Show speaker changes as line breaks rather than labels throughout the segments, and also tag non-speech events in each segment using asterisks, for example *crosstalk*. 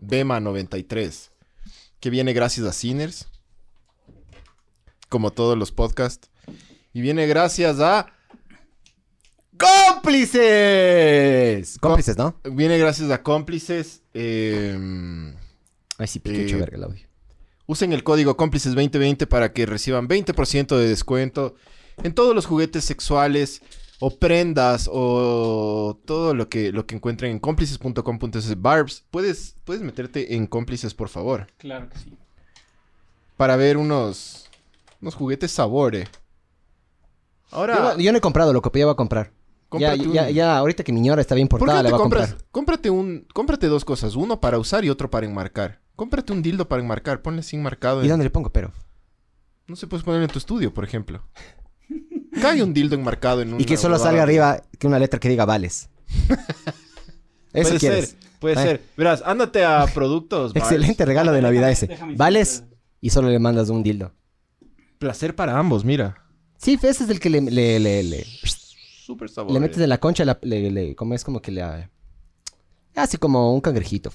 Bema 93, que viene gracias a Sinners, como todos los podcasts. Y viene gracias a.
¡Cómplices! Cómplices, ¿no?
Viene gracias a cómplices. eh,
Ay, sí, Pikachu,
Eh,
verga, el audio.
usen el código cómplices 2020 para que reciban 20% de descuento en todos los juguetes sexuales o prendas o todo lo que, lo que encuentren en cómplices.com.es. Barbs, ¿puedes, puedes meterte en cómplices, por favor,
Claro que sí.
para ver unos, unos juguetes sabore. Ahora,
Yo, yo no he comprado, loco, pero ya voy a comprar. Ya,
cómprate un-
ya, ya, ahorita que mi ñora está bien
¿Por qué
portada,
no
la
te
va a
compras?
comprar.
Cómprate un, cómprate dos cosas, uno para usar y otro para enmarcar. Cómprate un dildo para enmarcar, ponle sin marcado.
¿Y
en-
dónde le pongo, pero?
No se puedes poner en tu estudio, por ejemplo. *laughs* Cae un dildo enmarcado en un.
Y que solo salga arriba que una letra que diga
*laughs*
vales. Eso
Puede
quieres.
ser, puede
Ah.
ser. Verás, ándate a productos. Barbs.
*laughs* Excelente regalo de Navidad ese.
Déjame
Vales
decirte.
y solo le mandas un dildo.
Placer para ambos, mira.
Sí, pues, ese es el que le, le, le, le,
Súper sabor.
le metes en la concha, la- le, le- como es como que le... ah, Así como un cangrejito.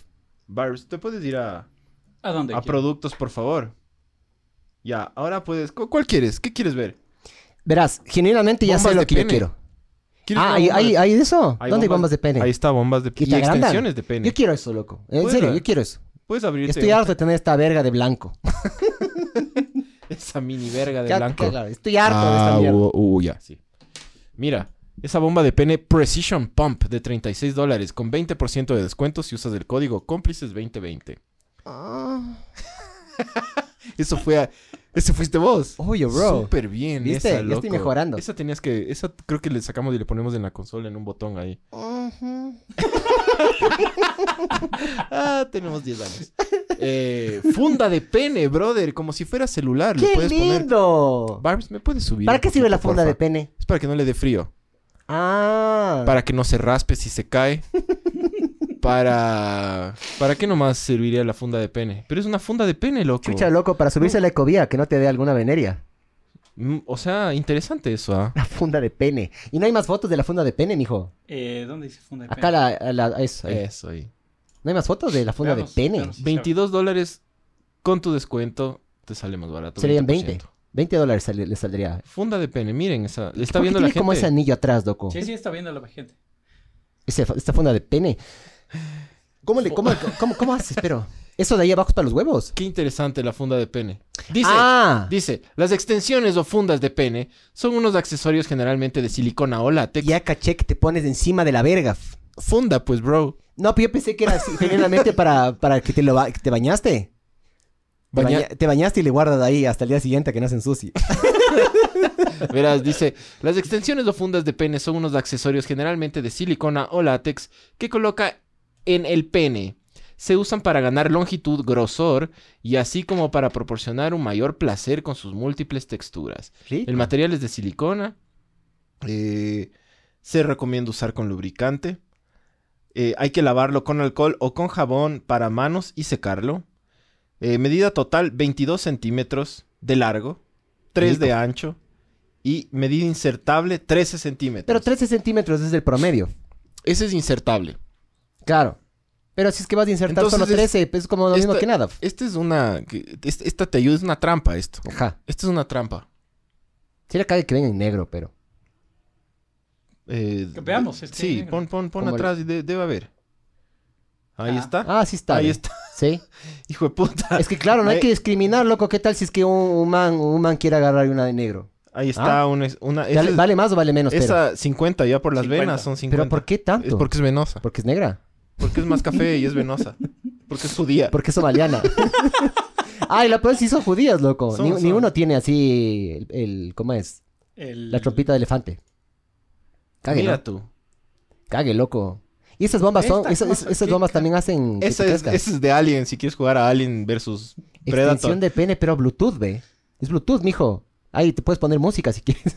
Barbs, ¿te puedes ir a,
¿A dónde?
a
quieres?
productos, por favor? Ya, ahora puedes. ¿cu- ¿Cuál quieres? ¿Qué quieres ver?
Verás, genuinamente ya
Bombas
sé lo
de
que yo
pene.
quiero.
¿Quieres
Ah,
una
¿hay,
bomba
hay,
de-
hay de eso?
hay
¿Dónde hay bombas de pene?
Ahí está, bombas de
Que
pene.
te
Y
agrandan.
extensiones de pene.
Yo quiero eso, loco. En
Puedes
serio,
ver.
yo quiero eso.
Puedes abrirte
Estoy harto de tener esta verga de blanco.
*laughs* esa mini verga de
Ya-
blanco.
claro, estoy harto de esta mierda.
Uh, uh, ya, sí. Mira, esa bomba de pene Precision Pump de 36 dólares con 20% de descuento si usas el código cómplices 2020.
Ah.
Eso fue a- Ese fuiste vos.
*laughs* Oye, bro.
Súper bien.
¿Viste?
esa,
Ya estoy
loco.
mejorando.
Esa tenías que... Esa creo que le sacamos y le ponemos en la consola en un botón ahí. ah, tenemos 10
*laughs*
años. Eh, funda de pene, brother. Como si fuera celular. le
¡Qué
puedes poner...
lindo!
Barbs, ¿me puedes subir?
¿Para
un
qué sirve la
poquito,
funda de
porfa?
pene?
Es para que no le dé frío.
Ah.
Para que no se raspe si se
*laughs*
cae. para. ¿Para qué nomás serviría la funda de pene? Pero es una funda de pene, loco.
Chucha, loco, para subirse a la ecovía, que no te dé alguna veneria.
Mm, O sea, interesante eso,
*laughs*
¿ah?
La funda de pene. Y no hay más fotos de la funda de pene, mijo.
Eh, ¿Dónde dice funda de
Acá
pene?
la... la- la- eso, ahí.
Eso ahí.
No hay más fotos de la funda
Veamos,
de pene.
veamos. Sí,
22 dólares con tu descuento te sale más barato.
Serían 20.
20%.
20 dólares sal- le saldría.
Funda de pene, miren esa. Le está
¿Por qué
viendo la
tiene
gente.
como ese anillo atrás, loco?
Sí, sí, está viendo la gente.
Ese- esta funda de pene. ¿Cómo, le, cómo,
Oh.
cómo, cómo haces? Pero eso de ahí abajo es para los huevos.
Qué interesante la funda de pene. Dice,
ah,
dice, las extensiones o fundas de pene son unos accesorios generalmente de silicona o látex.
ya caché que te pones encima de la verga.
Funda, pues, bro.
No, pero yo pensé que era así, genuinamente para, para que te lo ba- que te bañaste. Te,
Baña-
baña- te bañaste y le guardas ahí hasta el día siguiente a que no se ensucie.
*laughs* Verás, dice, las extensiones o fundas de pene son unos accesorios generalmente de silicona o látex que coloca en el pene. Se usan para ganar longitud, grosor y así como para proporcionar un mayor placer con sus múltiples texturas. El material es de silicona. eh, se recomienda usar con lubricante. eh, hay que lavarlo con alcohol o con jabón para manos y secarlo. Eh, medida total 22 centímetros de largo, 3 de ancho y medida insertable 13 centímetros.
Pero 13 centímetros es el promedio.
Ese es insertable.
Claro. Pero si es que vas a insertar
Entonces
solo
es-
13, pues es como lo mismo
esta-
que nada.
Este es una... que- es- Esta te ayuda, es una trampa esto.
Ajá.
Esta es una trampa.
Sí le cae que venga en negro, pero...
Eh,
Que veamos, este
Sí,
negro.
pon, pon, pon
Como el-
atrás y de- debe haber. Ahí
Ah.
está.
Ah, sí está.
Ahí
bien.
está.
Sí.
Hijo de puta.
Es que claro, no hay
Ahí-
que discriminar, loco. ¿Qué tal si es que un, un man, un man quiere agarrar una de negro?
Ahí está una... una
¿Ah? Dale-
esa-
¿Vale más o vale menos? pero?
esa 50 ya por las
50.
venas son 50.
¿Pero por qué tanto?
Es porque es venosa.
Porque es negra.
Porque es más café y es venosa. Porque es su
*laughs*
día.
Porque es somaliana. Ay, la peor sí son judías, loco.
Son-
ni, ni
son.
uno tiene así el, el- ¿Cómo es?
El...
La trompita de elefante. Cague,
Mira
¿no?
tú.
Cague, loco. Y esas bombas son,
Esta
esas,
cosa,
esas
¿qué
bombas
ca-
también hacen que
Esa
te
es,
crezca.
esa es de Alien, si quieres jugar a Alien versus Predator.
Extensión de pene, pero Bluetooth, ve. Es Bluetooth, mijo. Ahí te puedes poner música si quieres.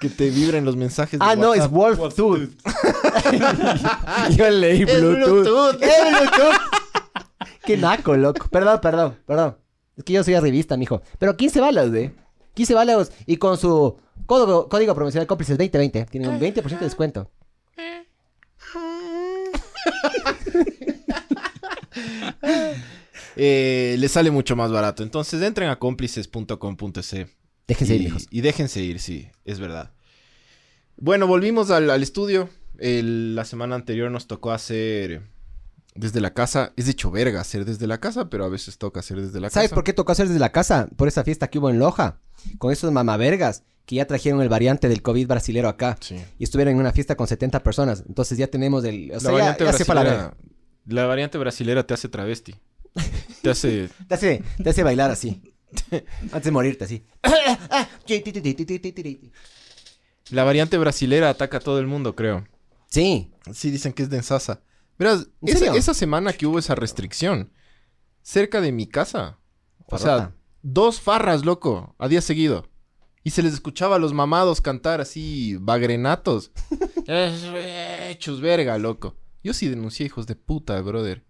Que te vibren los mensajes de
Ah, no, es
WhatsApp.
Wolf Tooth. *laughs* Yo leí
Es *laughs* Bluetooth.
¡Eh, Bluetooth! Qué naco, loco. Perdón, perdón, perdón. Es que yo soy arribista, mijo. Pero 15 balas, güey. 15 balas y con su código, código promocional cómplices 2020. Tienen un 20% de descuento.
Eh, le sale mucho más barato. Entonces entren a cómplices.com.es
Déjense ir,
y,
mijos.
y déjense ir, sí, es verdad. Bueno, volvimos al, al estudio. El- la semana anterior nos tocó hacer desde la casa. Es de hecho verga hacer desde la casa, pero a veces toca hacer desde la
¿Sabes
casa.
por qué tocó hacer desde la casa? Por esa fiesta que hubo en Loja. Con esos mamavergas que ya trajeron el variante del COVID brasilero acá.
Sí.
Y estuvieron en una fiesta con 70 personas. Entonces ya tenemos el... O sea,
la,
ya-
variante
ya se fue a la verga.
brasilera, la variante brasilera te hace travesti. Te hace...
Te hace, te hace bailar así. *laughs* Antes de morirte así.
La variante brasilera ataca a todo el mundo, creo.
Sí.
Sí, dicen que es de Ensasa. Verás,
¿En
esa,
serio?
esa semana que hubo esa restricción, cerca de mi casa, o sea,
Farrota.
dos farras, loco, a día seguido. Y se les escuchaba a los mamados cantar así,
*laughs*
bagrenatos. Eh, Hechos verga, loco. Yo sí denuncié, hijos de puta, brother.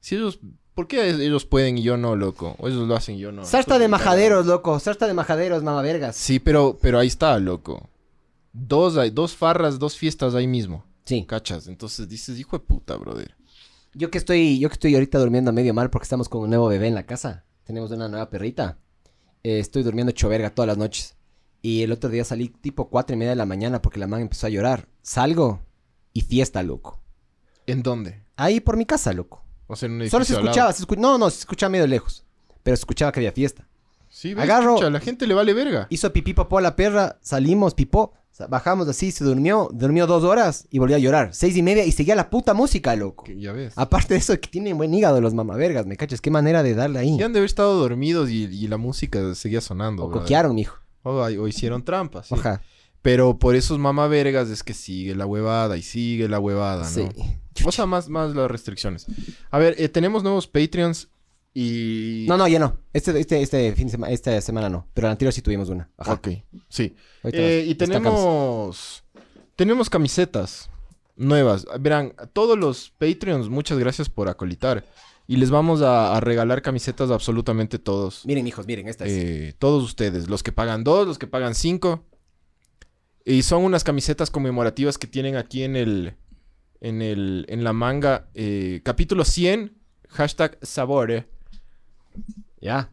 Si ellos... ¿Por qué ellos pueden y yo no, loco? O ellos lo hacen y yo no.
Sarta de
Entonces,
majaderos, loco. Sarta de majaderos, mamavergas.
Sí, pero, pero ahí está, loco. Dos, hay- dos farras, dos fiestas ahí mismo.
Sí.
Cachas. Entonces dices, hijo de puta, brother.
Yo que estoy, yo que estoy ahorita durmiendo medio mal porque estamos con un nuevo bebé en la casa. Tenemos una nueva perrita. Eh, estoy durmiendo hecho verga todas las noches. Y el otro día salí tipo cuatro y media de la mañana porque la man empezó a llorar. Salgo y fiesta, loco.
¿En dónde?
Ahí por mi casa, loco.
O sea, en un edificio
Solo se
al lado.
escuchaba, se escu- no, no, se escuchaba medio lejos. Pero se escuchaba que había fiesta.
Sí, ves,
Agarro-
chucha, a la gente le vale verga.
Hizo pipí popó a la perra, salimos, pipó, sa- bajamos así, se durmió, durmió dos horas y volvió a llorar. Seis y media y seguía la puta música, loco.
Que ya ves.
Aparte de eso, que tienen buen hígado los mamavergas, me cachas, qué manera de darle ahí.
Ya han de haber estado dormidos y, y la música seguía sonando.
O
brother.
coquearon, mijo.
O, ay- o hicieron trampas. sí.
Oja.
Pero por esos mamavergas es que sigue la huevada y sigue la huevada, ¿no?
Sí.
O sea, más, más las restricciones. A ver, eh, tenemos nuevos Patreons y...
No, no, ya no. Este, este, este fin de semana, esta semana no. Pero la anterior sí tuvimos una. Ajá.
Ok, sí.
Ahorita
Eh,
nos
y
destacamos.
tenemos tenemos camisetas nuevas. Verán, a todos los Patreons, muchas gracias por acolitar. Y les vamos a, a regalar camisetas a absolutamente todos.
Miren, mijos, miren, esta es.
Eh, todos ustedes, los que pagan dos, los que pagan cinco. Y son unas camisetas conmemorativas que tienen aquí en el. En el. En la manga. eh, capítulo 100. Hashtag sabor. eh.
Ya.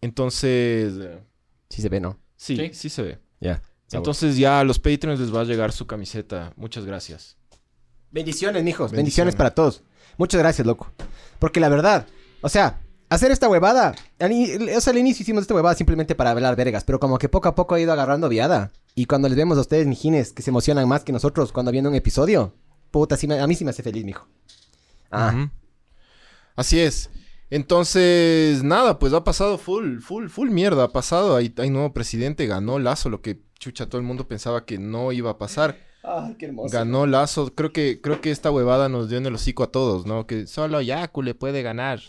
Entonces. eh,
Sí se ve, ¿no?
Sí, sí,
Sí.
se ve.
Ya.
Entonces ya a los Patreons les va a llegar su camiseta. Muchas gracias.
Bendiciones, mijos. Bendiciones.
Bendiciones.
para todos. Muchas gracias, loco. Porque la verdad, o sea, hacer esta huevada. al ini- o sea, al inicio hicimos esta huevada simplemente para hablar vergas, pero como que poco a poco ha ido agarrando viada. Y cuando les vemos a ustedes, mijines, que se emocionan más que nosotros cuando viendo un episodio, puta, sí me- a mí sí me hace feliz, mijo. Ah,
Ujú. Así es. Entonces, nada, pues ha pasado full, full, full mierda. Ha pasado. Hay, hay nuevo presidente, ganó Lazo, lo que chucha todo el mundo pensaba que no iba a pasar.
Ay, qué hermoso.
Ganó Lazo. Creo que, creo que esta huevada nos dio en el hocico a todos, ¿no? Que solo Yaku le puede ganar.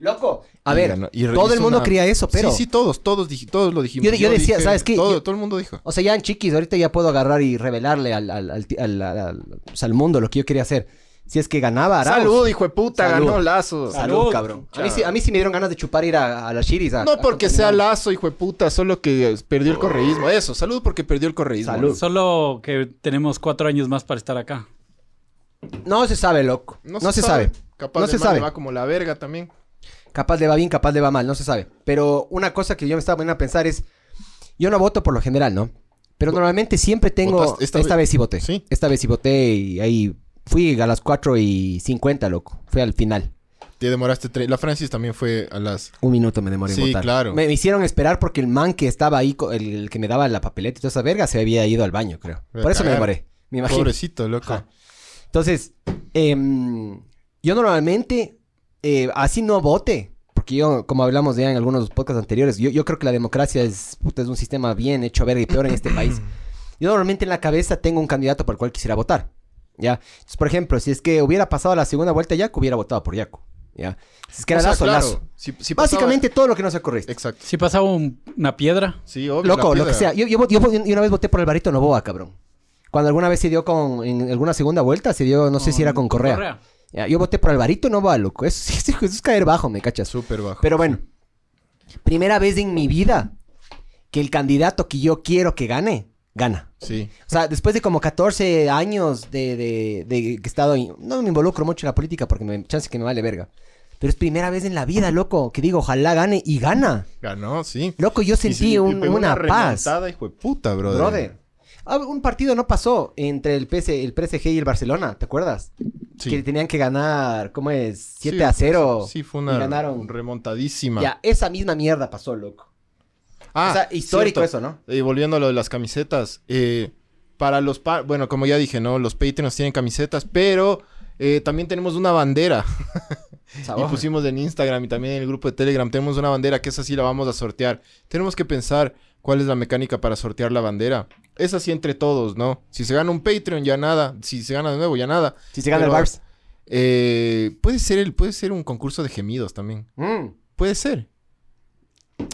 Loco. A
Y
ver,
ganó- y re-
todo el
hizo
mundo
una-
creía eso, pero.
Sí, sí, todos, todos, dij- todos lo dijimos.
Yo de- yo decía, ¿sabes qué?
Todo,
Yo-
todo el mundo dijo.
O sea, ya en chiquis, ahorita ya puedo agarrar y revelarle al, al, al, ti- al- al- al- o sea, al mundo lo que yo quería hacer. Si es que ganaba Arauz.
Salud, hijo de puta,
Salud.
ganó Lazo.
Salud,
Salud,
cabrón. A
chao.
mí, sí, a mí sí me dieron ganas de chupar ir a, a las shiris. a-
No
a
porque sea
contaminar.
Lazo, hijo de puta, solo que eh, perdió el correísmo. Eso, salud porque perdió el correísmo.
Salud.
Solo que tenemos cuatro años más para estar acá.
No se sabe, loco. No, se, sabe.
Capaz
no
el
se
man
sabe.
le va como la verga también.
Capaz le va bien, capaz le va mal, no se sabe. Pero una cosa que yo me estaba poniendo a pensar es... Yo no voto por lo general, ¿no? Pero normalmente siempre tengo...
¿Votaste esta
Esta,
vez?
vez sí voté.
Sí.
Esta vez sí voté y ahí... Fui a las 4 y 50, loco. Fui al final.
Te demoraste tres. La Francis también fue a las.
Un minuto me demoré
Sí,
en votar.
claro.
Me, me hicieron esperar porque el man que estaba ahí, co- el, el que me daba la papeleta y toda esa verga, se había ido al baño, creo.
Voy a
Por eso me
cagar.
demoré. Me imagino.
Pobrecito, loco.
Ajá. Entonces, em, yo normalmente eh, así no vote. Porque yo, como hablamos ya
*clears throat*
en algunos podcasts anteriores, yo, yo creo que la democracia es, puta, es un sistema bien hecho verga y peor en este país. yo normalmente en la cabeza tengo un candidato por el cual quisiera votar. ¿Ya? Entonces, por ejemplo, si es que hubiera pasado la segunda vuelta Yaco, hubiera votado por Yaco. ¿Ya? Si es que era
O sea,
Lazo,
claro,
Lazo.
si- si pasaba-
Básicamente todo lo que nos ocurriste.
Exacto.
Si pasaba un- una piedra,
Sí, obvio.
Loco,
la
lo que
piedra.
sea. Yo, yo, vo- yo vo- yo una vez voté por Alvarito Novoa, cabrón. Cuando alguna vez se dio con... En alguna segunda vuelta se dio... No sé si era con Correa. Ya, yo voté por Alvarito Novoa, loco. Eso, sí- eso es *laughs* caer bajo, me cachas.
Súper bajo.
Pero bueno, primera vez en mi vida que el candidato que yo quiero que gane, gana.
Sí.
O sea, después de como 14 años de, de- de que he estado... ahí, No me involucro mucho en la política porque me chance que me vale verga. Pero es primera vez en la vida, loco, que digo, ojalá gane y gana.
Ganó, sí.
Loco, yo
Y
sentí
sí, y
un-
pegó
una, paz.
remontada, hijo de puta, brother.
Brother. Ah, un partido no pasó entre el, PS el PSG y el Barcelona, ¿te acuerdas?
Sí.
Que tenían que ganar, ¿cómo es? 7
Sí,
a 0.
Sí, fue una
Y ganaron.
remontadísima.
Ya, esa misma mierda pasó, loco.
Ah,
o sea, histórico
cierto.
eso, ¿no?
Y volviendo a lo de las camisetas, eh, para los... pa- bueno, como ya dije, ¿no? Los Patreons tienen camisetas, pero eh, también tenemos una bandera.
Sabor.
Y pues pusimos en Instagram y también en el grupo de Telegram. Tenemos una bandera que esa sí la vamos a sortear. Tenemos que pensar cuál es la mecánica para sortear la bandera. Es así entre todos, ¿no? Si se gana un Patreon, ya nada. Si se gana de nuevo, ya nada.
si se gana
Pero,
el Bars.
eh, puede, ser el, puede ser un concurso de gemidos también.
Mm.
Puede ser.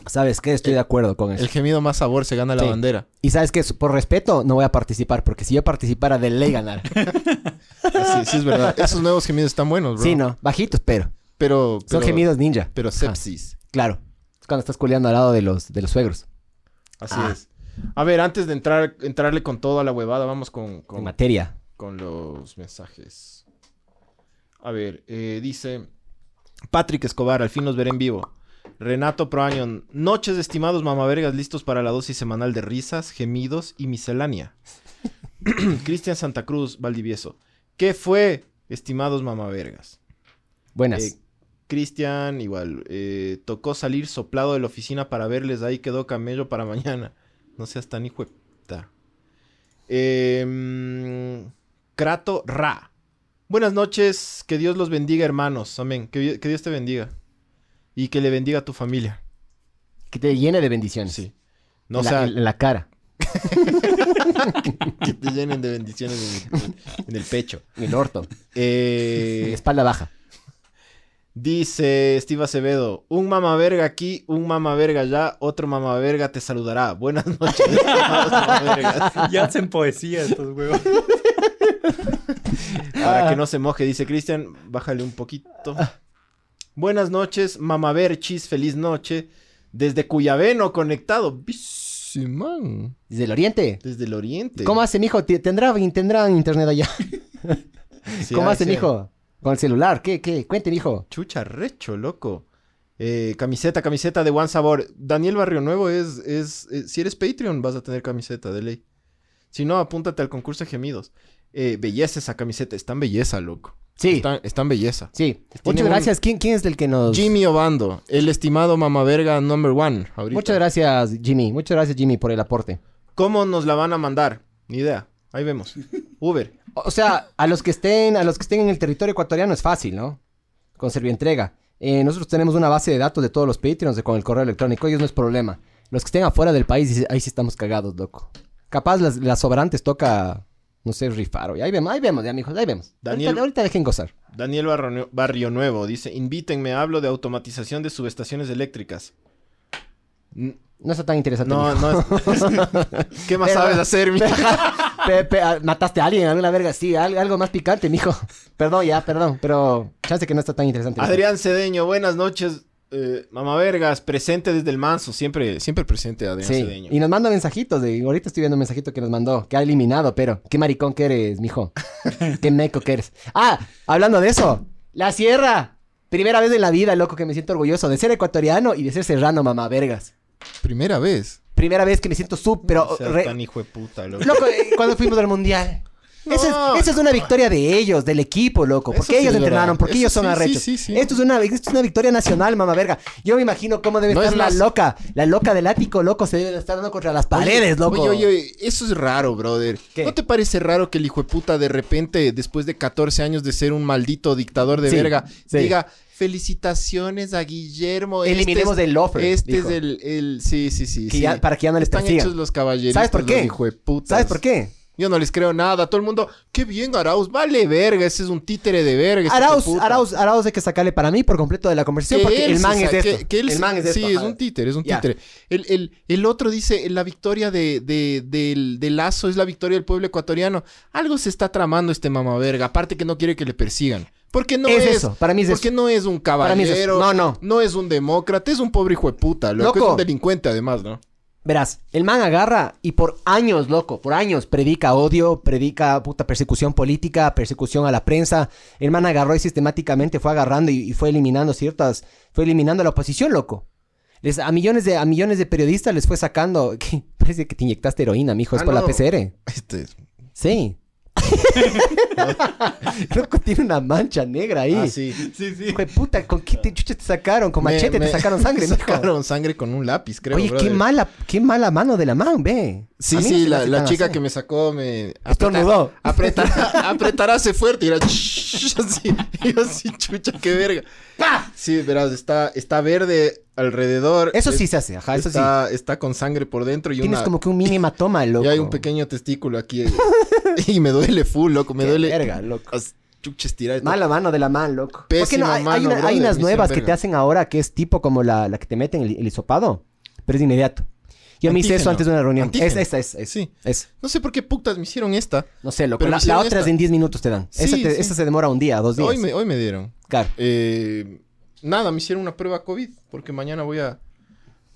¿Sabes qué? Estoy de acuerdo con eso.
Eh, El gemido más sabor se gana la
Sí. *laughs*
bandera.
Y sabes que por respeto no voy a participar, porque si yo participara de ley ganar.
Sí, sí, es verdad. Esos nuevos gemidos están buenos, *laughs* bro.
sí, no, bajitos, pero.
Pero,
Son
pero-
gemidos ninja.
Pero sepsis.
Claro. Es cuando estás culeando al lado de los, de los suegros.
Así es. A ver, antes de entrar, entrarle con toda la huevada, vamos con,
En
con,
materia.
con los mensajes. A ver, eh, dice Patrick Escobar, al fin los veré en vivo. Renato Proañon, noches estimados mamavergas listos para la dosis semanal de risas, gemidos y miscelánea. *clears throat* Cristian Santa Cruz, Valdivieso. ¿Qué fue, estimados mamavergas?
Buenas.
Eh, Cristian, igual, eh, tocó salir soplado de la oficina para verles, ahí quedó camello para mañana. No seas tan hijo de puta. Eh, mm, Crato Ra. Buenas noches, que Dios los bendiga, hermanos. Amén. Que, Dios- que Dios te bendiga. Y que le bendiga a tu familia.
que te llene de bendiciones.
Sí. No,
En la,
o sea,
en la cara.
que te llenen de bendiciones en el, en el pecho.
En
*laughs*
el orto. en la
Eh,
espalda baja.
Dice Steve Acevedo, un mamaverga aquí, un mamaverga allá, otro mamaverga te saludará. Buenas noches. *laughs* estimados mamavergas.
*laughs* Ya hacen poesía estos huevos.
*laughs* Para
Ah.
que no se moje, dice Cristian, bájale un poquito. Buenas noches, mamaverchis, feliz noche. Desde Cuyaveno conectado. Bisimán.
Desde el oriente.
Desde el oriente.
¿Cómo hace, mijo? Ti- ¿Tendrá, tendrá internet allá?
Sí,
¿Cómo
ahí
hace,
sí.
mijo? Con el celular. ¿Qué, qué? Cuente, mijo.
Chucha, recho, loco. Eh, camiseta, camiseta de One Sabor. Daniel Barrio Nuevo es, es, eh, Si eres Patreon, vas a tener camiseta de ley. Si no, apúntate al concurso de gemidos. Eh, belleza esa camiseta. Están belleza, loco.
Sí.
Están, están belleza.
Sí.
Tiene
Muchas
un-
gracias. ¿Quién, ¿Quién es el que nos...?
Jimmy Obando, el estimado mamaverga number one. ahorita.
Muchas gracias, Jimmy. Muchas gracias, Jimmy, por el aporte.
¿Cómo nos la van a mandar? Ni idea. Ahí vemos.
*laughs*
Uber.
O o sea, a los que estén, a los que estén en el territorio ecuatoriano es fácil, ¿no? Con Servientrega. Eh, nosotros tenemos una base de datos de todos los Patreons de- con el correo electrónico, ellos no es problema. Los que estén afuera del país, dice, ahí sí estamos cagados, loco. Capaz las, las sobrantes toca, no sé, rifar. oye. Ahí vemos, ahí vemos, ya, mijos, ahí vemos.
Daniel-
Ahorita, ahorita dejen gozar.
Daniel Barrio, Barrio Nuevo dice: Invítenme, hablo de automatización de subestaciones eléctricas. N-
No está tan interesante.
Mm. No,
mijo.
no.
*laughs*
es- *laughs* ¿Qué más sabes hacer, mijo?
Pe- pe- ah, ¿Mataste a alguien? ¿Alguna verga? Sí, al- algo más picante, mijo. Perdón, ya, perdón. Pero chance que no está tan interesante. mijo.
Adrián Cedeño, buenas noches. Eh, Mamavergas, presente desde el manso. Siempre, siempre presente, Adrián
Sí,
Cedeño.
y nos manda mensajitos. De, ahorita estoy viendo un mensajito que nos mandó, que ha eliminado, pero qué maricón que eres, mijo. qué meco que eres. Ah, hablando de eso, la sierra. Primera vez en la vida, loco, que me siento orgulloso de ser ecuatoriano y de ser serrano, mamá, vergas.
Primera vez.
Primera vez que me siento súper.
Seas
re-
tan hijo de puta, loco.
Loco, eh, cuando fuimos al mundial. Eso es, eso es una victoria de ellos, del equipo, loco.
Eso
Porque
sí
ellos
es
entrenaron,
verdad.
porque
Eso
ellos son
sí, sí,
arrechos.
sí, sí.
Esto, es una, esto es una victoria nacional, mamá verga. Yo me imagino cómo debe
No
estar
es
la
más-
loca. La loca del ático, loco, se debe de estar dando contra las paredes, loco.
Oye, oye, oye, eso es raro, brother.
¿Qué?
¿No te parece raro que el hijo de puta de repente, después de 14 años de ser un maldito dictador de
Sí,
verga,
sí.
diga felicitaciones a Guillermo? este
Eliminemos
es-
del offer,
Este
dijo.
es el, el- Sí, sí, sí.
Que
sí.
ya- para que ya no les
Están
persigan.
hechos los caballeros.
¿Sabes por qué?
Hijo de puta.
¿Sabes por qué?
Yo no les creo nada. Todo el mundo, qué bien, Arauz. Vale, verga. Ese es un títere de verga. ese hijo de
Arauz,
puta".
Arauz, Arauz hay que sacarle para mí por completo de la conversación
Que
porque
él
el
se
man es
sa-
de esto.
que- que él
el
se-
man es de
Sí,
esto,
es
ajá.
un títere, es un
Ya.
títere. El, el- el otro dice, la victoria de, de- del, del Lazo es la victoria del pueblo ecuatoriano. Algo se está tramando este mamá verga. Aparte que no quiere que le persigan. Porque no
Es
es...
eso, para mí es
Porque
eso.
no es un
Para mí es eso.
caballero.
No, no.
No es un demócrata, es un pobre hijo de puta. Loco,
Loco.
es un delincuente además, ¿no? *laughs*
Verás, el man agarra y por años, loco, por años predica odio, predica puta persecución política, persecución a la prensa. El man agarró y sistemáticamente fue agarrando y, y fue eliminando ciertas, fue eliminando a la oposición, loco. Les, a millones de a millones de periodistas les fue sacando, *laughs* que parece que te inyectaste heroína, mijo, es
Ah,
por la
no.
PCR.
Este es-
Sí. *laughs* loco tiene una mancha negra ahí.
Ah, sí.
Sí, sí.
Hijo de puta, ¿con qué te chuchas te sacaron? Con
Me-
machete
me-
te sacaron sangre,
*laughs*
mijo.
sacaron sangre con un lápiz, creo.
Oye, qué
brother.
mala, qué mala mano de la man, ve.
Sí,
A mí no
sí,
se me
la,
hace
la
tan
chica
así. Ah,
que me sacó me...
Estornudó. *laughs*
Apretará, hace fuerte y era... *laughs* así, y yo así, chucha, qué verga.
¡Ah!
Sí, verás, está, está verde alrededor.
Eso sí
Es-
se hace, ajá, eso sí.
está, está con sangre por dentro y
Tienes
una-
como que un mini hematoma, loco.
y hay un pequeño testículo aquí.
*laughs*
eh, y me duele full, loco, me
Qué
duele...
verga, loco.
as- Chucha, estirar.
Mala mano de la man, loco. ¿Por qué no?
Pésima
Hay, hay
mano,
una- hay
brother,
unas
me hicieron
nuevas que
verga.
te hacen ahora que es tipo como la, la que te meten el, el hisopado, pero es inmediato. Yo me hice
Antígeno.
eso antes de una reunión.
Antígeno.
Es, esa, es, es,
Sí.
es.
No sé por qué putas me hicieron esta.
No sé, loco.
Pero
La,
me hicieron
la otra es
esta.
en 10 minutos te dan. esa,
Sí,
te-
sí.
esa se demora un día, dos días.
Hoy me, hoy me dieron.
Claro.
Eh, nada, me hicieron una prueba COVID porque mañana voy a,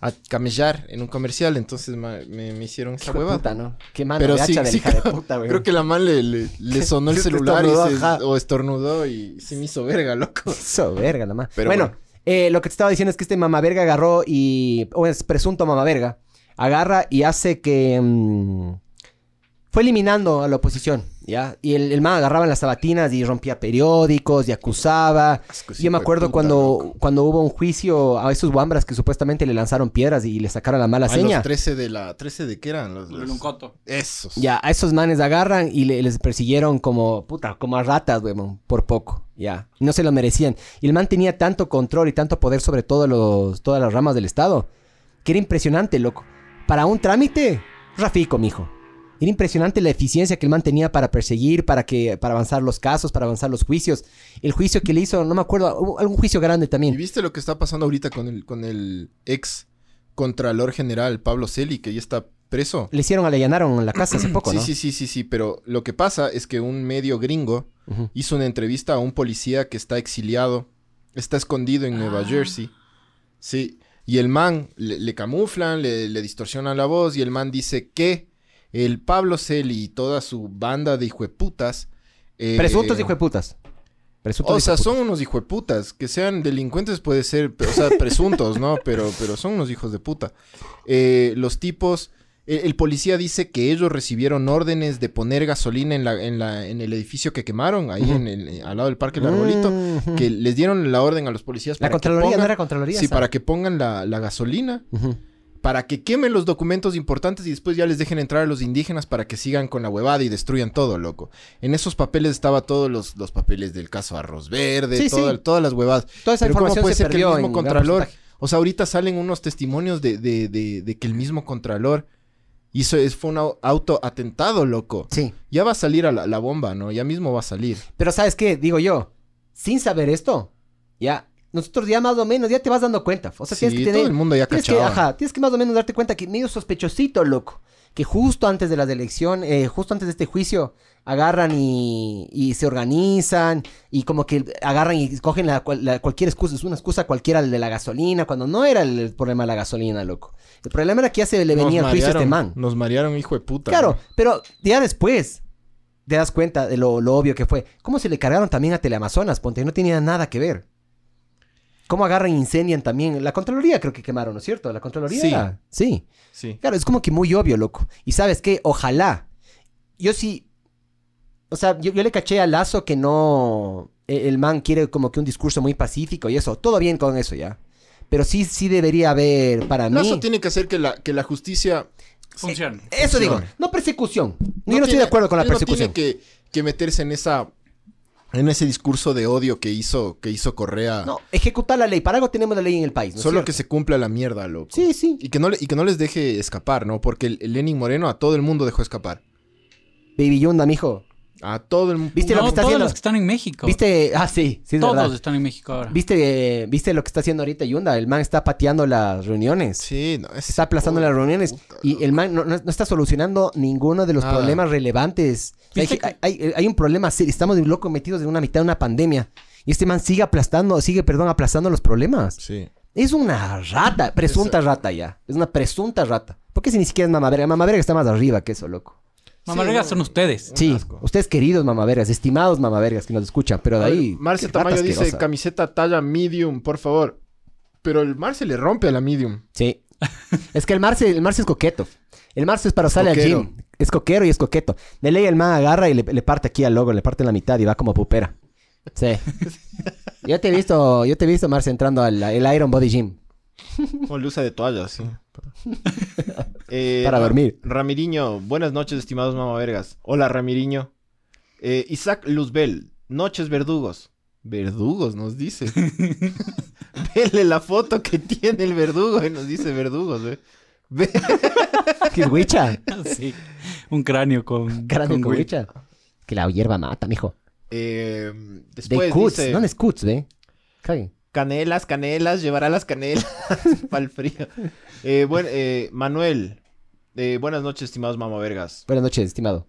a camellar en un comercial, entonces ma- me, me hicieron esa
Hijo de
hueva.
puta, ¿no? Qué mano
Pero
de
sí,
hacha de la
sí,
hija de
creo,
puta, güey.
creo que la man le, le-
*laughs*
le sonó el
Sí, te
celular y
estornudó,
se-
ajá.
o estornudó y se me hizo verga, loco.
Eso, verga, la madre.
Pero
bueno,
bueno.
eh, lo que te estaba diciendo es que este mamaverga agarró y. O es presunto mamaverga. Agarra y hace que. mm, fue eliminando a la oposición, ¿ya? Y el, el man agarraba en las sabatinas y rompía periódicos y acusaba.
Asco,
Yo me
Pues hijo de
acuerdo
puta,
cuando,
loco.
cuando hubo un juicio a esos guambras que supuestamente le lanzaron piedras y le sacaron la mala
A
seña.
los 13 de la... ¿13 de qué eran? Los, los-
Luncoto.
Esos.
Ya, a esos manes agarran y le- les persiguieron como, puta, como a ratas, weón, por poco, ya. No se lo merecían. Y el man tenía tanto control y tanto poder sobre todos los, todas las ramas del Estado, que era impresionante, loco. Para un trámite, Rafico, mijo. Era impresionante la eficiencia que el man tenía para perseguir, para que, para avanzar los casos, para avanzar los juicios. El juicio que le hizo, no me acuerdo, hubo algún juicio grande
¿Y
también.
viste lo que está pasando ahorita con el, con el ex contralor general Pablo Celi, que ya está preso?
Le hicieron, le allanaron la casa hace poco,
sí,
¿no?
sí, sí, sí, sí, pero lo que pasa es que un medio gringo
Ujú.
hizo una entrevista a un policía que está exiliado, está escondido en
Ah.
Nueva Jersey. Sí, y el man le, le camuflan, le, le distorsionan la voz y el man dice que el Pablo Celi y toda su banda de hijueputas... eh,
Presuntos hijueputas. Presuntos
o sea,
hijueputas.
son unos hijueputas. Que sean delincuentes puede ser, o sea, presuntos, ¿no? Pero, pero son unos hijos de puta. Eh, los tipos. El, el policía dice que ellos recibieron órdenes de poner gasolina en, la, en, la, en el edificio que quemaron, ahí
Ujú.
en el, eh, al lado del parque del arbolito.
Mm, Ujú.
Que les dieron la orden a los policías
La
para que
Contraloría no
pongan-
era Contraloría.
Sí,
esa.
para que pongan la, la gasolina,
Ujú.
para que quemen los documentos importantes y después ya les dejen entrar a los indígenas para que sigan con la huevada y destruyan todo, loco. En esos papeles estaba todos los, los papeles del caso Arroz Verde,
Sí,
toda-
sí.
todas las huevadas.
Toda esa
Pero ¿cómo
información
puede
se
ser que el
perdió
mismo
en
contralor?
gran porcentaje.
O sea, ahorita salen unos testimonios de, de- de- de que el mismo contralor hizo, es- fue un au- autoatentado, loco.
Sí.
Ya va a salir a la, la bomba, ¿no? Ya mismo va a salir.
Pero ¿sabes qué? Digo yo, sin saber esto, ya, nosotros ya más o menos, ya te vas dando cuenta. O sea,
Sí,
tienes que
todo
tener...
el mundo ya
Tienes que,
cachaba.
ajá, tienes que más o menos darte cuenta que medio sospechosito, loco. Que justo antes de la elección, eh, justo antes de este juicio, agarran y, y se organizan y como que agarran y cogen la, cual- la- cualquier excusa, es una excusa cualquiera el de la gasolina, cuando no era el, problema de la gasolina, loco. El problema era que ya se le
Nos
venía el juicio a este
marearon,
man.
Nos marearon, hijo de puta.
Claro,
¿no?
pero ya después te das cuenta de lo, lo obvio que fue. ¿Cómo se le cargaron también a Teleamazonas? Ponte, no tenía nada que ver. ¿Cómo agarran e incendian también? La Contraloría creo que quemaron, ¿no es cierto? La Contraloría.
Sí.
era- Sí.
Sí.
Claro, es como que muy obvio, loco. Y sabes qué, ojalá. Yo sí. O sea, yo, yo le caché a Lazo que no. e- El man quiere como que un discurso muy pacífico y eso. Todo bien con eso ya. Pero sí, sí debería haber para mí.
Lazo tiene que hacer que la, que la justicia...
Funciona.
Eso digo, no persecución. yo no estoy
tiene-
de acuerdo con la
él no
persecución.
tiene que, que meterse en esa... En ese discurso de odio que hizo, que hizo Correa.
No, ejecutar la ley. Para algo tenemos la ley en el país. ¿no es
Ah. Solo
cierto?
que se cumpla la mierda, loco.
Sí, sí.
Y que, no le- y que no les deje escapar, ¿no? Porque el, el Lenin Moreno a todo el mundo dejó escapar.
Baby Yunda, mijo.
A todo el mundo.
¿Viste lo
No,
que está
todos
haciendo?
los que están en México.
¿Viste? Ah, sí, sí, es
todos
verdad.
están en México ahora.
¿Viste, eh, ¿Viste lo que está haciendo ahorita Yunda? El man está pateando las reuniones.
Sí, no, es-
Está aplazando las reuniones. Y el man no, no- no está solucionando ninguno de los
Nada.
problemas relevantes. Hay,
¿Viste que-
hay- hay un problema serio. Estamos de loco metidos en una mitad de una pandemia. Y este man sigue aplastando, sigue, perdón, aplazando los problemas.
Sí.
Es una rata, presunta rata ya. Es una presunta rata. ¿Por qué si ni siquiera es mamaverga? Mamaverga está más arriba que eso, loco.
Mamavergas son
*laughs*
ustedes. *laughs*
Sí, ustedes queridos mamavergas, estimados mamavergas que nos escuchan, pero de ahí...
Marce
qué rata
Tamayo dice,
asquerosa.
camiseta talla medium, por favor. Pero el Marce le rompe a la medium.
Sí. es que el Marce, el Marce es coqueto. El Marce es para usarle al
Coquero.
gym. Es coquero y es coqueto. De ley el man agarra y le, le parte aquí al logo, le parte en la mitad y va como pupera.
*laughs*
Sí. yo te he visto, yo te he visto Marce entrando al el Iron Body
*laughs*
Gym.
O le usa de toallas, sí. *laughs* Eh,
Para dormir.
Ramiriño, buenas noches, estimados mamavergas. Hola, Ramiriño. Eh, Isaac Luzbel, noches verdugos. Verdugos, nos
*laughs*
dice. Vele la foto que tiene el verdugo y nos dice verdugos, eh. Ve-
Qué huicha.
Sí. Un
*laughs*
cráneo con.
Grande
con
que
güey.
huicha. Que la hierba mata, mijo.
Eh,
De
después
cuts,
dice,
no de cuts, ve. Caguen.
canelas, canelas, llevará las canelas *laughs* para el frío. Eh, buen- eh, Manuel, eh, buenas noches, estimados mamavergas.
Buenas noches, estimado.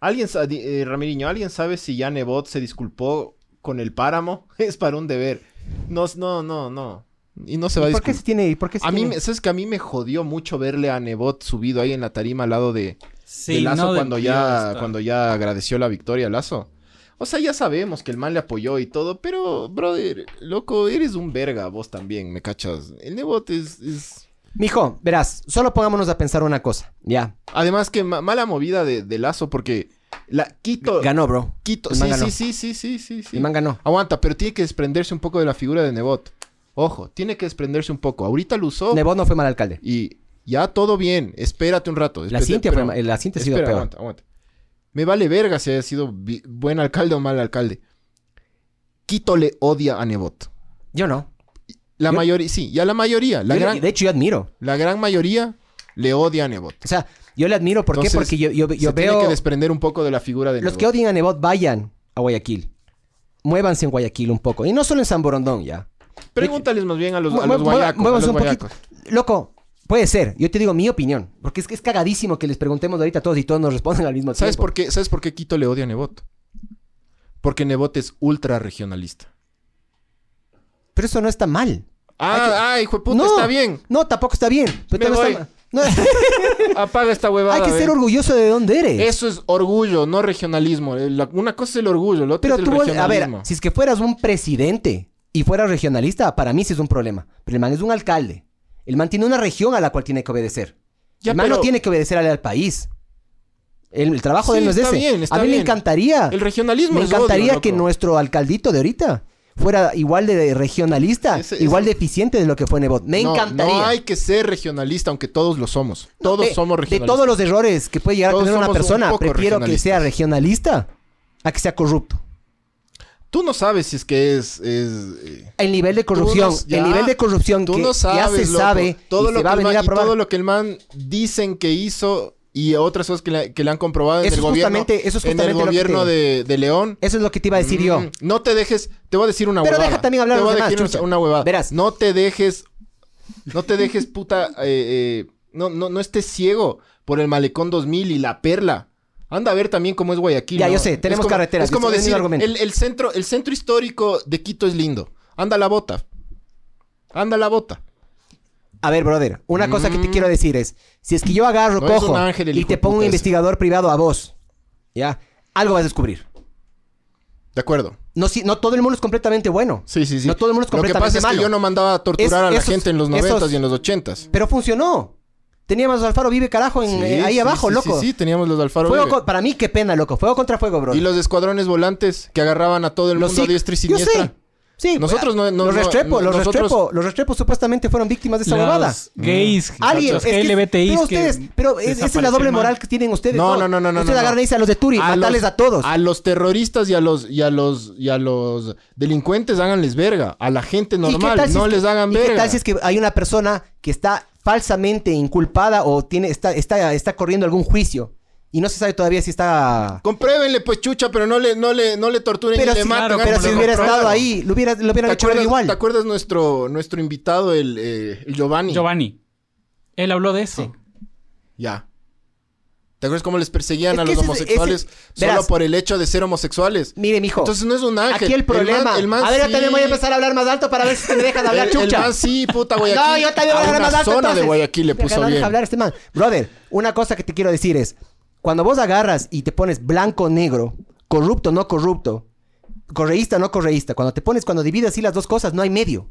¿Alguien, sa- di- eh, Ramiriño, ¿alguien sabe si Jan Ebot se disculpó con el páramo? *laughs* Es para un deber. No, s- no, no, no. Y no se va a
¿Por qué se
disculpar.
tiene? ¿Por qué se
A mí,
tiene?
me- ¿sabes que a mí me jodió mucho verle a Nebot subido ahí en la tarima al lado de,
Sí,
de Lazo
no de-
cuando, ya, cuando ya agradeció la victoria a Lazo. O sea, ya sabemos que el man le apoyó y todo, pero, brother, loco, eres un verga vos también, ¿me cachas? El Nebot es... es-
Mijo, verás, solo pongámonos a pensar una cosa. Ya.
Además que ma- mala movida de, de Lazo porque la Quito...
Ganó, bro.
Quito...
El man
Sí, sí,
ganó.
sí, sí, sí, sí, sí.
El man ganó.
Aguanta, pero tiene que desprenderse un poco de la figura de Nebot. Ojo, tiene que desprenderse un poco. Ahorita lo usó
Nebot no fue mal alcalde.
y ya todo bien. Espérate un rato.
La
espérate,
Cintia, fue
pero-
ma- la Cintia ha sido
Espera,
peor.
aguanta, aguanta. Me vale verga si haya sido bi- buen alcalde o mal alcalde. Quito le odia a Nebot.
Yo no.
La
¿Yo?
mayoría, sí, ya la mayoría, la
Yo-
gran,
De hecho, yo admiro.
la gran mayoría le odia a Nebot.
O sea, yo le admiro. ¿Por qué?
Entonces,
Porque yo, yo- yo
Se
veo...
tiene que desprender un poco de la figura de
Los
Nebot.
que odian a Nebot, vayan a Guayaquil. Muévanse en Guayaquil un poco. Y no solo en San Borondón, ya.
Pregúntales más bien a los, a
Mue-
los
mue-
guayacos. a
muévanse
los
un poquito.
guayacos.
Loco, puede ser. Yo te digo mi opinión. Porque es que es cagadísimo que les preguntemos ahorita a todos y todos nos responden al mismo
¿Sabes
tiempo.
por qué? ¿Sabes por qué Quito le odia a Nebot? Porque Nebot es ultra regionalista.
Pero eso no está mal.
Ah, ah, hijo de puta,
No.
está bien.
No, tampoco está bien.
Me
Pero tampoco
voy.
está mal. No,
Apaga esta huevada.
hay que ser
ven.
orgulloso de dónde eres.
Eso es orgullo, no regionalismo. Eh, la- Una cosa es el orgullo, la otra
Pero
es el
tú, vol- a ver,
regionalismo.
si es que fueras un presidente y fueras regionalista, para mí sí es un problema. Pero el man es un alcalde. El man tiene una región a la cual tiene que obedecer.
Ya,
el man no
pero
tiene que obedecer al, al país. El, el
Sí,
trabajo de él no es
está
ese.
bien, está
a mí me
bien.
encantaría.
El regionalismo
Me
es odio,
encantaría que
loco.
nuestro alcaldito de ahorita fuera igual de regionalista,
Ese-
igual
ese-
de eficiente de lo que fue Nebot. Me
No,
encantaría.
No hay que ser regionalista, aunque todos lo somos. Todos
De-
somos
De
regionalistas.
todos los errores que puede llegar
Todos
a tener una
somos un
persona,
poco
prefiero que sea regionalista a que sea corrupto.
Tú no sabes si es que es. es, eh,
El nivel de
Tú no-
corrupción,
ya,
el nivel de corrupción
Tú
que
no sabes.
ya se
loco.
sabe
Todo
y
lo
se
que
va a
el
venir
man-
a
y todo
probar.
lo que el man dicen que hizo y otras cosas que le, que le han comprobado en
Eso
el
es
gobierno.
justamente- eso es
en el
justamente lo que
gobierno
te-
de, de León.
Eso es lo que te iba a decir yo.
Mm, No te dejes. Te voy a decir una
Pero
huevada.
deja también
Te
hablar los
voy a
demás,
decir una-
chucha.
una huevada.
Verás.
No te dejes. No te dejes, puta. eh, eh, no, no, no estés ciego por el Malecón 2000 y la Perla. Anda a ver también cómo es Guayaquil.
Ya,
¿no?
yo sé,
Es
tenemos
como-
carreteras,
Es como
ese es mi
decir,
argumento.
el, el centro, el centro histórico de Quito es lindo. Anda a la bota. Anda a la bota.
A ver, brother, una cosa que te
Mm.
quiero decir es, si es que yo agarro,
No es
cojo
un ángel el
y
hijo
te
de
pongo un
puta ese.
investigador privado a vos, ya, algo vas a descubrir.
De acuerdo.
No, si, no todo el mundo es completamente bueno.
Sí, sí, sí.
No todo el mundo es
Lo que pasa
completamente
es
malo.
que yo no mandaba a torturar
Es-
a la
esos-
gente en los
esos-
90s y en los 80s.
Pero funcionó. Teníamos Alfaro Vive, carajo, en,
Sí,
eh, ahí
sí,
abajo,
sí,
loco.
Sí, sí, teníamos los de Alfaro.
Fuego
Uribe.
co- para mí, qué pena, loco. Fuego contra fuego, bro.
Y los escuadrones volantes que agarraban a todo el
Los
mundo a
Sikh.
diestra y
Yo
siniestra.
sé. Sí,
Nosotros no- no-
los
no-
Restrepo,
no-
los
nosotros-
Restrepo, los Restrepo supuestamente fueron víctimas de esa huevada.
Los gays,
Alguien,
los
es que-
LGBTIs
pero
que
ustedes, pero es- esa es la doble
desaparecieron.
moral que tienen ustedes.
No, no, no, no, no,
Ustedes
no.
agarran y dicen a los de Turi,
A
matarles
los-
a todos.
A los terroristas y a los y a los y a los delincuentes háganles verga. A la gente
¿Y qué
normal,
tal si
no
es que-
les hagan
¿y
verga.
qué tal si es que hay una persona que está falsamente inculpada o tiene está está está corriendo algún juicio y no se sabe todavía si está
Compruébenle pues chucha, pero no le no le no le torturen
pero
y
si,
le maten.
claro,
hagan
pero
como
si
lo
hubiera
comprueban.
estado ahí lo hubiera lo
¿Te
hubiera hecho ver
acuerdas,
igual
¿Te acuerdas nuestro nuestro invitado el, eh, el Giovanni?
Giovanni. Él habló de eso.
Ya. ¿Te acuerdas cómo les perseguían
Es
a
que
los
ese es-
homosexuales
ese- verás.
solo por el hecho de ser homosexuales?
mire mijo
Entonces no es un ángel.
aquí el problema
El man- el man
a ver yo
sí-
también voy a empezar a hablar más alto para ver si me dejan hablar
el,
chucha
El man sí, puta Guayaquil.
*laughs* No, yo también voy
a
a hablar
una
más alto.
zona de
entonces.
Guayaquil le
Porque no
puso
deja
bien.
hablar este man. Brother, una cosa que te quiero decir es: cuando vos agarras y te pones blanco, negro, corrupto, no corrupto, correísta, no correísta, cuando te pones, cuando divides así las dos cosas, no hay medio.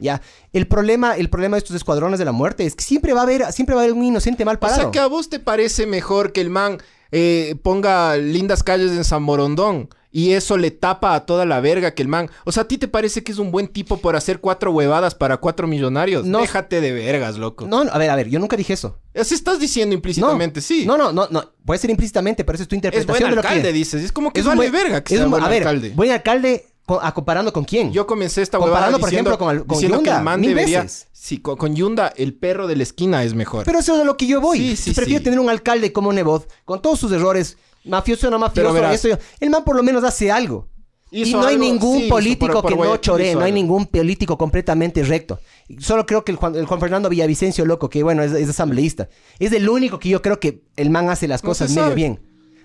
Ya, el problema, el problema de estos escuadrones de la muerte es que siempre va a haber, siempre va a haber un inocente mal
O
parado.
sea, que a vos te parece mejor que el man eh, ponga lindas calles en San Morondón y eso le tapa a toda la verga que el man. O sea, ¿a ti te parece que es un buen tipo por hacer cuatro huevadas para cuatro millonarios?
No.
Déjate de vergas, loco.
No, no, a ver, a ver, yo nunca dije eso.
Así estás diciendo
No,
implícitamente, sí.
no, no, no, no, puede ser implícitamente, pero esa es tu
es
interpretación
buen
de lo que
alcalde, dices. Es como que
es un
vale
buen-
verga que
es
sea
un-
buen
a ver,
alcalde.
buen alcalde co- a comparando con quién.
Yo comencé esta huevada
Comparando, por
diciendo,
ejemplo, con el- con
diciendo que
Yunda,
el man
mil
debería...
veces.
Sí, con, con Yunda, el perro de la esquina es mejor.
Pero eso es de lo que yo voy.
Sí, sí,
Yo prefiero
sí.
tener un alcalde como Nebot, con todos sus errores, mafioso o no mafioso,
Pero verás.
eso yo- El man por lo menos hace algo.
Hizo
y no hay
algo,
ningún
sí, hizo
político
por- por
que no
Guayaquil
chore,
hizo
no hay
algo.
ningún político completamente recto. Solo creo que el Juan, el Juan Fernando Villavicencio, loco, que bueno, es, es asambleísta, es el único que yo creo que el man hace las
No
cosas
se
medio
sabe.
bien.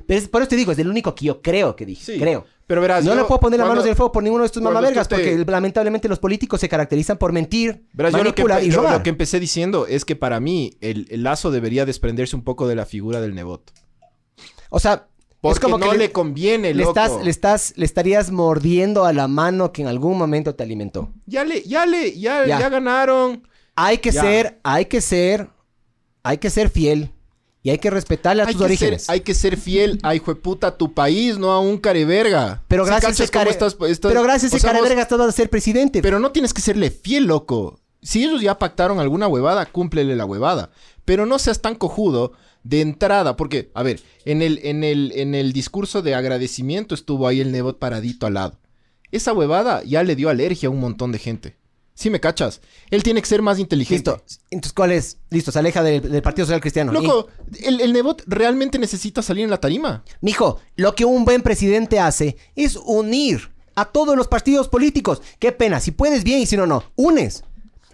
Pero es, por eso te digo, es el único que yo creo que dije.
Sí.
Creo.
Pero verás,
no
yo
le puedo poner las
cuando-
manos en el fuego por ninguno de estos
cuando
mamavergas,
tú te-
porque lamentablemente los políticos se caracterizan por mentir,
Verás, yo lo que,
manipular y
empe- lo-
robar.
lo que empecé diciendo es que para mí el, el lazo debería desprenderse un poco de la figura del Nebot.
O sea,
Porque
es como
no
que
le,
le-
conviene,
le
loco.
estás, le estás, le estarías mordiendo a la mano que en algún momento te alimentó.
Ya le, ya le, ya,
Ya.
ya ganaron.
Hay que
Ya.
ser, hay que ser, hay que ser fiel y hay que respetarle a
Hay
tus
que, ser,
orígenes.
hay que ser fiel a hijo de puta a tu país, no a un careverga.
Pero
¿Sí
gracias a
cachas
ese
cómo
care-
estás- Pues, estás-
pero gracias a
o
ese
sea, vos-
careverga estás a ser
*laughs*
presidente.
Pero no tienes que serle fiel, loco. Si ellos ya pactaron alguna huevada, cúmplele la huevada. Pero no seas tan cojudo de entrada, porque, a ver, en el, en el, en el discurso de agradecimiento estuvo ahí el Nebot paradito al lado. Esa huevada ya le dio alergia a un montón de gente. Sí me cachas. Él tiene que ser más inteligente.
Listo. Entonces, ¿cuál es? Listo, se aleja del, del Partido Social Cristiano.
Loco, el, el Nebot realmente necesita salir en la tarima.
Y, mijo, lo que un buen presidente hace es unir a todos los partidos políticos. Qué pena, si puedes bien y si no, no. Unes.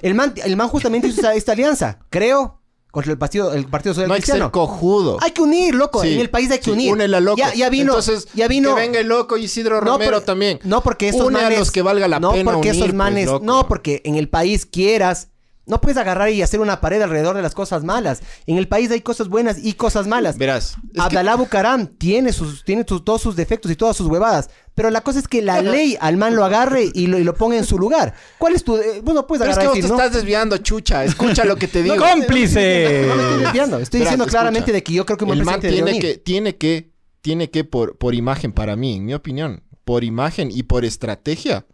El man, el man justamente hizo esa- esta alianza, creo, contra el Partido, el partido Social
No hay que
Cristiano.
ser cojudo.
Hay que unir, loco.
Sí,
en el país hay que
sí,
unir.
únela, loco.
Ya, ya vino.
Entonces,
ya vino.
Que venga el loco Isidro
No,
Romero
por-
también.
No, porque estos
Une a
manes.
los que valga la
no
pena
porque estos
unir, pues,
manes.
loco.
No, porque en el país quieras. No puedes agarrar y hacer una pared alrededor de las cosas malas. En el país hay cosas buenas y cosas malas.
Verás. es que-
Abdalá Bucaram tiene sus, tiene sus- todos sus defectos y todas sus huevadas. Pero la cosa es que la ley al man lo agarre y lo, y lo ponga en su lugar. ¿Cuál es tu.? eh, Bueno, puedes
Pero es
agarrar
que
y
vos
decir,
te
no,
estás desviando, chucha. Escucha lo
*laughs*
que te digo.
¡Cómplice!
no me estoy desviando. Estoy
Verás,
diciendo
escucha,
claramente de que yo creo que un buen
el man
presidente debe
tiene
unir.
que, tiene que, tiene que por, por imagen, para mí, en mi opinión, por imagen y por estrategia,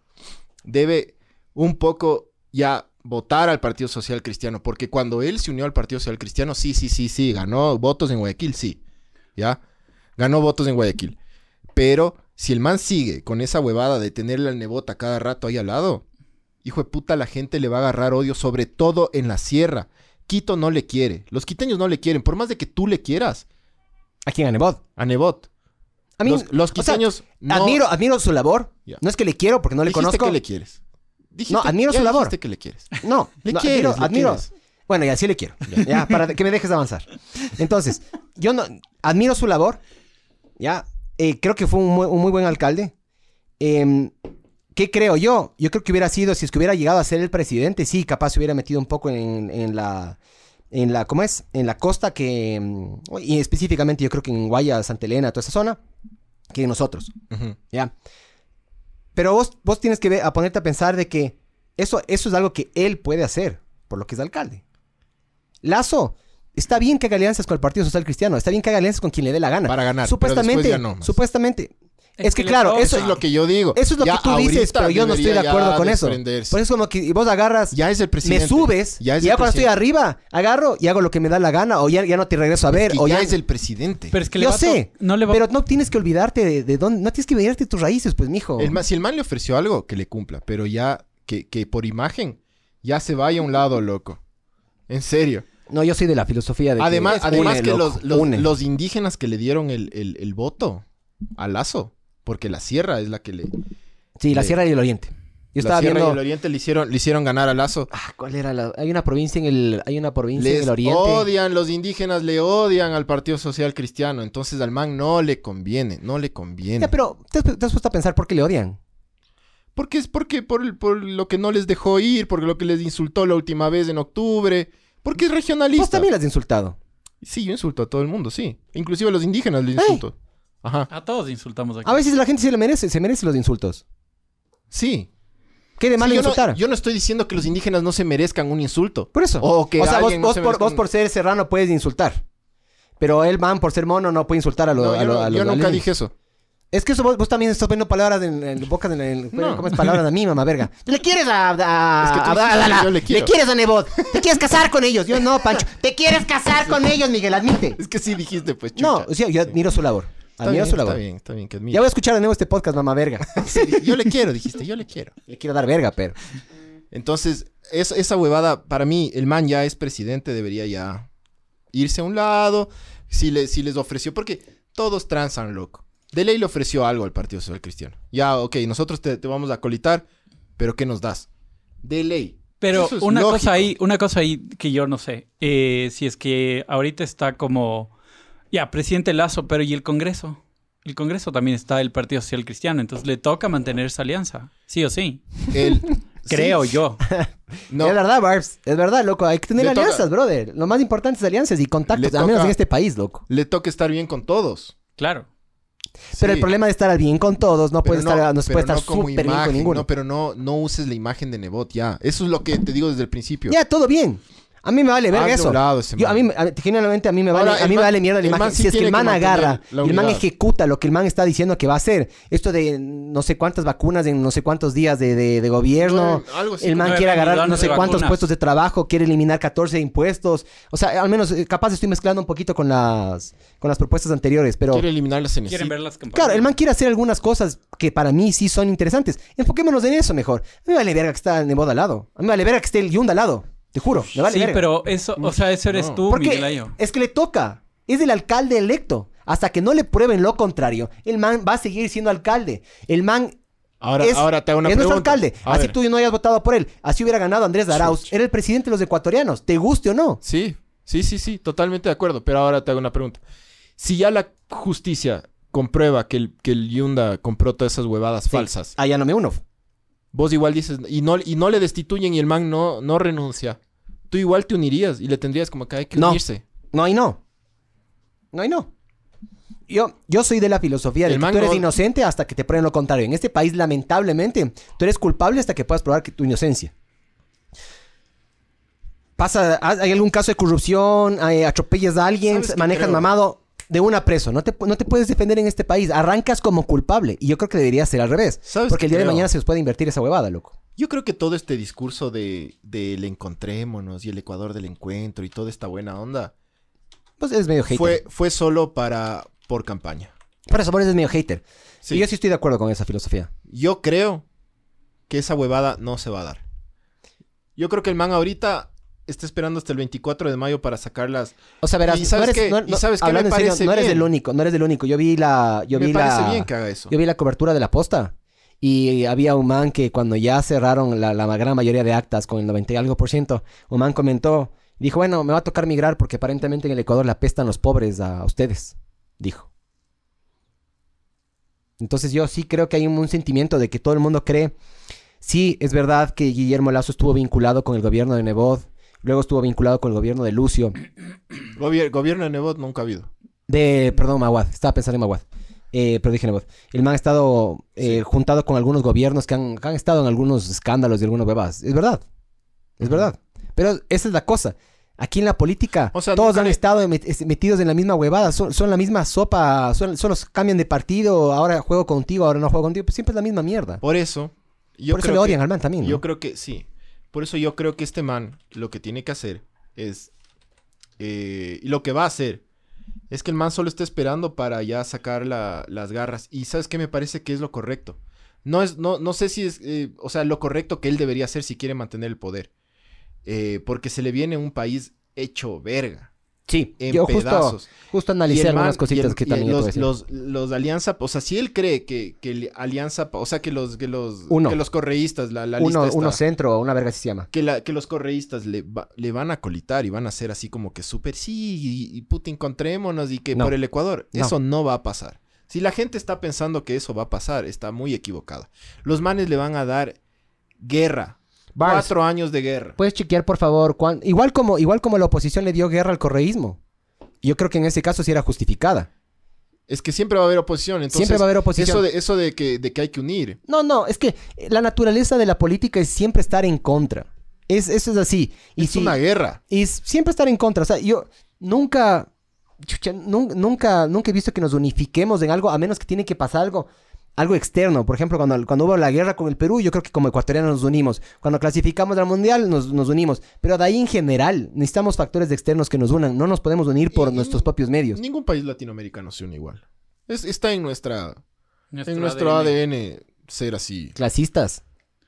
debe un poco ya votar al Partido Social Cristiano. Porque cuando él se unió al Partido Social Cristiano, sí, sí, sí, sí, ganó votos en Guayaquil, sí. ¿Ya? Ganó votos en Guayaquil. Pero si el man sigue con esa huevada de tenerle al nebota cada rato ahí al lado, hijo de puta, la gente le va a agarrar odio, sobre todo en la sierra. Quito no le quiere. Los quiteños no le quieren. Por más de que tú le quieras
¿A quién, a Nebot?
a Nebot.
A mí,
los, los
o sea,
quiteños no...
Admiro, admiro su labor.
Ya.
No es que le quiero porque no le
Dijiste
conozco.
que le quieres. Dijiste,
No, admiro
ya
su labor.
dijiste que le quieres.
No,
*laughs* Le
no,
quieres,
admiro,
le
admiro.
quieres.
Bueno, ya sí le quiero. Ya, para que me dejes avanzar. Entonces, yo no admiro su labor. Ya, eh, creo que fue un muy, un muy buen alcalde. Em, ¿Qué creo yo? Yo creo que hubiera sido, si es que hubiera llegado a ser el presidente, sí, capaz se hubiera metido un poco en, en la. En la, ¿cómo es? En la costa que. em, Y específicamente yo creo que en Guaya, Santa Elena, toda esa zona, que nosotros. Ya. Pero vos, vos tienes que ver- a ponerte a pensar de que eso, eso es algo que él puede hacer, por lo que es alcalde. Lazo Está bien que haga alianzas con el Partido Social Cristiano, está bien que haga alianzas con quien le dé la gana.
Para ganar, pero después
Supuestamente,
ya no más.
supuestamente.
Es
Es,
que
que,
le
claro,
toca.
eso,
Eso
Es lo que yo digo.
eso es lo
Ya
que tú dices,
ahorita
pero yo no estoy de
debería
acuerdo
ya
con eso.
desprenderse.
Por eso es como que vos agarras,
ya es el presidente.
me subes,
Ya es
y
el
ya cuando estoy
presidente.
arriba, agarro y hago lo que me da la gana, o ya, ya no te regreso a ver,
Que
o
ya,
ya...
es el presidente.
Pero es que le
Yo
va a to-
sé,
No le va
pero no tienes que olvidarte de, de dónde, no tienes que olvidarte de tus raíces, pues, mijo.
El ma- si el man le ofreció algo, que le cumpla. Pero ya, que, que por imagen, ya se vaya a un lado, loco. En serio.
No, yo soy de la filosofía de que
Además,
une,
además que
loco,
los, los-
une.
los indígenas que le dieron el, el- el voto a Lazo, porque la sierra es la que le...
Sí, la
de-
Sierra y el Oriente. Yo
la
estaba
sierra y
viendo...
el oriente le hicieron, le hicieron ganar a Lazo.
Ah, ¿Cuál era la...? Hay una provincia en el... Hay una provincia en
Les
el Oriente.
odian, los indígenas le odian al Partido Social Cristiano. Entonces al man no le conviene, no le conviene.
Ya, pero ¿te has, te has puesto a pensar por qué le odian?
Porque es porque por, el- por lo que no les dejó ir, porque lo que les insultó la última vez en octubre. Porque es regionalista.
Vos Pues también las has insultado.
Sí, yo insulto a todo el mundo, sí. Inclusive a los indígenas les
¡Ey!
insulto. Ajá.
a... a todos insultamos aquí.
A veces la gente se le merece, se merece los insultos.
Sí.
¿Qué de
Sí,
malo
yo,
insultar?
no, yo no estoy diciendo que los indígenas no se merezcan un insulto.
Por eso.
O que
sea, vos,
alguien no
vos
se
por,
merezca
vos
un-
por ser serrano puedes insultar. Pero el man, por ser mono, no puede insultar a los...
No, yo,
a lo-
no-
a
yo
los- a
nunca
los-
dije eso. *laughs*
Es que eso vos, vos también estás poniendo palabras en, en bocas en, en-
No.
¿Cómo es palabras a mí,
*laughs*
mamá verga? Le quieres a... a-
Es que tú
a-
dijiste
a- a-
que
a-
yo le quiero.
quieres a Nebot. Te quieres casar con ellos. Yo no, Pancho. Te quieres casar con ellos, Miguel, admite.
Es que sí dijiste, pues, chucha.
No, o sea, yo admiro su labor.
Está bien,
Admiro su
está
labor.
bien, está bien, que
Ya
admira.
voy a escuchar de nuevo este podcast, mamá
*laughs*
verga. *laughs*
Yo le quiero, dijiste, yo le quiero.
Le quiero dar verga, pero...
Entonces, es- esa huevada, para mí, el man ya es presidente, debería ya irse a un lado. Si, le, si les ofreció, porque todos transan, loco. De ley le ofreció algo al Partido Social Cristiano. Ya, ok, nosotros te, te vamos a colitar, pero ¿qué nos das? De ley.
Pero
Eso es
una
lógico.
cosa ahí, una cosa ahí que yo no sé, eh, si es que ahorita está como ya presidente Lazo, pero ¿y el Congreso? El Congreso también está el Partido Social Cristiano, entonces le toca mantener esa alianza, sí o sí,
*laughs*
El-
creo
Sí,
yo.
No,
Es verdad, Barbs. Es verdad, loco. Hay que tener
Le toca-
alianzas, brother. Lo más importante es alianzas y contactos,
Le
al menos
toca-
en este país, loco.
le toca estar bien con todos.
Claro.
Pero
Sí.
el problema de estar bien con todos, no
Pero
puedes estar, no se
pero
puede estar
no como
súper bien
imagen,
con ninguno.
No, pero no, no uses la imagen de Nebot, ya. Eso es lo que te digo desde el principio.
Ya, todo bien. A mí me vale verga
Hazle
eso.
un lado ese
Yo, a mí,
man.
me- a- generalmente a mí me vale,
Ahora,
a
el
mí me
man-
vale mierda la
el
imagen.
man sí
si es que el
tiene que
man
mantener
agarra,
la
y el man
unidad.
ejecuta lo que el man está diciendo que va a hacer. Esto de no sé cuántas vacunas en no sé cuántos días de, de- de gobierno.
pues, Nueve- algo así
el
como
man
nueve
quiere agarrar
millones
no sé
de
cuántos
vacunas.
puestos de trabajo, quiere eliminar 14 impuestos. O sea, al menos eh, capaz estoy mezclando un poquito con las, con las propuestas anteriores, pero...
Quiere eliminar la
Quieren ver
CNC.
las campañas.
Claro, el man quiere hacer algunas cosas que para mí sí son interesantes. Enfoquémonos en eso mejor. A mí me vale verga que está Neboda al lado. A mí me vale verga que esté el Yunda al lado. Te juro, me vale
sí,
verga.
pero eso, o sea, eso eres
No.
tú,
Porque
Miguel Ayo.
es que le toca. Es el alcalde electo. Hasta que no le prueben lo contrario, el man va a seguir siendo alcalde. El man
Ahora,
es,
ahora te hago una
es nuestro
pregunta.
alcalde.
A
así
ver.
tú no hayas votado por él. Así hubiera ganado Andrés Arauz. Era el presidente de los ecuatorianos. ¿Te guste o no?
Sí, sí, sí, sí, totalmente de acuerdo. Pero ahora te hago una pregunta. Si ya la justicia comprueba que el, que el Yunda compró todas esas huevadas falsas,
Ah, ya no me uno.
vos igual dices, y no, y no le destituyen y el man no, no renuncia, tú igual te unirías y le tendrías como que hay que
No.
unirse.
No y no. No y no. Yo, yo soy de la filosofía de
El
que
man
tú eres
no-
inocente hasta que te prueben lo contrario. En este país, lamentablemente, tú eres culpable hasta que puedas probar que tu inocencia. Pasa, ha- hay algún caso de corrupción, eh, atropellas a alguien,
¿Sabes qué
manejas
creo?
mamado de una preso. No te, pu- no te puedes defender en este país. Arrancas como culpable. Y yo creo que debería ser al revés.
¿Sabes
Porque
qué
el día
creo?
de mañana se os puede invertir esa huevada, loco.
Yo creo que todo este discurso de, del encontrémonos y el Ecuador del encuentro y toda esta buena onda
Pues eres medio hater.
fue, fue solo para por campaña.
Por eso, por eso eres medio hater.
Sí.
Y yo sí estoy de acuerdo con esa filosofía.
Yo creo que esa huevada no se va a dar. Yo creo que el man ahorita está esperando hasta el 24 de mayo para sacar las...
O sea, verás,
Y sabes
no eres,
qué,
no-
y
no-
sabes qué, me
hablando en serio,
parece
no eres
bien.
el único, no eres el único. Yo vi la, yo
me
vi
parece
la,
bien que haga eso.
yo vi la cobertura de la posta y había un man que cuando ya cerraron la, la gran mayoría de actas con el 90 y algo por ciento, un man comentó, dijo, bueno, me va a tocar migrar porque aparentemente en el Ecuador la apestan los pobres a ustedes, dijo. Entonces yo sí creo que hay un, un sentimiento de que todo el mundo cree, sí, es verdad que Guillermo Lazo estuvo vinculado con el gobierno de Nebot, luego estuvo vinculado con el gobierno de Lucio.
Gobier- gobierno de Nebot nunca ha habido.
De, perdón, Maguad. Estaba pensando en Maguad. Eh, pero dije Nebot. El man ha estado eh, juntado con algunos gobiernos que han, que han estado en algunos escándalos y algunas huevas. Es verdad. Es verdad. Pero esa es la cosa. Aquí en la política,
O sea,
todos
nunca
han
le-
estado met- es- metidos en la misma huevada, son, son la misma sopa, son, solo cambian de partido, ahora juego contigo, ahora no juego contigo, pues siempre es la misma mierda.
Por eso, yo
Por eso
creo
le
que-
odian al man también. ¿no?
Yo creo que sí. Por eso yo creo que este man lo que tiene que hacer es. eh, y lo que va a hacer es que el man solo está esperando para ya sacar la- las garras. Y sabes qué me parece que es lo correcto. No, es, no, no sé si es. eh, o sea, lo correcto que él debería hacer si quiere mantener el poder. Eh, porque se le viene un país hecho verga.
sí,
En
yo justo,
pedazos.
justo
Y
analicé
el man-
algunas
y
cositas
el-
que
y
también yo te voy a
los,
decir.
los, los alianza, o sea, si él cree que, que el alianza, o sea, que los que los
Uno.
que los correístas, la, la
uno,
lista esta-
uno centro, una verga así se llama.
que, la- que los correístas le, va- le van a colitar y van a hacer así como que súper sí y, y puta encontrémonos y que
No.
por el Ecuador.
No.
Eso no va a pasar. Si la gente está pensando que eso va a pasar, está muy equivocada. Los manes le van a dar guerra.
Barnes,
Cuatro años de guerra.
¿Puedes chequear, por favor? cuán- Igual, como, igual como la oposición le dio guerra al correísmo. Yo creo que en ese caso sí era justificada.
Es que siempre va a haber oposición. Entonces,
Siempre va a haber oposición.
Eso de, eso de que, de que hay que unir.
No, no, es que eh, la naturaleza de la política es siempre estar en contra. Es, eso es así. Y
es
si-
una guerra.
y s- siempre estar en contra. O sea, yo nunca, chucha, nun- nunca, nunca he visto que nos unifiquemos en algo, a menos que tiene que pasar algo, algo externo. Por ejemplo, cuando, cuando hubo la guerra con el Perú, yo creo que como ecuatorianos nos unimos. Cuando clasificamos al Mundial, nos, nos unimos. Pero de ahí en general, necesitamos factores externos que nos unan. No nos podemos unir por
Y-
nuestros propios medios.
Ningún país latinoamericano se une igual. Es- está en nuestra,
Nuestro
en nuestro
ADN.
ADN ser así.
Clasistas.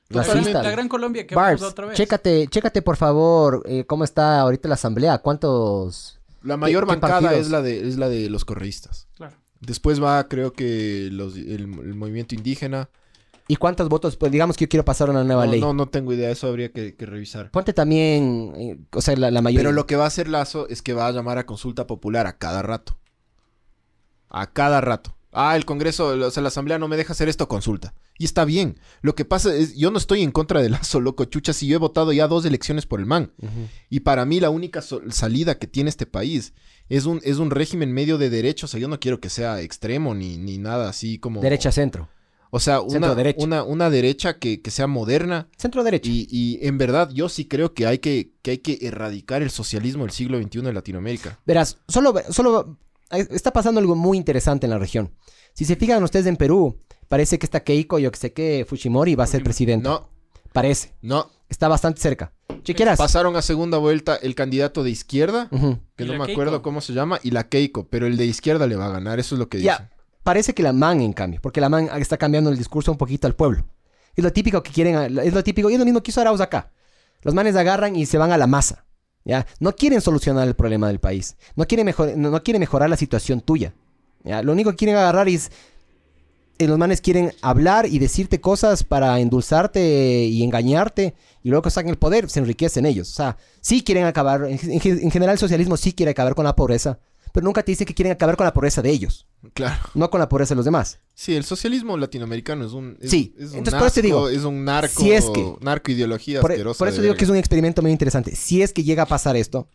Pero
Racistas.
La Gran Colombia que
Barbs,
vamos otra vez.
chécate, chécate por favor eh, cómo está ahorita la asamblea. ¿Cuántos?
La mayor
qué
bancada
partidos?
es la, de, es la de los correístas.
Claro.
Después va, creo que los- el, el movimiento indígena.
¿Y cuántos votos? Pues digamos que yo quiero pasar una nueva
no,
ley.
no, no tengo idea, eso habría que, que revisar.
Ponte también, eh, o sea, la, la mayoría.
Pero lo que va a hacer Lazo es que va a llamar a consulta popular a cada rato. A cada rato. Ah, el Congreso, o sea, la Asamblea no me deja hacer esto, consulta. Y está bien. Lo que pasa es, yo no estoy en contra de Lazo, loco, chucha, si yo he votado ya dos elecciones por el man.
Ujú.
Y para mí la única so- salida que tiene este país es un, es un régimen medio de derechos. O sea, yo no quiero que sea extremo ni, ni nada así como...
Derecha, centro.
O sea, una,
Centro-derecha.
una, una derecha que, que sea moderna.
Centro, derecha.
Y, y en verdad yo sí creo que hay que, que hay que erradicar el socialismo del siglo XXI en Latinoamérica.
Verás, solo, solo eh, está pasando algo muy interesante en la región. Si se fijan ustedes en Perú, parece que esta Keiko, yo que sé qué, Fujimori va a ser
Fujimori.
presidente.
No,
Parece.
no.
Está bastante cerca. Chequeras.
Pasaron a segunda vuelta el candidato de izquierda,
Ujú.
que
Y
no
la
me
Keiko.
acuerdo cómo se llama, y la Keiko, pero el de izquierda le va a ganar, eso es lo que
Ya.
dicen.
Parece que la man, en cambio, porque la man está cambiando el discurso un poquito al pueblo. Es lo típico que quieren, es lo típico, y es lo mismo que hizo Arauz acá. Los manes agarran y se van a la masa. ¿ya? No quieren solucionar el problema del país. No quieren, mejor, no, no quieren mejorar la situación tuya. ¿ya? Lo único que quieren agarrar es... eh, los manes quieren hablar y decirte cosas para endulzarte y engañarte. Y luego que están en el poder, se enriquecen ellos. O sea, sí quieren acabar... En, en- en general el socialismo sí quiere acabar con la pobreza. Pero nunca te dice que quieren acabar con la pobreza de ellos.
Claro.
No con la pobreza de los demás.
Sí, el socialismo latinoamericano es un... es-
Sí,
es un
entonces por eso te digo,
Es un narco...
si es que-
narcoideología
Por, e-,
asquerosa
por
de
eso digo
verga.
que es un experimento muy interesante. Si es que llega a pasar esto,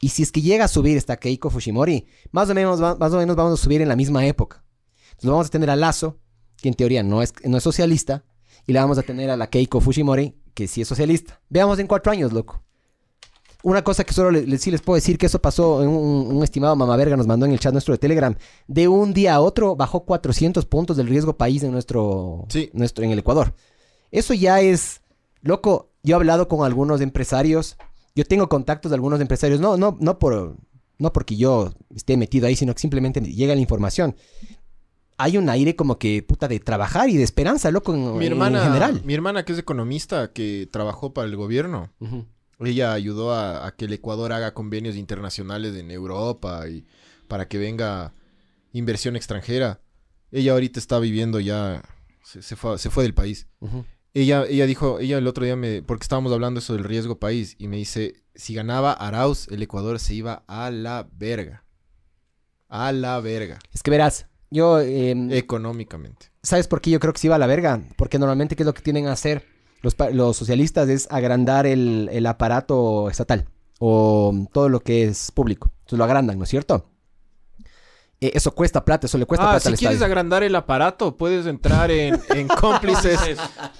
y si es que llega a subir esta Keiko Fujimori, más o menos, va- más o menos vamos a subir en la misma época. Entonces vamos a tener a Lazo, que en teoría no es, no es socialista, y la vamos a tener a la Keiko Fujimori, que sí es socialista. Veamos en cuatro años, loco. Una cosa que solo le- le- sí les puedo decir que eso pasó, en un, un estimado mamaverga nos mandó en el chat nuestro de Telegram, de un día a otro bajó 400 puntos del riesgo país en nuestro,
Sí.
nuestro en el Ecuador. Eso ya es, loco, yo he hablado con algunos empresarios, yo tengo contactos de algunos empresarios, no, no, no por, no porque yo esté metido ahí, sino que simplemente me llega la información. Hay un aire como que puta de trabajar y de esperanza, loco, en,
mi
en
hermana,
general.
Mi hermana, que es economista, que trabajó para el gobierno,
Ujú.
ella ayudó a, a que el Ecuador haga convenios internacionales en Europa y para que venga inversión extranjera. Ella ahorita está viviendo ya, se, se fue, se fue del país.
Ujú.
Ella, ella dijo, ella el otro día me, porque estábamos hablando eso del riesgo país, y me dice, si ganaba Arauz, el Ecuador se iba a la verga. A la verga,
Es que verás, yo... em,
Eh. económicamente.
¿Sabes por qué yo creo que se iba a la verga? Porque normalmente, ¿qué es lo que tienen a hacer los, pa- los socialistas? Es agrandar el, el aparato estatal o todo lo que es público. Entonces lo agrandan, ¿no es cierto? eh, eso cuesta plata, eso le cuesta
ah,
plata
si
al
quieres
estadio.
agrandar el aparato, puedes entrar en,
*laughs*
en cómplices.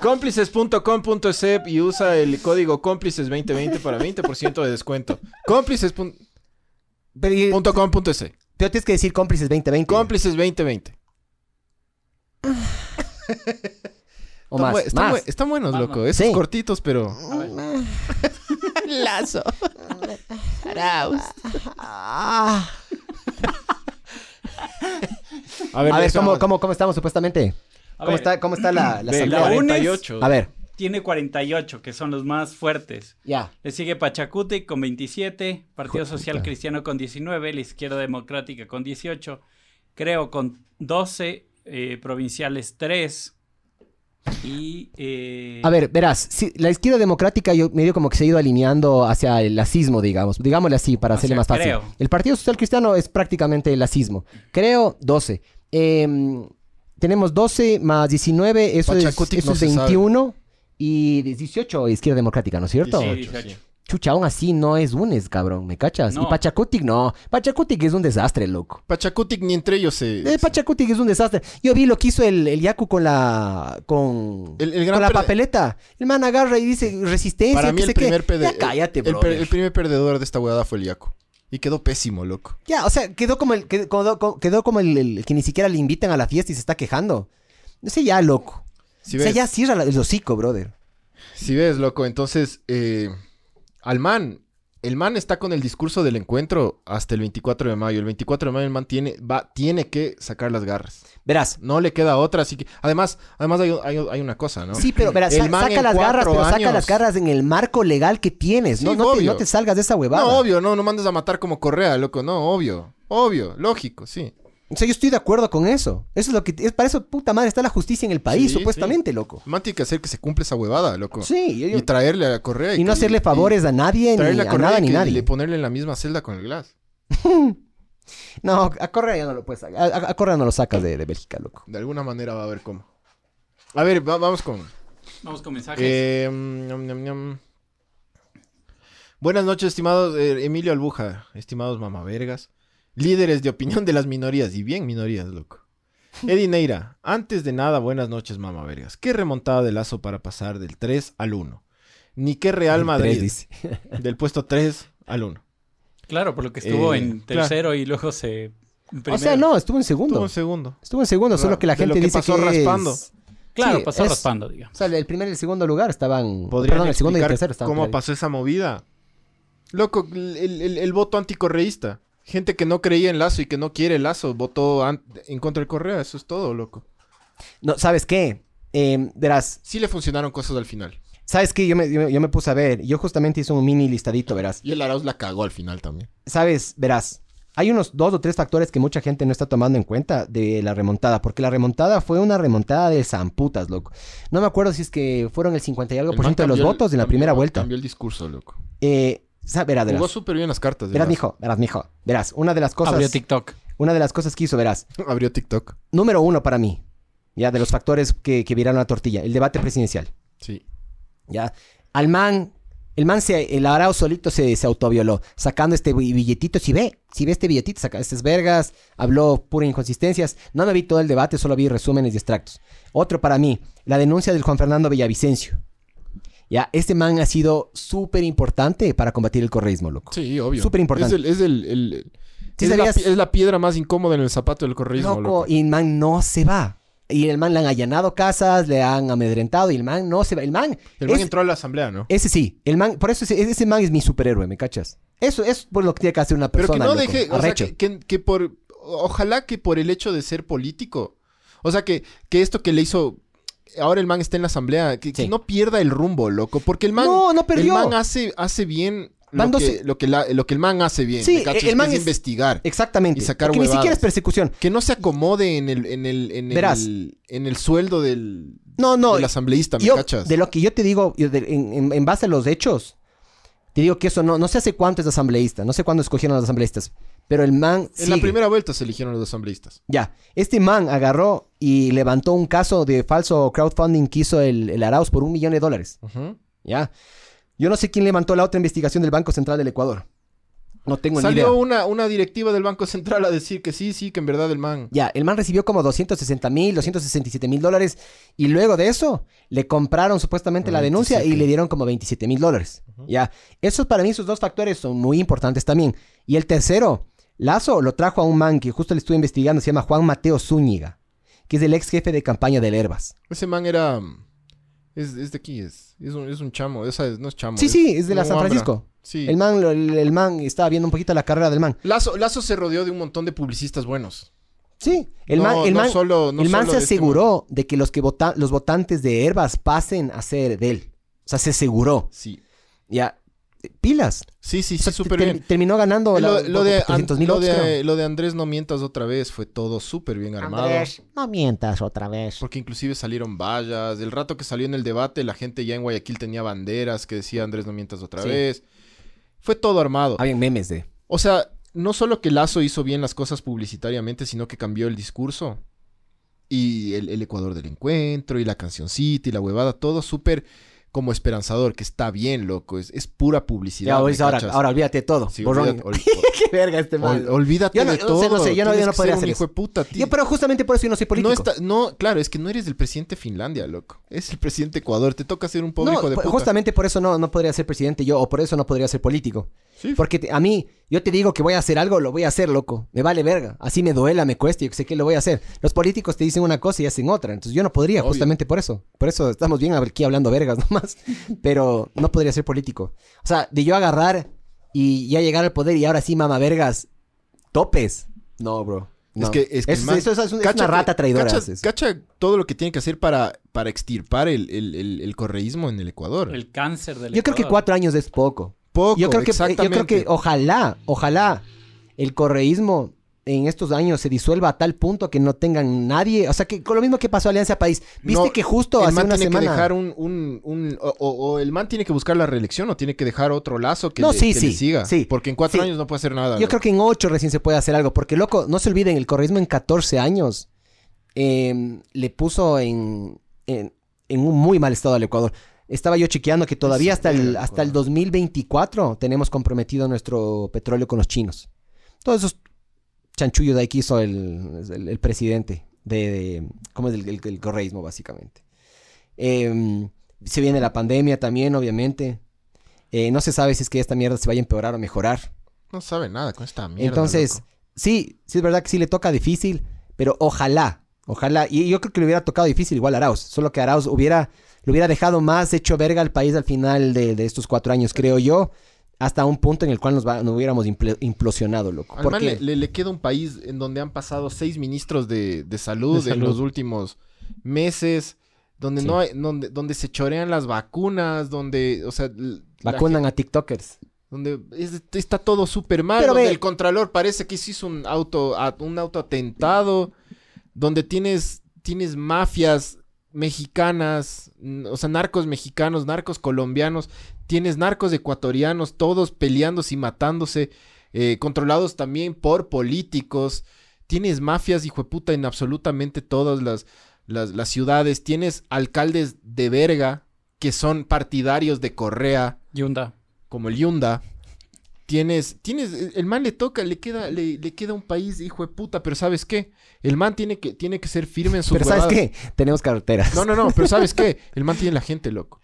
cómplices.com.es y usa el código cómplices 2020 para 20% de descuento. Cómplices.com.es.
Pero, y- pero tienes que decir cómplices 2020
Cómplices 2020.
o
Están
más.
bu- están
más.
bu- están buenos,
Vamos.
loco. Esos
Sí.
cortitos, pero.
Lazo.
A ver,
A ver,
eso-
¿cómo, cómo, ¿cómo estamos supuestamente?
A
¿Cómo
ver.
está, cómo está la, la
Ve,
asamblea?
la UNES.
48.
A ver,
Tiene 48, que son los más fuertes.
ya.
Le sigue Pachacuti con 27, Partido Social Cristiano con 19, la Izquierda Democrática con 18, creo con 12, eh, provinciales 3 y... eh,
A ver, verás, sí, la izquierda democrática yo medio como que se ha ido alineando hacia el lacismo, digamos. Digámosle así, para
O
hacerle
sea,
más fácil.
creo.
El Partido Social Cristiano es prácticamente el lacismo. Creo 12. Eh, tenemos 12 más 19, eso es,
Pachacutic
eso
no
es
se sabe.
21. Y 18 izquierda democrática, ¿no es cierto?
sí,
18,
18.
Chucha, aún así no es UNES, cabrón, ¿me cachas?
No.
Y Pachacutic no. Pachacutic es un desastre, loco.
Pachacutic ni entre ellos se.
Eh, Pachacuti que es un desastre. Yo vi lo que hizo el, el Yaku con la con,
El- el gran
con la
perde-
papeleta. El man agarra y dice resistencia.
Para mí
que
el
sé qué.
primer perde-
Ya cállate,
el, el
brother.
per- el primer perdedor de esta huevada fue el Yaco. Y quedó pésimo, loco.
Ya, o sea, quedó como el quedó, como- quedó como el, el que ni siquiera le invitan a la fiesta y se está quejando. No sé, ya loco.
Si
o sea,
ves,
ya cierra la- el hocico, brother.
si ves, loco, entonces, eh, al man, el man está con el discurso del encuentro hasta el 24 de mayo. El 24 de mayo el man tiene, va, tiene que sacar las garras.
Verás.
No le queda otra, así que... Además, además hay, hay- hay una cosa, ¿no?
Sí, pero verás,
El
sa-
man
saca
en
las garras,
cuatro
pero saca las
años-
garras en el marco legal que tienes.
Sí,
no, no, te,
obvio.
no te salgas de esa huevada.
No, obvio, no, no mandes a matar como Correa, loco, no, obvio. Obvio, lógico, sí.
O sea, yo estoy de acuerdo con eso. Eso es lo que es para eso puta madre está la justicia en el país,
Sí,
supuestamente, loco.
El man tiene que hacer que se cumpla esa huevada, loco.
Sí, yo, yo-
Y traerle a Correa.
Y no
que-
hacerle favores a nadie, ni
traerle
a
a Correa
nada,
y
ni
que-
nadie.
y le ponerle en la misma celda con el Glass.
No, a Correa ya no lo puedes sacar. A, a- a Correa no lo sacas de, de Bélgica, loco.
De alguna manera va a haber cómo. A ver, va- vamos con.
Vamos con mensajes.
eh, mm, ñam, ñam, ñam. Buenas noches, estimados eh, Emilio Albuja, estimados mamavergas, líderes de opinión de las minorías, y bien minorías, loco. Eddie Neira, antes de nada, buenas noches, mamavergas. Qué remontada de lazo para pasar del 3 al 1. Ni qué Real
El
Madrid,
tres, dice.
del puesto 3 al 1.
claro, por lo que estuvo
eh,
en
claro.
tercero y luego se...
O sea, no, estuvo en segundo.
Tuvo un segundo.
Estuvo en segundo,
Claro,
solo que la
de lo
gente
que
dice
pasó
que es-
raspando.
Claro,
sí,
pasó
es-
raspando, digamos.
O sea, el primer y el segundo lugar estaban...
¿Podrían
Perdón, el segundo y el
explicar
tercero estaban...
¿Cómo
por ahí.
pasó esa movida? Loco, el, el- el voto anticorreísta. Gente que no creía en Lazo y que no quiere Lazo votó an- en contra del Correa. Eso es todo, loco.
No, ¿sabes qué? Eh, verás,
Sí le funcionaron cosas al final.
¿sabes qué? Yo me, yo, me- yo me puse a ver. Yo justamente hice un mini listadito, verás.
Y el Arauz la cagó al final también.
¿Sabes? Verás. Hay unos dos o tres factores que mucha gente no está tomando en cuenta de la remontada. Porque la remontada fue una remontada de zamputas, loco. No me acuerdo si es que fueron el 50 y algo
El
por
man
ciento de los
cambió el-
votos en la
cambió-
primera vuelta.
Cambió el discurso, loco.
Eh, sa- verás, verás.
Jugó súper bien las cartas. de
Verás,
Lazo.
mijo, verás, mijo. Verás, una de las
Abrió
cosas,
TikTok.
una de las cosas que hizo, verás.
Abrió TikTok.
Número uno para mí, ya de los factores que, que viraron la tortilla, el debate presidencial,
Sí.
ya. Al man, el man se, el Arao solito se, se autovioló, sacando este bi- billetito, si ve, si ve este billetito, saca estas vergas, habló pura inconsistencias. No me vi todo el debate, solo vi resúmenes y extractos. Otro para mí, la denuncia del Juan Fernando Villavicencio. Ya, este man ha sido súper importante para combatir el correísmo, loco.
Sí, obvio.
Súper importante.
Es, el- es el- el-
Sí
es la,
sabías-
pi- es la piedra más incómoda en el zapato del correísmo,
Loco,
loco.
y el man no se va. Y el man le han allanado casas, le han amedrentado y el man no se va. El man,
El man
es-
entró a la asamblea, ¿no?
ese sí, el man, por eso ese, ese man es mi superhéroe, ¿me cachas? Eso es por lo que tiene que hacer una
Pero que
persona.
no
loco,
deje, o sea,
arrecho.
que, que- que por, ojalá que por el hecho de ser político, o sea, que, que esto que le hizo, ahora el man está en la asamblea, que, que
Sí.
no pierda el rumbo, loco, porque el man,
No, no perdió.
el man hace, hace bien lo
Van
que,
doce-
lo, que la- lo que el man hace bien,
Sí,
¿me cachas?
el
Que
man
es
es-
investigar,
Exactamente.
y sacar
Porque ni
huevadas.
siquiera es persecución.
que no se acomode en el, en el, en
Verás.
el, en el sueldo del,
No, no.
del asambleísta, ¿me
yo-
cachas?
de lo que yo te digo, yo de- en, en- en base a los hechos, te digo que eso no, no sé hace cuánto es asambleísta, no sé cuándo escogieron a los asambleístas, pero el man
En la
sigue.
primera vuelta se eligieron los asambleístas.
Ya, este man agarró y levantó un caso de falso crowdfunding que hizo el, el Arauz por un millón de dólares. Ya. Yo no sé quién levantó la otra investigación del Banco Central del Ecuador. No tengo ni idea.
Salió una, una directiva del Banco Central a decir que sí, sí, que en verdad el man.
Ya, el man recibió como 260 mil, 267 mil dólares. Y luego de eso, le compraron supuestamente la denuncia y le dieron como 27 mil dólares. Ya, esos para mí, esos dos factores son muy importantes también. Y el tercero, Lazo lo trajo a un man que justo le estuve investigando, se llama Juan Mateo Zúñiga, que es el ex jefe de campaña del Herbas.
Ese man era. mm, Es, es de aquí, es, es, un, es un chamo. o sea, no es chamo.
Sí, sí, es de la
un
San
hambra.
Francisco.
Sí.
El man, lo- el, el man, estaba viendo un poquito la carrera del man.
Lazo, Lazo se rodeó de un montón de publicistas buenos.
Sí, el
No,
man, el
no
man,
solo- no
el man
solo
se
de este
aseguró de que los, que vota- los votantes de Herbas pasen a ser de él. O sea, se aseguró.
Sí.
Ya, pilas.
Sí, sí,
O sea,
sí, súper
ter-
bien.
Terminó ganando la-
Lo, lo de,
400
An-
mil
lo
votos,
de-
creo.
lo de Andrés No Mientas otra vez fue todo súper bien armado.
no mientas otra vez.
Porque inclusive salieron vallas. El rato que salió en el debate, la gente ya en Guayaquil tenía banderas que decía Andrés No Mientas otra
Sí.
vez. Fue todo armado.
Habían Ah, memes de...
O sea, no solo que Lazo hizo bien las cosas publicitariamente, sino que cambió el discurso. Y el, el Ecuador del encuentro, y la cancioncita, y la huevada, todo súper como esperanzador, que está bien, loco. Es, es pura publicidad.
Ya,
¿me
pues, ahora,
cachas?
ahora olvídate de todo.
Sí,
Borrón.
*laughs*
*laughs*
olvídate, ol-
Qué verga este
ol-
man.
olvídate
Yo no-
de
yo no sé,
todo.
no sé, yo no- yo
Tienes
no
que
podría
ser
hacer
un
eso.
hijo de puta, ti-
Yo, pero justamente por eso yo no soy político.
No, está, no, claro, es que no eres el presidente de Finlandia, loco. Es el presidente de Ecuador. Te toca ser un pobre
No,
hijo de
por-
puta.
justamente por eso no, no podría ser presidente yo, o por eso no podría ser político. Porque te- a mí, yo te digo que voy a hacer algo, lo voy a hacer, loco. Me vale verga. Así me duela, me cueste, yo que sé qué lo voy a hacer. Los políticos te dicen una cosa y hacen otra. Entonces yo no podría,
Obvio.
justamente por eso. Por eso estamos bien aquí hablando vergas *laughs* nomás. Pero no podría ser político. O sea, de yo agarrar y ya llegar al poder y ahora sí, mama vergas, topes. No, bro.
Es
No.
que, es que
Eso-
el man-
eso es, un- es
cacha
una
que-
rata traidora.
Cacha,
haces.
cacha todo lo que tiene que hacer para, para extirpar el, el- el- el correísmo en el Ecuador.
El cáncer del
Yo creo que cuatro años es poco.
Poco,
yo creo que, eh, yo creo
exactamente.
que ojalá, ojalá el correísmo en estos años se disuelva a tal punto que no tengan nadie. O sea, que con lo mismo que pasó a Alianza País. Viste
No,
que justo
el
hace
man
una
tiene
semana.
que dejar un... un- un- o, o- o el man tiene que buscar la reelección o tiene que dejar otro lazo que,
No,
le,
sí,
que
sí,
le siga.
sí.
Porque en cuatro
Sí.
años no puede hacer nada.
Yo creo que en ocho recién se puede hacer algo. Porque, loco, no se olviden, el correísmo en 14 años eh, le puso en, en, en un muy mal estado al Ecuador. Estaba yo chequeando que todavía hasta el, hasta el 2024 tenemos comprometido nuestro petróleo con los chinos. Todos esos chanchullos de ahí que hizo el, el- el presidente de, de- ¿cómo es? El, el- el correísmo, básicamente. Eh, se viene la pandemia también, obviamente. Eh, no se sabe si es que esta mierda se vaya a empeorar o mejorar.
No sabe nada con esta mierda,
Entonces,
loco.
sí, sí es verdad que sí le toca difícil, pero ojalá, ojalá. Y yo creo que le hubiera tocado difícil igual a Arauz, solo que Arauz hubiera, le hubiera dejado más hecho verga al país al final de, de estos cuatro años, creo yo, hasta un punto en el cual nos, va- nos hubiéramos impl- implosionado, loco.
Al man
Porque
le, le- le queda un país en donde han pasado seis ministros de, de salud,
De
en
salud.
los últimos meses, donde
Sí.
no hay, donde, donde se chorean las vacunas, donde, o sea, l- la
vacunan a TikTokers.
Donde es- está todo súper mal.
Pero
donde
ve-
el contralor parece que se hizo un auto, a- un autoatentado. Donde tienes, tienes mafias mexicanas, n- o sea, narcos mexicanos, narcos colombianos, tienes narcos ecuatorianos, todos peleándose y matándose, eh, controlados también por políticos. Tienes mafias, hijo de puta, en absolutamente todas las, las, las ciudades. Tienes alcaldes de verga que son partidarios de Correa
Yunda.
como el Yunda. Tienes, tienes, el man le toca, le queda, le, le queda un país, hijo de puta, pero ¿sabes qué? El man tiene que, tiene que ser firme en sus
Pero ¿sabes
huevadas.
qué? Tenemos carreteras.
No, no, no, pero ¿sabes qué? El man tiene la gente, loco.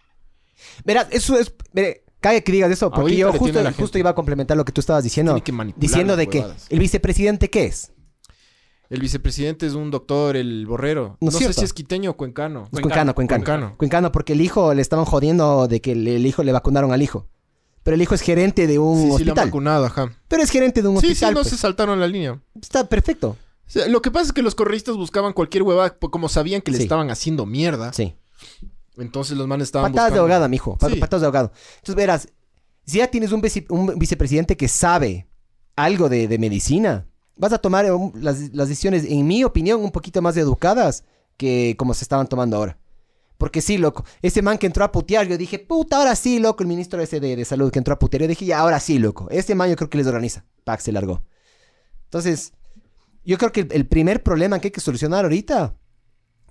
Verás, eso es... veré, Cague que digas eso, porque
Ahorita le
yo
tiene
justo,
a la
justo
gente.
iba a complementar lo que tú estabas diciendo.
Tiene que manipular
Diciendo
las
de que
huevadas.
el vicepresidente, ¿qué es?
El vicepresidente es un doctor, el borrero.
No
No,
es
sé
cierto.
si es quiteño o cuencano.
Es cuencano,
Cuencano,
cuencano.
cuencano.
Cuencano, porque el hijo le estaban jodiendo de que el, el hijo le vacunaron al hijo. Pero el hijo es gerente de un
Sí, sí, lo han
hospital.
vacunado, ajá.
Pero es gerente de un
Sí, sí,
hospital.
no
pues.
se saltaron la línea.
Está perfecto.
O sea, lo que pasa es que los correístas buscaban cualquier huevada, po- como sabían que le
Sí.
estaban haciendo mierda.
Sí.
Entonces los manes Ah, estaban
Patadas de
buscando-
ahogada, mijo. Pat-
Sí.
Patadas de ahogado. Entonces, verás, si ya tienes un, vici- un vicepresidente que sabe algo de, de medicina, vas a tomar eh, un- las, las decisiones, en mi opinión, un poquito más educadas que como se estaban tomando ahora. Porque sí, loco, ese man que entró a putear, yo dije, puta, ahora sí, loco, el ministro ese de, de salud que entró a putear, yo dije, ya, ahora sí, loco, este man yo creo que les organiza. Pax se largó. Entonces, yo creo que el, el primer problema que hay que solucionar ahorita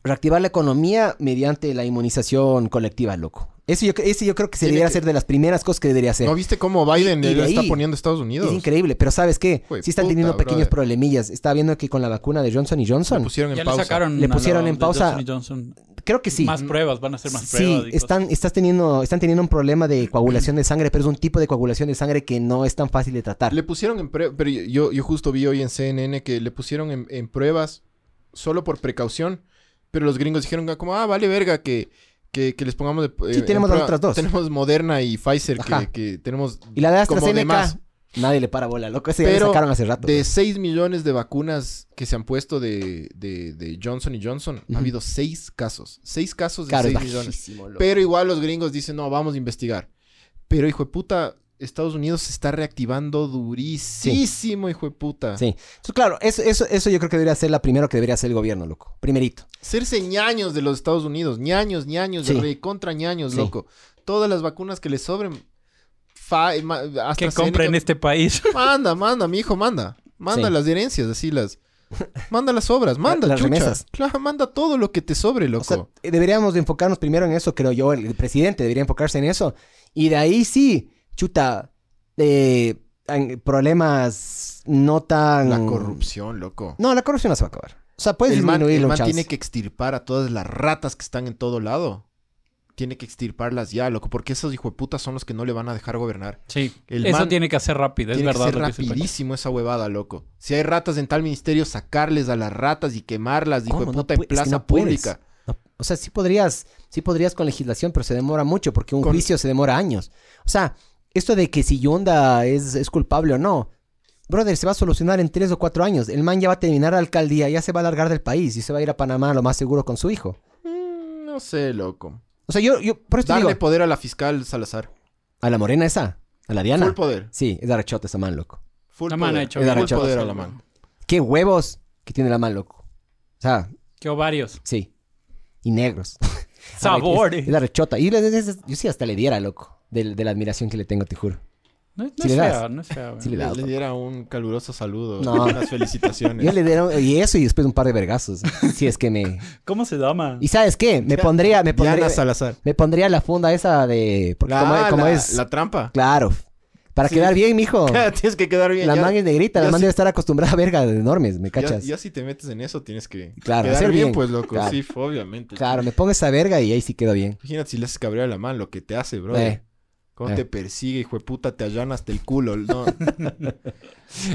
reactivar la economía mediante la inmunización colectiva, loco. Eso yo, ese yo creo que se
Tiene
debería
que-
ser de las primeras cosas que debería hacer.
¿No viste cómo Biden
Y- y
le
de
está
ahí-
poniendo a Estados Unidos?
Es increíble, pero ¿sabes qué?
Jue
sí están
Pues, puta,
teniendo pequeños
brother. Pues,
problemillas. Estaba viendo que con la vacuna de Johnson y
Le
Johnson,
pusieron
Ya
en
le
pausa.
sacaron.
Le
a lo
pusieron en
de
pausa.
Johnson y Johnson.
creo que sí.
Más pruebas, van a hacer más
Sí,
pruebas. y cosas.
están, estás teniendo, están teniendo un problema
*clears throat*
de coagulación de sangre, pero es un tipo de coagulación de sangre que no es tan fácil de tratar.
Le pusieron en pruebas, pero yo, yo justo vi hoy en CNN que le pusieron en, en pruebas solo por precaución, pero los gringos dijeron como, ah, vale verga que, que, que les pongamos de... eh,
Sí,
en
tenemos las
prueba".
otras dos.
Tenemos Moderna y Pfizer
Ajá.
que, que tenemos
Y la de
como de más.
AstraZeneca, nadie le para bola, loco. Ese ya le
Pero
sacaron hace rato.
De 6 millones de vacunas que se han puesto de, de- de Johnson y Johnson,
Ujú.
ha habido 6 casos. 6 casos de
Claro, es
6 millones.
bajísimo, loco.
Pero igual los gringos dicen, no, vamos a investigar. Pero hijo de puta, Estados Unidos se está reactivando durísimo, hijo de puta.
Sí. *laughs* Entonces, claro, eso, eso, eso yo creo que debería ser la primero que debería hacer el gobierno, loco. Primerito.
Serse ñaños de los Estados Unidos, ñaños, ñaños,
Sí.
re- contra ñaños,
Sí.
loco. Todas las vacunas que les sobren, fa- eh, ma- AstraZeneca,
Que compren este país.
Manda, manda, mi hijo, manda. Manda
Sí.
las herencias, así las. Manda las
*laughs*
obras, manda,
Las
chucha.
remesas.
Claro, manda todo lo que te sobre, loco.
O sea, eh, deberíamos de enfocarnos primero en eso, creo yo. El, el presidente debería enfocarse en eso. Y de ahí sí, chuta, eh, en- problemas no tan...
la corrupción, loco.
No, la corrupción no se va a acabar. O sea, puedes
el man,
disminuirlo
el
un
man
chance.
tiene que extirpar a todas las ratas que están en todo lado. Tiene que extirparlas ya, loco, porque esos hijo de putas son los que no le van a dejar gobernar.
*laughs* Sí.
El
Eso
man
tiene que hacer rápido, es
Tiene
verdad.
que ser
lo que dice el Paco.
rapidísimo esa huevada, loco. Si hay ratas en tal ministerio, sacarles a las ratas y quemarlas, hijo de
¿Cómo? No
puta,
pue-
en
es que
plaza
no puedes.
pública.
No, o sea, sí podrías, sí podrías con legislación, pero se demora mucho porque un
Con-
juicio se demora años. O sea, esto de que si Yonda es, es culpable o no, brother, se va a solucionar en tres o cuatro años. El man ya va a terminar la alcaldía, ya se va a largar del país y se va a ir a Panamá lo más seguro con su hijo.
Mm, no sé, loco.
O sea, yo, yo por eso te
Darle
digo,
poder a la fiscal Salazar.
a la morena esa, a la Diana.
Full poder.
Sí, es arrechota esa man, loco.
Full
La man
poder.
ha hecho
Full
bien. La
poder
rechazó.
a la man.
Qué huevos que tiene la man, loco. O sea,
Que ovarios.
sí. Y negros. *laughs*
Sabores.
Es, es la rechota. Y le- es- es- yo sí hasta le diera, loco, de, de la admiración que le tengo, te juro.
No, no
Si
es
le das.
fea, no es fea. güey.
Sí le da.
Le, le diera un caluroso saludo.
No. *laughs*
Unas
Yo
felicitaciones.
le dieron y eso y después un par de vergazos. Si es que me.
¿Cómo se llama?
¿Y sabes qué? Me pondría, me pondría,
Diana Salazar.
me pondría la funda esa de. Porque
Ah,
como, como
la,
es.
la
*laughs*
trampa. *laughs*
Claro. Para
Sí.
quedar bien, mijo.
tienes que quedar bien.
La
ya,
man es negrita, la
ya
man
sí.
debe estar acostumbrada a verga de enormes, ¿me
ya-
cachas?
ya si te metes en eso, tienes que
Claro,
quedar
hacer
bien,
bien.
pues, loco.
Claro.
Sí, obviamente.
Claro, me pongo esa verga y ahí sí quedo bien.
Imagínate si le haces cabrear a la man lo que te hace, bro.
Eh.
¿Cómo
Eh.
te persigue, hijo de puta? Te allana hasta el culo. No. *laughs*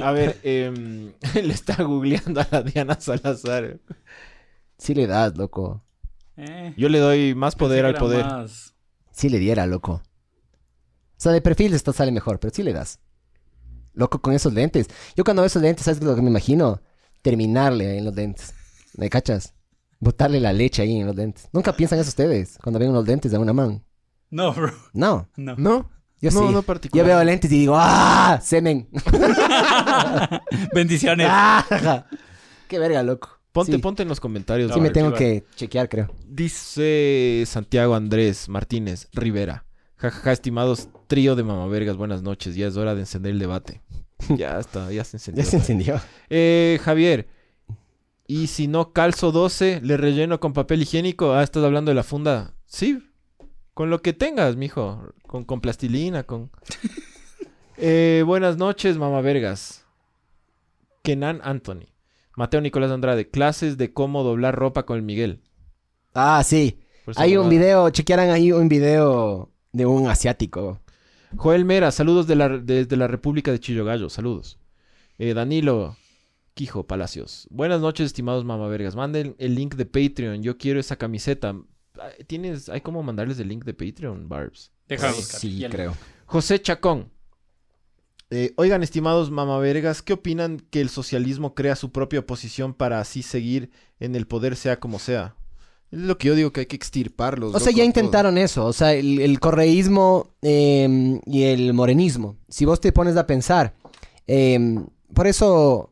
a ver, em, *laughs* le está googleando a la Diana Salazar.
Sí le das, loco.
Eh,
Yo le doy más poder
pensé
al
que
poder.
era más-
Sí le diera, loco. O sea, de perfil esta sale mejor, pero sí le das. Loco con esos lentes. Yo cuando veo esos lentes, ¿sabes lo que me imagino? Terminarle en los dentes. ¿Me cachas? Botarle la leche ahí en los dentes. Nunca piensan eso ustedes cuando ven unos lentes de una man.
No, bro.
No, *laughs*
No.
¿No?
yo
no,
sí.
no
yo
particular.
veo lentes y digo, ¡ah! Semen.
Bendiciones.
¡Ah! *laughs* Qué verga, loco.
Ponte,
Sí.
ponte en los comentarios.
Sí,
bro.
me tengo
Archivar.
que chequear, creo.
Dice Santiago Andrés Martínez Rivera. Jajaja, estimados trío de mamavergas, buenas noches. Ya es hora de encender el debate.
*laughs*
ya está, ya se encendió.
Ya se encendió.
Eh, Javier. Y si no calzo 12, le relleno con papel higiénico. Ah, estás hablando de la funda. Sí. Con lo que tengas, mijo. Con, con plastilina,
*laughs*
con. Eh, buenas noches, mamá vergas. Kenan Anthony. Mateo Nicolás Andrade. Clases de cómo doblar ropa con el Miguel.
Ah, sí.
Por esa
Hay un
huevada.
video, chequearán ahí un video de un asiático.
Joel Mera, saludos de la, desde la República de Chillogallo, saludos. Eh, Danilo Quijo Palacios. Buenas noches, estimados mamavergas. Manden el link de Patreon. Yo quiero esa camiseta. Ah, ¿Tienes, ¿Hay cómo mandarles el link de Patreon, Barbs?
Deja de buscar.
pues Eh, Sí,
Y el-
creo.
José Chacón. Eh, oigan, estimados mamavergas, ¿qué opinan que el socialismo crea su propia oposición para así seguir en el poder, sea como sea? Es lo que yo digo que hay que extirparlos.
O sea,
loco,
ya
a todos.
intentaron eso. O sea, el, el correísmo eh, y el morenismo. Si vos te pones a pensar. eh, por eso.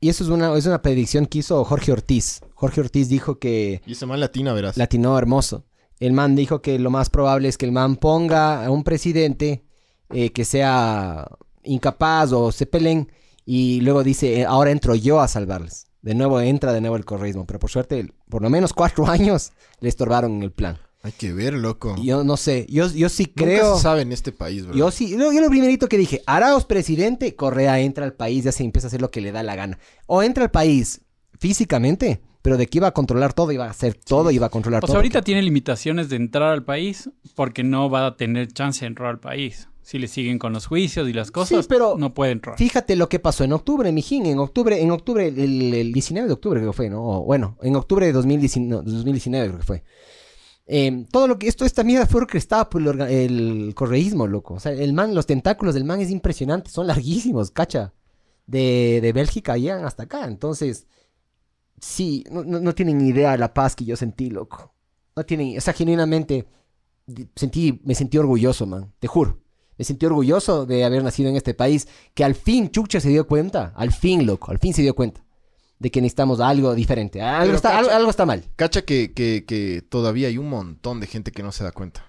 Y eso es una, es una predicción que hizo Jorge Ortiz. Jorge Ortiz dijo que.
Y ese man latina, verás.
Latino hermoso. El man dijo que lo más probable es que el man ponga a un presidente eh, que sea incapaz o se peleen. Y luego dice, "Eh, ahora entro yo a salvarles. de nuevo entra de nuevo el correísmo. Pero por suerte, el- por lo menos cuatro *laughs* años le estorbaron en el plan.
Hay que ver, loco.
Y Yo no sé, yo, yo sí
Nunca
creo...
se sabe en este país, bro.
Yo sí, yo, yo lo primerito que dije, Araos presidente, Correa entra al país, ya se empieza a hacer lo que le da la gana. O entra al país físicamente, pero de que iba a controlar todo, iba a hacer todo, iba a controlar
O
todo.
sea, Pues ahorita tiene limitaciones de entrar al país porque no va a tener chance de entrar al país. Si le siguen con los juicios y las cosas,
pero-
no puede entrar.
Fíjate lo que pasó en octubre, mijín, en octubre, en octubre, el, el 19 de octubre creo que fue, ¿no? O, bueno, en octubre de 2019, no, 2019 creo que fue. Eh, todo lo que, esto, esta mierda fue orquestada por el, orga- el correísmo, loco. O sea, el man, los tentáculos del man es impresionante, son larguísimos, cacha. De, de Bélgica llegan hasta acá, entonces, sí, no, no, no tienen idea la paz que yo sentí, loco. No tienen, o sea, genuinamente, di- sentí, me sentí orgulloso, man, te juro. Me sentí orgulloso de haber nacido en este país que al fin Chucha se dio cuenta, al fin, loco, al fin se dio cuenta de que necesitamos algo diferente. Algo,
Pero,
está,
cacha-
algo, algo está mal.
Cacha que, que, que todavía hay un montón de gente que no se da cuenta.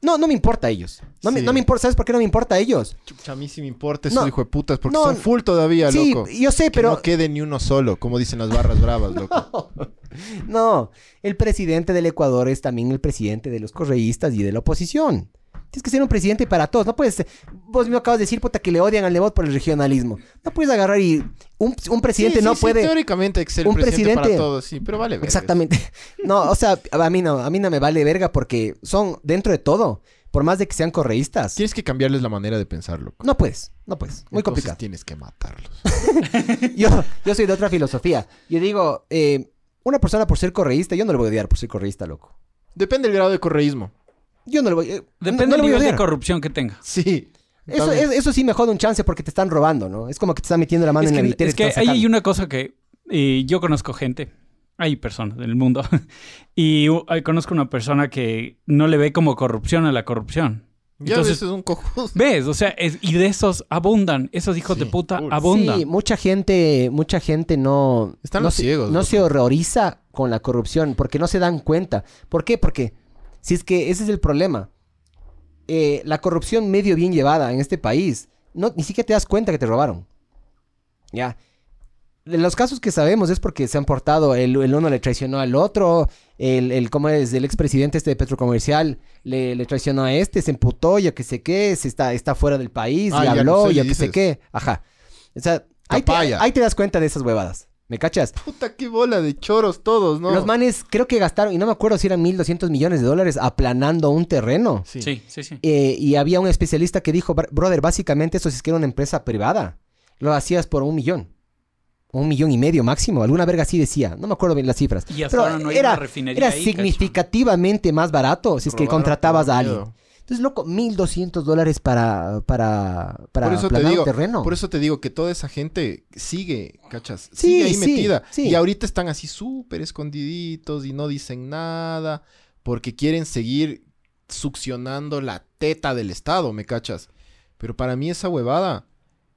No, no me importa a ellos. No, me,
Sí.
no me importa, ¿sabes por qué no me importa a ellos?
Chucha, a mí sí me importa
No.
esos hijo de putas porque
No.
son full todavía,
sí,
loco.
yo sé,
Que
pero
no quede ni uno solo, como dicen las barras bravas, loco.
*laughs* no. El presidente del Ecuador es también el presidente de los correístas y de la oposición. Tienes que ser un presidente para todos. No puedes. ser- Vos mismo acabas de decir, puta, que le odian al Nebot por el regionalismo. No puedes agarrar y. Un, un presidente
Sí, sí,
no
sí,
puede.
teóricamente hay que ser
un
presidente, para
presidente-
todos, sí, pero vale. verga.
*laughs* Exactamente. No, o sea, a mí no, a mí no me vale verga porque son dentro de todo, por más de que sean correístas.
Tienes que cambiarles la manera de pensar, loco.
No puedes, no puedes. Muy
Entonces
complicado.
Tienes que matarlos. *laughs*
Yo, yo soy de otra filosofía. Yo digo, eh, una persona por ser correísta, yo no le voy a odiar por ser correísta, loco.
Depende del grado de correísmo.
Yo no le voy, eh,
Depende
no le voy
del
a
nivel de
odiar.
corrupción que tenga.
Sí.
Eso, es- eso sí me jode un chance porque te están robando, ¿no? Es como que te están metiendo la mano
Es
en la
que,
billetera.
es que ahí hay una cosa que eh, yo conozco gente, hay personas en el mundo, *laughs* y uh, ahí conozco una persona que no le ve como corrupción a la corrupción.
Ya
Entonces-
ves, es un cojudo.
¿Ves? O sea, es- y de esos abundan, esos hijos
Sí,
de puta
full.
abundan.
Sí, mucha gente, mucha gente no,
Están
no,
los
se,
ciegos,
no
loco.
se horroriza con la corrupción porque no se dan cuenta. ¿Por qué? Porque si es que ese es el problema. Eh, la corrupción medio bien llevada en este país, no, ni siquiera te das cuenta que te robaron. Ya. De los casos que sabemos es porque se han portado, el, el uno le traicionó al otro, el, el ¿cómo es? El expresidente este de Petrocomercial le, le traicionó a este, se emputó, yo que sé qué, se está, está fuera del país,
Ah,
le
ya,
habló,
Luceli,
yo que sé
dices.
qué. Ajá. O sea, ahí te,
Capaya.
ahí te das cuenta de esas huevadas. ¿Me cachas?
*laughs* Puta, qué bola de choros todos, ¿no?
Los manes creo que gastaron, y no me acuerdo si eran 1.200 millones de dólares aplanando un terreno.
Sí.
Sí, sí, sí.
Eh, y había un especialista que dijo, "Br- brother, básicamente eso si es que era una empresa privada. Lo hacías por un millón. Un millón y medio máximo. Alguna verga así decía. No me acuerdo bien las cifras.
Y hasta
Pero
ahora no hay
era,
una refinería
era
ahí, cacho.
significativamente más barato si es que
Robaron
contratabas
por
a
miedo.
alguien. Entonces, loco, 1.200 dólares para, para, para
Por eso te
aplanar un
digo,
terreno.
por eso te digo que toda esa gente sigue, cachas,
Sí,
sigue ahí
sí,
metida.
sí.
Y ahorita están así súper escondiditos y no dicen nada porque quieren seguir succionando la teta del Estado, ¿me cachas? Pero para mí esa huevada,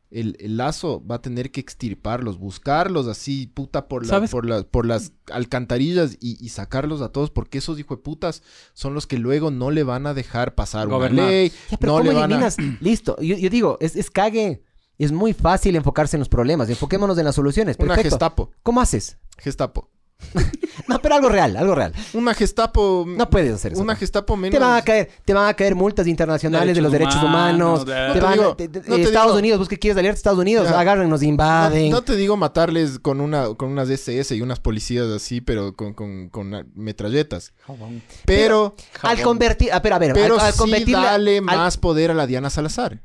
el, el lazo va a tener que extirparlos, buscarlos así, puta, por, la-
¿Sabes?
por, la- por las alcantarillas y, y sacarlos a todos porque esos hijo de putas son los que luego no le van a dejar pasar
Gobernar.
una ley.
Ya, pero
no
¿cómo
le van a- *clears throat*
eliminas? Listo. Yo, yo digo, es, es cague. Es muy fácil enfocarse en los problemas. Enfoquémonos en las soluciones.
Una
Perfecto.
gestapo,
¿Cómo haces?
gestapo.
No, pero algo real, algo real.
Una Gestapo.
No puedes hacer eso.
Una Gestapo menos.
te van a caer, te van a caer multas internacionales de los
Derechos
derechos humanos.
humanos, de-
te
No te
van a-
digo,
te- te-
no te
Estados
digo.
Unidos, vos que quieres aliarte a Estados Unidos,
Ya.
agarren, nos invaden.
no, no te digo matarles con una con unas DSS y unas policías así, pero con, con, con a- metralletas. Pero,
al convertir, ah, pero a ver,
pero
al, al
sí
convertirle-
dale
al-
más poder a la Diana Salazar.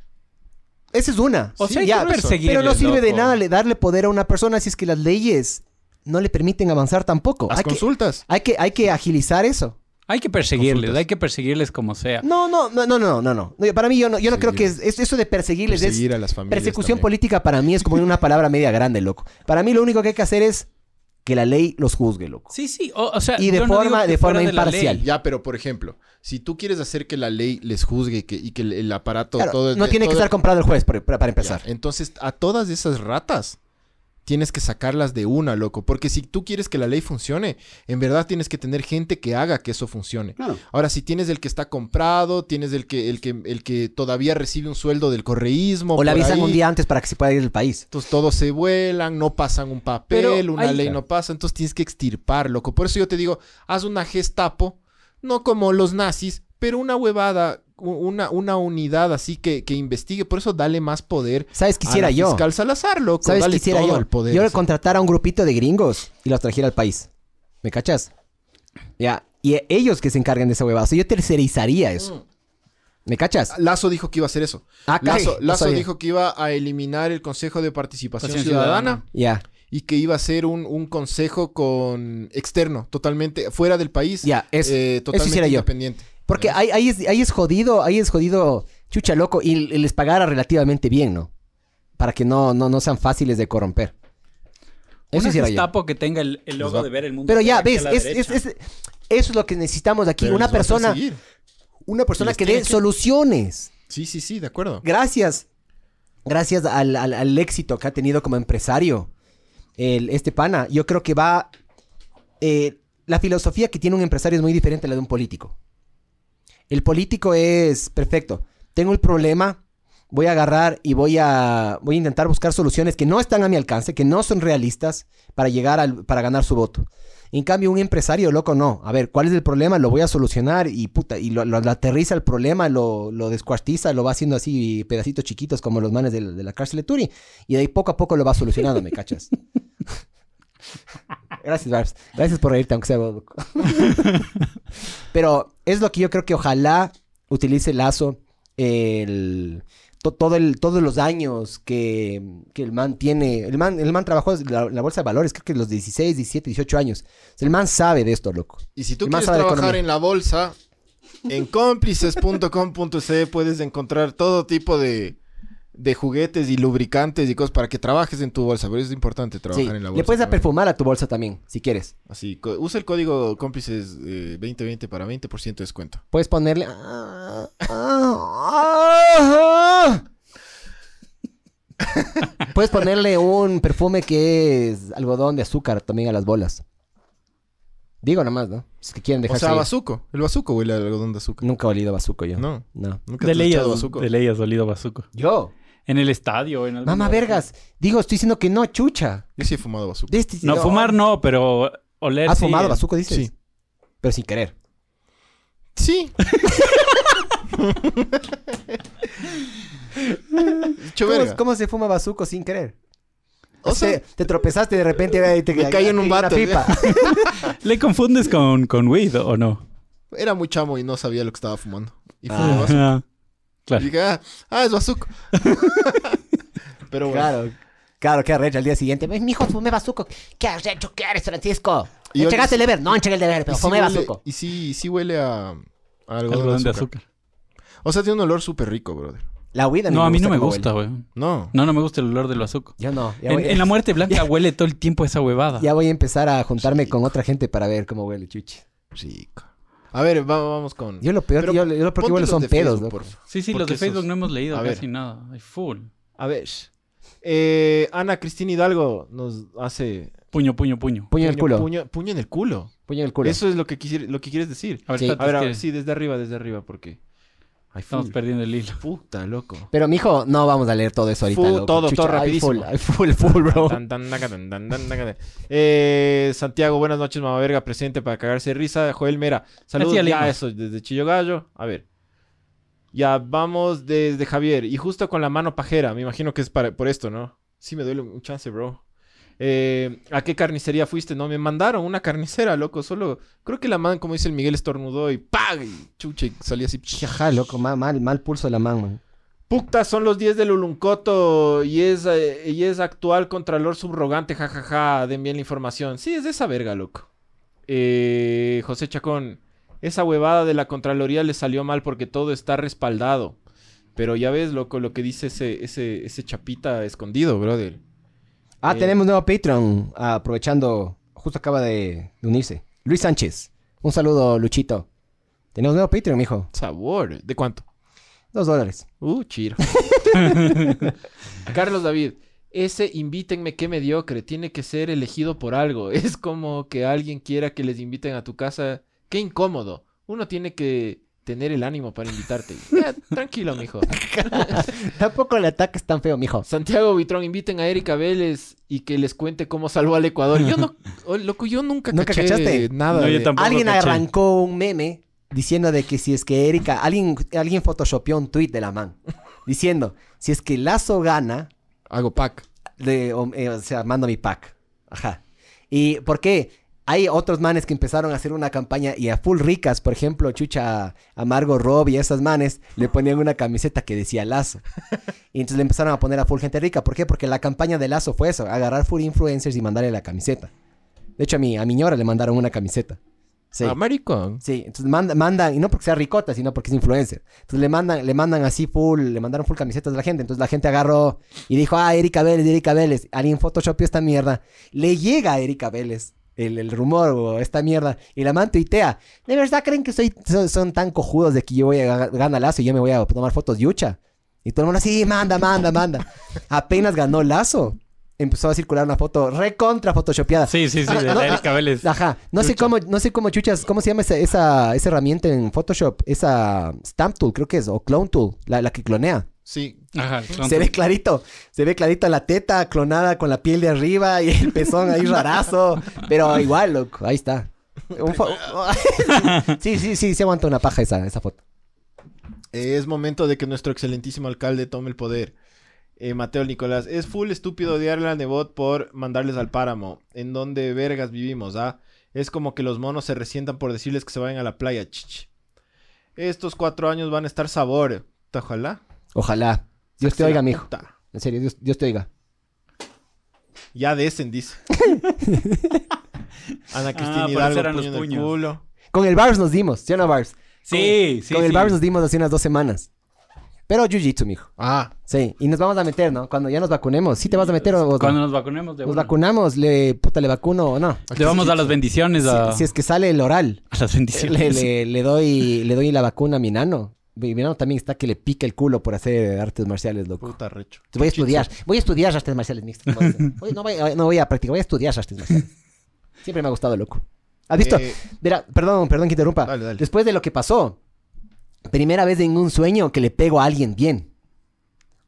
Esa es una.
O sea, hay que
pero-
perseguirles,
Pero no sirve de
loco.
nada le- darle poder a una persona si es que las leyes no le permiten avanzar tampoco.
Las
Hay que,
consultas.
hay, que, hay que agilizar eso.
Hay que perseguirles,
Consultas.
hay que perseguirles como sea.
No, no, no, no, no, no, no. No, Para mí yo no, yo no creo que es,
Perseguir.
es- eso de perseguirles es
Perseguir a las familias.
Persecución
también.
política para mí es como una palabra media grande, loco. Para mí lo único que hay que hacer es que la ley los juzgue, loco.
Sí, sí, o, o sea,
Y de
yo no digo
forma-
que
de
fuera
forma
la
imparcial.
ley.
Ya, pero por ejemplo, si tú quieres hacer que la ley les juzgue que- y que el, el aparato
Claro,
todo eh,
no tiene que
todo-
estar comprado el juez por- para, para
Ya,
empezar.
Entonces, a todas esas ratas tienes que sacarlas de una, loco. Porque si tú quieres que la ley funcione, *laughs* en verdad tienes que tener gente que haga que eso funcione.
Claro.
Ahora, si tienes el que está comprado, tienes el que, el que, el que todavía recibe un sueldo del correísmo.
O la
por
avisan
ahí,
un día antes para que se pueda ir del país.
Entonces todos se vuelan, no pasan un papel,
Pero
una
hay-
ley no pasa, entonces tienes que extirpar, loco. Por eso yo te digo, haz una gestapo, no como los nazis, pero una huevada, u- una, una unidad así que, que investigue. Por eso dale más poder
¿Sabes? Quisiera
a Ah, la
yo.
fiscal Salazar, loco.
¿Sabes?
dale
Quisiera
todo
yo.
al poder.
yo
así.
contratara a un grupito de gringos y los trajera al país. ¿Me cachas? Ya. Y e- ellos que se encarguen de esa huevada. O sea, yo tercerizaría
Mm.
eso. ¿Me cachas?
Lazo dijo que iba a hacer eso.
Ah, caray,
Lazo,
no
Lazo
sabía.
dijo que iba a eliminar el Consejo de Participación
Participación
Ciudadana,
Ciudadana.
Ya.
y que iba a ser un, un consejo con externo, totalmente fuera del país,
Ya, eso-
eh, totalmente
hiciera yo.
independiente.
Porque ahí, ahí, es, ahí es jodido, ahí es jodido, chucha loco, y, l- les pagara relativamente bien, ¿no? Para que no, no, no sean fáciles de corromper. Eso
Una
hiciera yo.
Gestapo que tenga el, el logo de ver el mundo.
Pero ya,
aquí a
ves,
la
es- es-
derecha.
es- eso es lo que necesitamos aquí.
Pero
una
les va a
persona,
perseguir.
una persona
Les
que
tiene
dé
que-
soluciones.
Sí, sí, sí, de acuerdo.
Gracias. Gracias al, al- al éxito que ha tenido como empresario el- este pana. Yo creo que va... eh, la filosofía que tiene un empresario es muy diferente a la de un político. El político es perfecto. Tengo el problema, voy a agarrar y voy a, voy a intentar buscar soluciones que no están a mi alcance, que no son realistas para llegar al, para ganar su voto. En cambio, un empresario loco no. A ver, ¿cuál es el problema? Lo voy a solucionar y puta, y lo, lo- lo aterriza el problema, lo, lo descuartiza, lo va haciendo así pedacitos chiquitos como los manes de, la- de la cárcel de Turi. Y de ahí poco a poco lo va solucionando, ¿me cachas? *laughs* Gracias, Barbs. Gracias por reírte, aunque sea bobo. *laughs* Pero es lo que yo creo que ojalá utilice Lazo el, to- todo el, todos los años que, que el man tiene. El man, el man trabajó en la, en la bolsa de valores, creo que los 16, 17, 18 años. O sea, el man sabe de esto, loco.
Y si tú
Y más
quieres
a la
trabajar
economía.
en la bolsa, en cómplices.com.c puedes encontrar todo tipo de, de juguetes y lubricantes y cosas para que trabajes en tu bolsa. Pero es importante trabajar
Sí.
en la bolsa.
Le puedes dar
también.
perfumar a tu bolsa también, si quieres.
Así, co- usa el código cómplices eh, 2020 para 20% de descuento.
Puedes ponerle. *laughs* ah, ah, ah. Puedes ponerle un perfume que es algodón de azúcar también a las bolas. Digo nomás, ¿no? Es que quieren
O
dejarse.
sea,
ir.
bazuco. El bazuco huele al algodón de azúcar.
Nunca he olido bazuco yo.
No.
No.
Nunca te
De
has
ley,
echado
has,
bazuco.
de ley has olido bazuco.
Yo.
En el estadio, en algún
Mamá
lugar.
vergas. Digo, estoy diciendo que no, chucha.
Yo sí he fumado bazuco.
De este-
No, fumar no, pero oler
¿Has
sí.
fumado bazuco, dices?
Sí.
Pero sin querer.
Sí. Hecho
¿Cómo,
verga.
cómo se fuma bazuco sin querer?
O
O sea,
sea-
te tropezaste de repente y te
Me caí en un
una
vato.
pipa.
*laughs*
*laughs*
¿Le confundes con, con weed o no?
Era muy chamo y no sabía lo que estaba fumando. Y fumé
Ah,
bazuco. *laughs*
Claro.
Y dije, ah, ah, es bazuco. *laughs* Pero bueno.
Claro, claro, qué arrecha al día siguiente. Mi hijo fumé bazuco. ¿Qué arrecho que eres, Francisco?
Y yo-
¿Entregaste el deber? No, entregué el deber,
Y
pero
sí
fumé
huele-
bazuco.
Y sí, sí huele a, a algodón,
Algodón
de, azúcar. O sea, tiene un olor súper rico, brother.
La huida
No, a mí no me
cómo
gusta, güey.
No.
No, no me gusta el olor del bazuco.
huele. Yo no. Ya
En,
voy,
en la muerte blanca huele todo el tiempo esa huevada.
ya voy a empezar a juntarme con otra gente para ver cómo huele, chuchi.
Rico. A ver, va- vamos con...
Yo lo peor,
Pero
que, yo, yo lo peor que
ponte
huelo
los
son
de
pedos,
Facebook,
loco.
porfa.
Sí, sí, los
Porque
de Facebook
esos-
no hemos leído
A ver.
casi nada. Hay full.
A ver. Eh, Ana Cristina Hidalgo nos hace.
Puño, puño, puño.
Puño en el culo.
Puño, puño en el culo.
Puño en el culo.
Eso es lo que, quisier- lo que quieres decir.
A ver,
Sí.
espérate,
A ver,
es
a
que
ver, sí, desde arriba, desde arriba, porque. Ay, full.
estamos perdiendo el hilo.
Puta, loco.
Pero, mijo, no vamos a leer todo eso ahorita,
Full,
loco.
todo, todo
ay,
rapidísimo.
Full, ay, full, full, bro.
Tan, tan, naca, tan, tan, tan, naca, tan. Eh, Santiago, buenas noches, mamá verga, presente para cagarse de risa. Joel Mera, saludos
Así,
ya
Lima.
eso, desde Chillo Gallo. A ver. Ya vamos desde Javier. Y justo con la mano pajera, me imagino que es para, por esto, ¿no? Sí, me duele un chance, bro. Eh, ¿A qué carnicería fuiste? No, me mandaron una carnicera, loco. Solo creo que la man, como dice el Miguel, estornudó y ¡pag! Y chucha, y salí así.
Ajá, loco, ma- mal, mal pulso de la man, man.
Puta, son los 10 del Uluncoto y es, eh, y es actual contralor subrogante, jajaja, den bien la información. Sí, es de esa verga, loco. Eh, José Chacón, esa huevada de la Contraloría le salió mal porque todo está respaldado. Pero ya ves, loco, lo que dice ese, ese, ese chapita escondido, brother.
Ah,
Eh.
tenemos nuevo Patreon. ah, aprovechando, justo acaba de, de unirse. Luis Sánchez. Un saludo, Luchito. Tenemos nuevo Patreon, mijo.
Sabor. ¿De cuánto?
*laughs*
Dos dólares.
Uh, chiro. Carlos David.
Ese invítenme qué mediocre, tiene que ser elegido por algo. *laughs* Es como que alguien quiera que les inviten a tu casa. Qué incómodo. Uno tiene que tener el ánimo para invitarte. Ya, tranquilo, mijo.
*laughs* Tampoco le ataques tan feo, mijo.
Santiago Vitrón, inviten a Erika Vélez y que les cuente cómo salvó al Ecuador. Yo no, oh, loco, yo nunca,
¿Nunca
caché
cachaste?
nada.
No, yo
de-
tampoco
Alguien
caché.
arrancó un meme diciendo de que si es que Erika, alguien, alguien photoshopeó un tweet de la man diciendo si es que Lazo gana,
Hago pack.
le- o, eh, o sea, mando mi pack. Ajá. ¿Y por qué? Hay otros manes que empezaron a hacer una campaña y a full ricas, por ejemplo, chucha a Margot Robbie y a esas manes, le ponían una camiseta que decía Lazo. Y entonces le empezaron a poner a full gente rica. ¿Por qué? Porque la campaña de Lazo fue eso, agarrar full influencers y mandarle la camiseta. De hecho, a mi, a mi ñora le mandaron una camiseta. Sí.
Ah, maricón.
Sí, entonces manda- mandan, y no porque sea ricota, sino porque es influencer. Entonces le mandan, le mandan así full, le mandaron full camisetas a la gente. Entonces la gente agarró y dijo, ah, Erika Vélez, Erika Vélez. Alguien photoshopeó esta mierda. Le llega a Erika Vélez el, el rumor o esta mierda y la man tuitea. ¿De verdad creen que soy, son, son tan cojudos de que yo voy a ga- ganar Lazo y yo me voy a tomar fotos yucha? Y todo el mundo así, manda, manda, manda. Apenas ganó Lazo. Empezó a circular una foto recontra photoshopeada.
Sí, sí, sí, de
Ah, *laughs* no,
la Erika Vélez.
Ajá, no sé cómo, no sé cómo chuchas, cómo se llama esa, esa, esa herramienta en Photoshop, esa Stamp Tool, creo que es, o Clone Tool, la, la que clonea.
Sí,
Ajá, el clon.
Se ve clarito, se ve clarito la teta clonada con la piel de arriba y el pezón ahí rarazo, pero igual, loco, ahí está. Un fo- *laughs* sí, sí, sí, se aguanta una paja esa, esa foto.
Es momento de que nuestro excelentísimo alcalde tome el poder. Eh, Mateo Nicolás, es full estúpido odiar a Nebot por mandarles al páramo. ¿En donde vergas vivimos, ah? Es como que los monos se resientan por decirles que se vayan a la playa, chich. Estos cuatro años van a estar sabor. Ojalá.
Ojalá. Dios te
La
oiga, mijo.
puta.
En serio, Dios, Dios te oiga.
Ya desen,
*laughs*
dice. Ana Cristina
Ah, por eso
Hidalgo,
eran los
puño en el
puños.
culo.
Con el Bars nos dimos, ¿sí o no, Bars?
Sí, sí,
Con el
sí.
Bars nos dimos hace unas dos semanas. Pero Jiu-Jitsu, mijo.
Ah,
Sí, y nos vamos a meter, ¿no? Cuando ya nos vacunemos. ¿Sí te vas a meter o vos no?
Cuando nos vacunemos de
Nos
una.
vacunamos, le puta, le vacuno o no.
Le vamos a las bendiciones a,
Si, si es que sale el oral,
a
*laughs*
las
le,
bendiciones.
le- le doy, le doy la vacuna a mi nano. Mi mi nano también está que le pica el culo por hacer artes marciales, loco.
puta recho.
Voy a estudiar, voy a estudiar artes marciales mixtas. voy a
*laughs*
hacer. Voy- no, voy, no voy a practicar, voy a estudiar artes marciales. Siempre me ha gustado, loco. ¿Has visto?
Eh,
Mira, perdón, perdón que interrumpa.
Dale, dale.
Después de lo que pasó, primera vez en un sueño que le pego a alguien bien.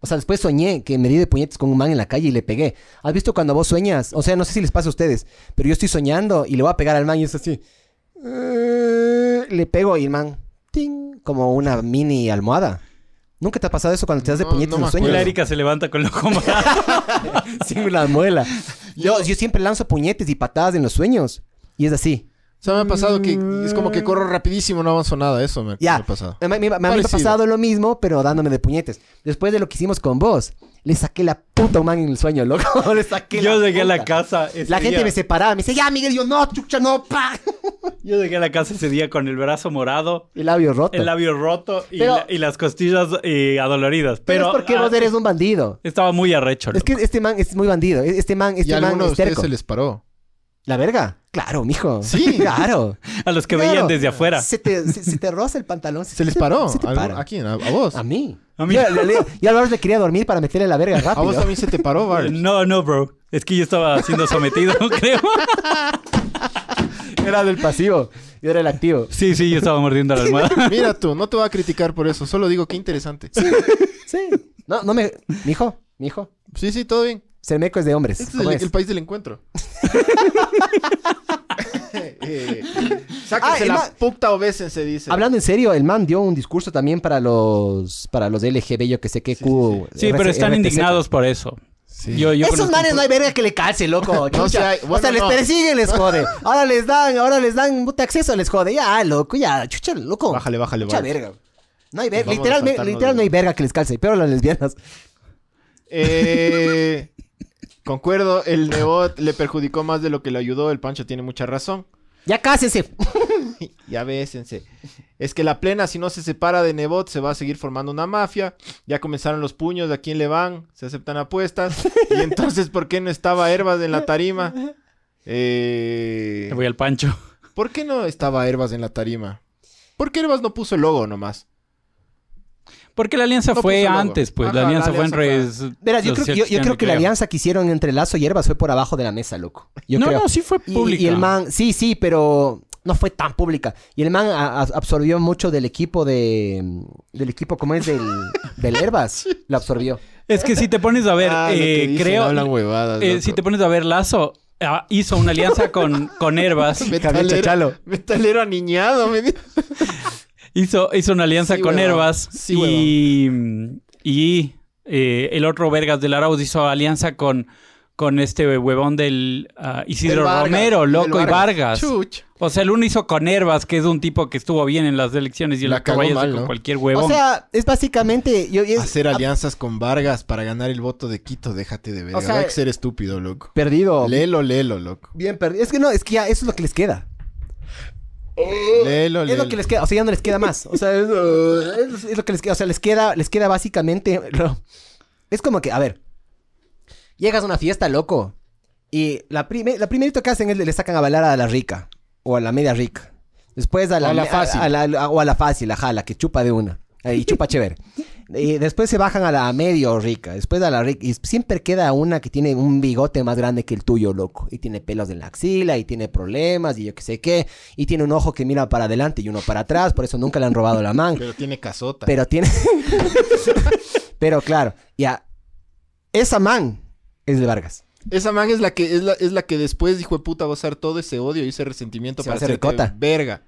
O sea, después soñé que me di de puñetes con un man en la calle y le pegué. ¿Has visto cuando vos sueñas? O sea, no sé si les pasa a ustedes, pero yo estoy soñando y le voy a pegar al man y es así. Eh, Le pego y el man, ting, como una mini almohada. ¿Nunca te ha pasado eso cuando te das de
No,
puñetes
no
en
me
los
Y
sueños? *laughs*
la Erika se levanta con el ojo morado.
Sin
*laughs*
la muela. Yo, yo siempre lanzo puñetes y patadas en los sueños. Y es así.
O sea, me ha pasado que es como que corro rapidísimo, no avanzo nada. Eso me,
Mm. Ya.
me ha pasado.
Me, me- me había
Parecido.
pasado lo mismo, pero dándome de puñetes. Después de lo que hicimos con vos, le saqué la puta man en el sueño, loco. *laughs* le saqué
Yo
la
llegué a la
puta.
casa. ese
La gente
día.
me separaba, me dice, ya, Miguel, yo no, chucha, no, pa. *laughs*
Yo llegué a la casa ese día con el brazo morado,
El labio roto.
el labio roto y,
Pero-
la- y las costillas eh, adoloridas.
Pero
Pero
es porque
ah,
vos eres un bandido.
estaba muy arrecho.
Es que este man es muy bandido. E- Este man,
y a
este man
alguno de
es
ustedes
terco.
se les paró.
¿La verga? Claro, mijo.
Sí.
*laughs* Claro.
loco. A los que
Claro.
veían desde afuera.
Se te, se, se te roza el pantalón.
¿Se les paró?
Se te
¿Algún-
para.
¿A quién? ¿A, a vos?
A mí.
A mí.
Yo, yo- yo a Lars le quería dormir para meterle la
*laughs*
verga
¿A vos
rápido.
también se te
*laughs*
paró, Bar?
No, no, bro. Es que yo estaba siendo sometido, creo.
Era del pasivo. Yo era el activo.
Sí, sí, yo estaba mordiendo la almohada.
Mira tú, no te voy a criticar por eso, solo digo que interesante.
Sí. No, no me. Mijo, mijo.
Sí, sí, todo bien.
Cermeco es de hombres.
Este es
¿cómo
el,
es?
el país del
*laughs*
encuentro. Eh,
Ah,
Sáquense
el
la
ma-
puta o bésense, dice.
Hablando en serio, el man dio un discurso también para los para los LGB, yo que sé qué Q.
Sí, pero están indignados por eso. Yo, yo
Esos
conozco-
manes no hay verga que le calce,
*laughs*
loco. chucha.
sí hay.
o sea,
Bueno,
les
no.
persiguen, les jode. Ahora les dan, ahora les dan puta acceso, les jode. Ya, loco, ya, chucha, loco.
Bájale, bájale,
Mucha
bájale.
verga. No hay verga.
Vamos a
Literal, me-
saltarnos
literal
de-
no hay verga que les calce, pero las lesbianas.
Eh, concuerdo, el Nebot le perjudicó más de lo que le ayudó. El Pancho tiene mucha razón.
Ya cásense.
Ya bésense. Es que la plena, si no se separa de Nebot, se va a seguir formando una mafia. Ya comenzaron los puños, ¿a quién le van? Se aceptan apuestas. Y entonces, ¿por qué no estaba Herbas en la tarima? Eh,
Me voy al pancho.
¿Por qué no estaba Herbas en la tarima? ¿Por qué Herbas no puso el logo nomás?
Porque la alianza
No
fue
puso logo.
antes, pues.
Ajá,
la alianza
la
fue en
alianza
redes.
Verás, yo, creo, que- yo, yo creo que la
alianza
alianza que hicieron entre Lazo y Hierbas fue por abajo de la mesa, loco. Yo
no,
creo.
no, sí fue
Y-
pública.
Y, el man, sí, sí, pero no fue tan pública. Y el man a- a- absorbió mucho del equipo de. Del equipo, ¿cómo es?
*laughs*
Del, del Herbas. Lo absorbió.
Es que si te pones a ver,
*laughs* Ah, lo que
eh,
dicen,
creo.
Hablan huevadas.
eh,
loco.
si te pones a ver, Lazo ah, hizo una alianza con, con Herbas.
*laughs*
Javier Chachalo.
Metalero aniñado, me dice.
Hizo, hizo una alianza
Sí,
con
huevón.
Herbas.
Sí,
y y eh, el otro Vergas del Arauz hizo alianza con, con este huevón del ah, Isidro
Del Vargas,
Romero,
del
loco, y Vargas.
Chuch.
O sea, el uno hizo con Herbas, que es un tipo que estuvo bien en las elecciones, y el
La
otro
cagó
vaya a hacer
mal,
con
¿no?
cualquier huevón.
O sea, es básicamente. Yo, es-
Hacer alianzas con Vargas para ganar el voto de Quito, déjate de ver.
O sea,
hay que ser estúpido, loco.
perdido.
Léelo, léelo, loco.
Bien perdido. Es que no, es que ya eso es lo que les queda.
Léelo,
Es
léelo.
lo que les queda, o sea, ya no les queda más. O sea, es, uh, es- es lo que les queda, o sea, les queda, les queda básicamente. lo- es como que, a ver, llegas a una fiesta, loco, y la, prime- la primerito que hacen es le, le sacan a bailar a la rica, o a la media rica. Después a la,
O a la
me-
fácil.
a la- o a la fácil, ajá, la que chupa de una. eh, Y chupa chévere. Y después se bajan a la medio rica, después a la rica. Y siempre queda una que tiene un bigote más grande que el tuyo, loco. Y tiene pelos en la axila, y tiene problemas, y yo qué sé qué. Y tiene un ojo que mira para adelante y uno para atrás, por eso nunca le han robado
*laughs*
la man.
Pero tiene casota.
Pero tiene. *laughs* Pero claro, ya. Esa man es de Vargas.
Esa man es la que es la, es la que después dijo de puta va a usar todo ese odio y ese resentimiento
Se va a
para
hacer
hacerte
ricota.
verga.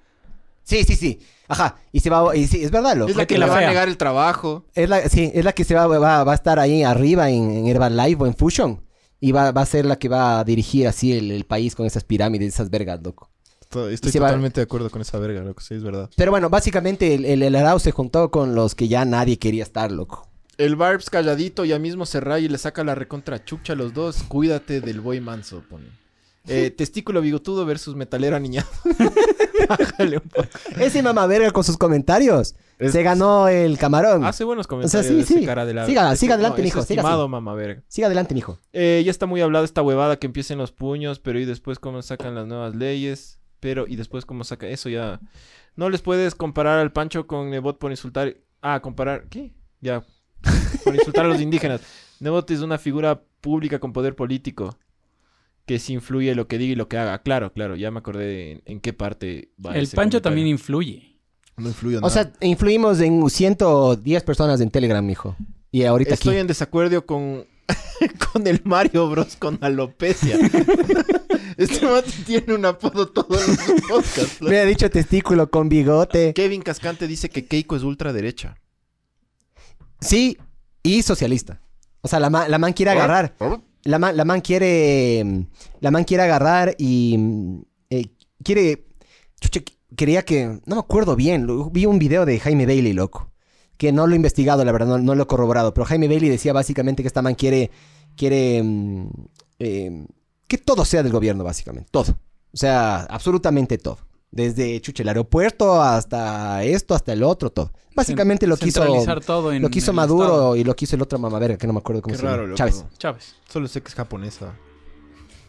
Sí, sí, sí. Ajá. Y se va. Y sí, es verdad, loco.
Es la que
que
le
la
va a
fea.
negar el trabajo.
Es la, sí, es la que se va, va, va a estar ahí arriba en, en Herbalife o en Fusion. Y va, va a ser la que va a dirigir así el, el país con esas pirámides, esas vergas, loco.
To-
Y
Estoy
se va-
totalmente de acuerdo con esa verga, loco. Sí, es verdad.
Pero bueno, básicamente el, el, el Arau se juntó con los que ya nadie quería estar, loco.
El Barbs calladito ya mismo se raya y le saca la recontra chucha a los dos. Cuídate del boy manso, pone. Eh, testículo bigotudo versus metalero aniñado. Bájale un poco.
Ese mamá verga con sus comentarios. Se ganó el camarón.
Hace buenos
O sea,
comentarios.
sí,
ese
sí.
cara de la-
Siga,
Este-
siga
no,
adelante,
es
mijo. Siga,
estimado,
así.
mamá verga.
siga adelante, mijo.
Eh, ya está muy hablada esta huevada que empiecen los puños, pero y después cómo sacan las nuevas leyes. Pero, y después cómo saca eso ya. No les puedes comparar al Pancho con Nebot por insultar. Ah, comparar. ¿Qué? Ya. Por insultar a los
*laughs*
indígenas. Nebot es una figura pública con poder político. Que sí influye lo que diga y lo que haga. Claro, claro, ya me acordé en, en qué parte va
el
ese
Pancho
comentario.
también influye.
No influye
O sea, influimos en 110 personas en Telegram, mijo. Y ahorita
Estoy
aquí.
en desacuerdo con,
*laughs*
con el Mario Bros. con alopecia. *laughs* este mate tiene un apodo todos los
*laughs*
podcasts.
Me ha dicho testículo con bigote.
Kevin Cascante dice que Keiko es ultraderecha.
Sí, y socialista. O sea, la, ma- la man quiere agarrar. La man, la man quiere. mm, La man quiere agarrar y. mm, eh, quiere. Chucha, qu- quería que. No me acuerdo bien. lo- vi un video de Jaime Bailey, loco. Que no lo he investigado, la verdad, no, no lo he corroborado. Pero Jaime Bailey decía básicamente que esta man quiere. Quiere. mm, eh, que todo sea del gobierno, básicamente. Todo. O sea, absolutamente todo. Desde chucha, el aeropuerto hasta esto, hasta el otro, todo. Básicamente lo quiso
Centralizar todo en
lo quiso
el
Maduro
Estado.
y lo quiso el otro mamaverga, que no me acuerdo cómo
Qué
se llama.
raro, loco.
Chávez.
Chávez.
Solo sé que es japonesa.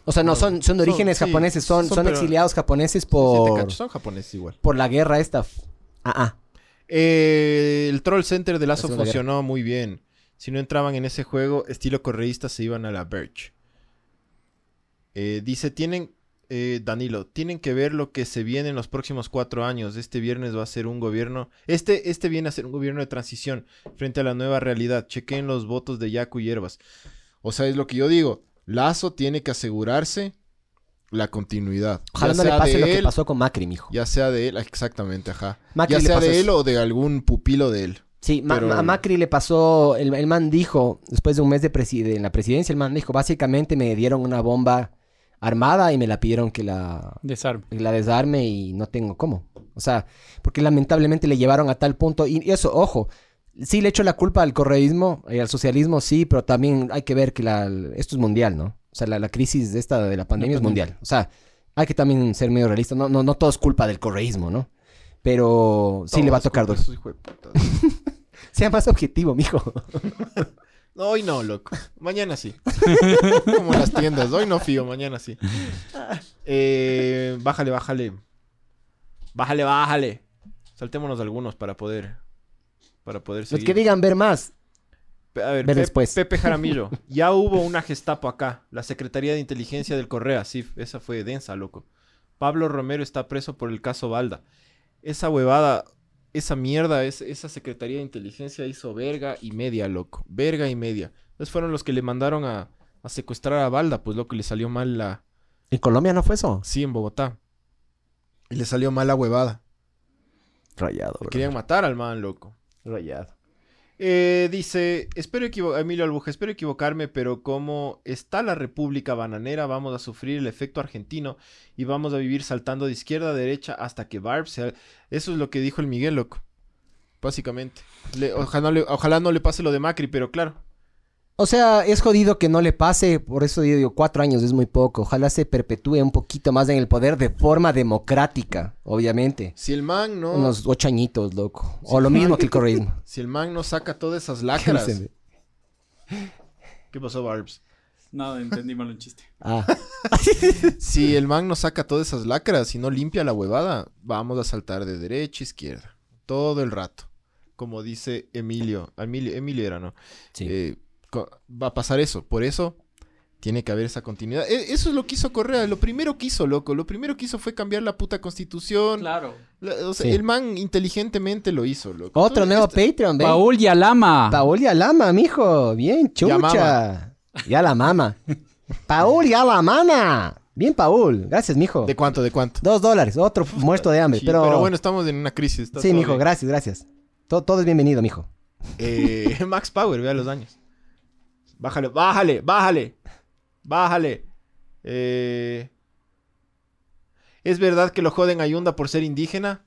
O sea, no, son, son de
Son-
orígenes
sí,
japoneses, son,
son
son,
pero-
exiliados japoneses
Sí, te
por,
cacho, son japoneses igual.
por la guerra esta. f- Ah, ah.
Eh, el Troll Center de Lazo
La Segunda
funcionó muy bien. Si no entraban en ese juego, estilo correísta, se iban a la Birch. Eh, dice, tienen, eh, Danilo, tienen que ver lo que se viene en los próximos cuatro años. Este viernes va a ser un gobierno, este, este viene a ser un gobierno de transición frente a la nueva realidad. Chequen los votos de Yaku y Hierbas. O sea, es lo que yo digo. Lazo tiene que asegurarse la continuidad.
Ojalá
Ya
no le
sea
pase
de
lo que
él-
pasó con Macri, mijo.
ya sea de él, ah, exactamente, ajá.
Macri
ya
le
sea
pasó
de él
eso.
o de algún pupilo de él.
Sí, ma-
pero-
ma- a Macri le pasó, el, el man dijo, después de un mes de preside- en la presidencia, el man dijo, básicamente me dieron una bomba armada y me la pidieron que la,
Desarme.
la desarme y no tengo cómo. O sea, porque lamentablemente le llevaron a tal punto. Y eso, ojo, sí le echo la culpa al correísmo y al socialismo, sí, pero también hay que ver que la, esto es mundial, ¿no? O sea, la, la crisis de esta de la pandemia es
pandemia.
mundial. O sea, hay que también ser medio realista. No, no, no todo es culpa del correísmo, ¿no? Pero sí le va a tocar duro. Sea más objetivo, mijo.
No, hoy no, loco. Mañana
*laughs*
sí. Como las tiendas. Hoy no fío, mañana sí. Eh, bájale, bájale. Bájale, bájale. Saltémonos algunos para poder para poder
Los
seguir.
que digan ver más.
Pe- A ver,
Ver
Pe-
después.
Pepe Jaramillo. ya hubo una Gestapo acá. La Secretaría de Inteligencia del Correa. Sí, esa fue densa, loco. Pablo Romero está preso por el caso Balda. Esa huevada, esa mierda, es- esa Secretaría de Inteligencia hizo verga y media, loco. Verga y media. Entonces fueron los que le mandaron a, a secuestrar a Balda, pues loco, y le salió mal la...
¿En Colombia no fue eso?
Sí, en Bogotá.
Y le salió mala huevada.
Rayado,
Le querían matar al man, loco.
Rayado.
Eh, dice, espero equivo- eh, Emilio Albuja, espero equivocarme, pero como está la República Bananera, vamos a sufrir el efecto argentino y vamos a vivir saltando de izquierda a derecha hasta que Barb sea... Eso es lo que dijo el Miguel, loco. Básicamente. Le- ojalá, no le, ojalá no le pase lo de Macri, pero claro.
O sea, es jodido que no le pase, por eso yo digo, cuatro años es muy poco. Ojalá se perpetúe un poquito más en el poder de forma democrática, obviamente.
Si el man no,
Unos ocho añitos, loco. O lo mismo
*laughs*
que el correísmo.
si el man no saca todas
*laughs*
esas
¿Qué
lacras.
dicen?
¿Qué pasó, Barbs?
Nada, entendí mal un chiste.
Ah,
Eh, Si el man no saca todas esas lacras y no limpia la huevada, vamos a saltar de derecha a izquierda. Todo el rato. Como dice Emilio. Emilio, Emilio era, ¿no?
sí.
Eh, co- va a pasar eso. Por eso tiene que haber esa continuidad. E- eso es lo que hizo Correa. Lo primero que hizo, loco. Lo primero que hizo fue cambiar la puta constitución.
Claro.
La- o sea,
Sí.
el man inteligentemente lo hizo, loco.
Otro
Entonces,
nuevo
este-
Patreon, ¿ven?
Paul Yalama.
Paul y Alama, mijo. Bien,
Ya
chucha. Ya la mama. Paul y Alamana. Bien, Paul. Gracias, mijo.
¿De cuánto? ¿De cuánto?
Dos dólares. Otro muerto de hambre.
Sí,
pero...
bueno, estamos en una crisis. está
sí,
todo
mijo.
bien.
Gracias, gracias. Todo, todo es bienvenido, mijo.
*laughs*
Eh, Max Power, vea los daños. Bájale, bájale, bájale. Bájale. Eh, ¿Es verdad que lo joden a Yunda por ser indígena?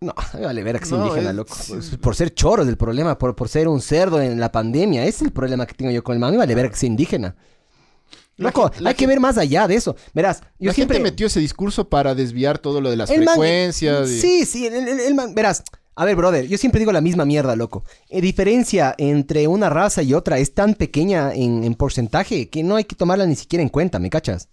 No, *laughs* me vale ver que sea
No,
indígena,
es-
loco. Pues,
sí.
Por ser choro es el problema, por, por ser un cerdo en la pandemia. Ese es el problema que tengo yo con el man. Me vale ver que sea indígena.
La
Loco,
gen- la
hay que ver más allá de eso. Verás, yo
la
siempre...
gente metió ese discurso para desviar todo lo de las
El man-
frecuencias. y-
Sí, sí, el, el- el man- verás. A ver, brother, yo siempre digo la misma mierda, loco. La diferencia entre una raza y otra es tan pequeña en, en porcentaje que no hay que tomarla ni siquiera en cuenta, ¿me cachas?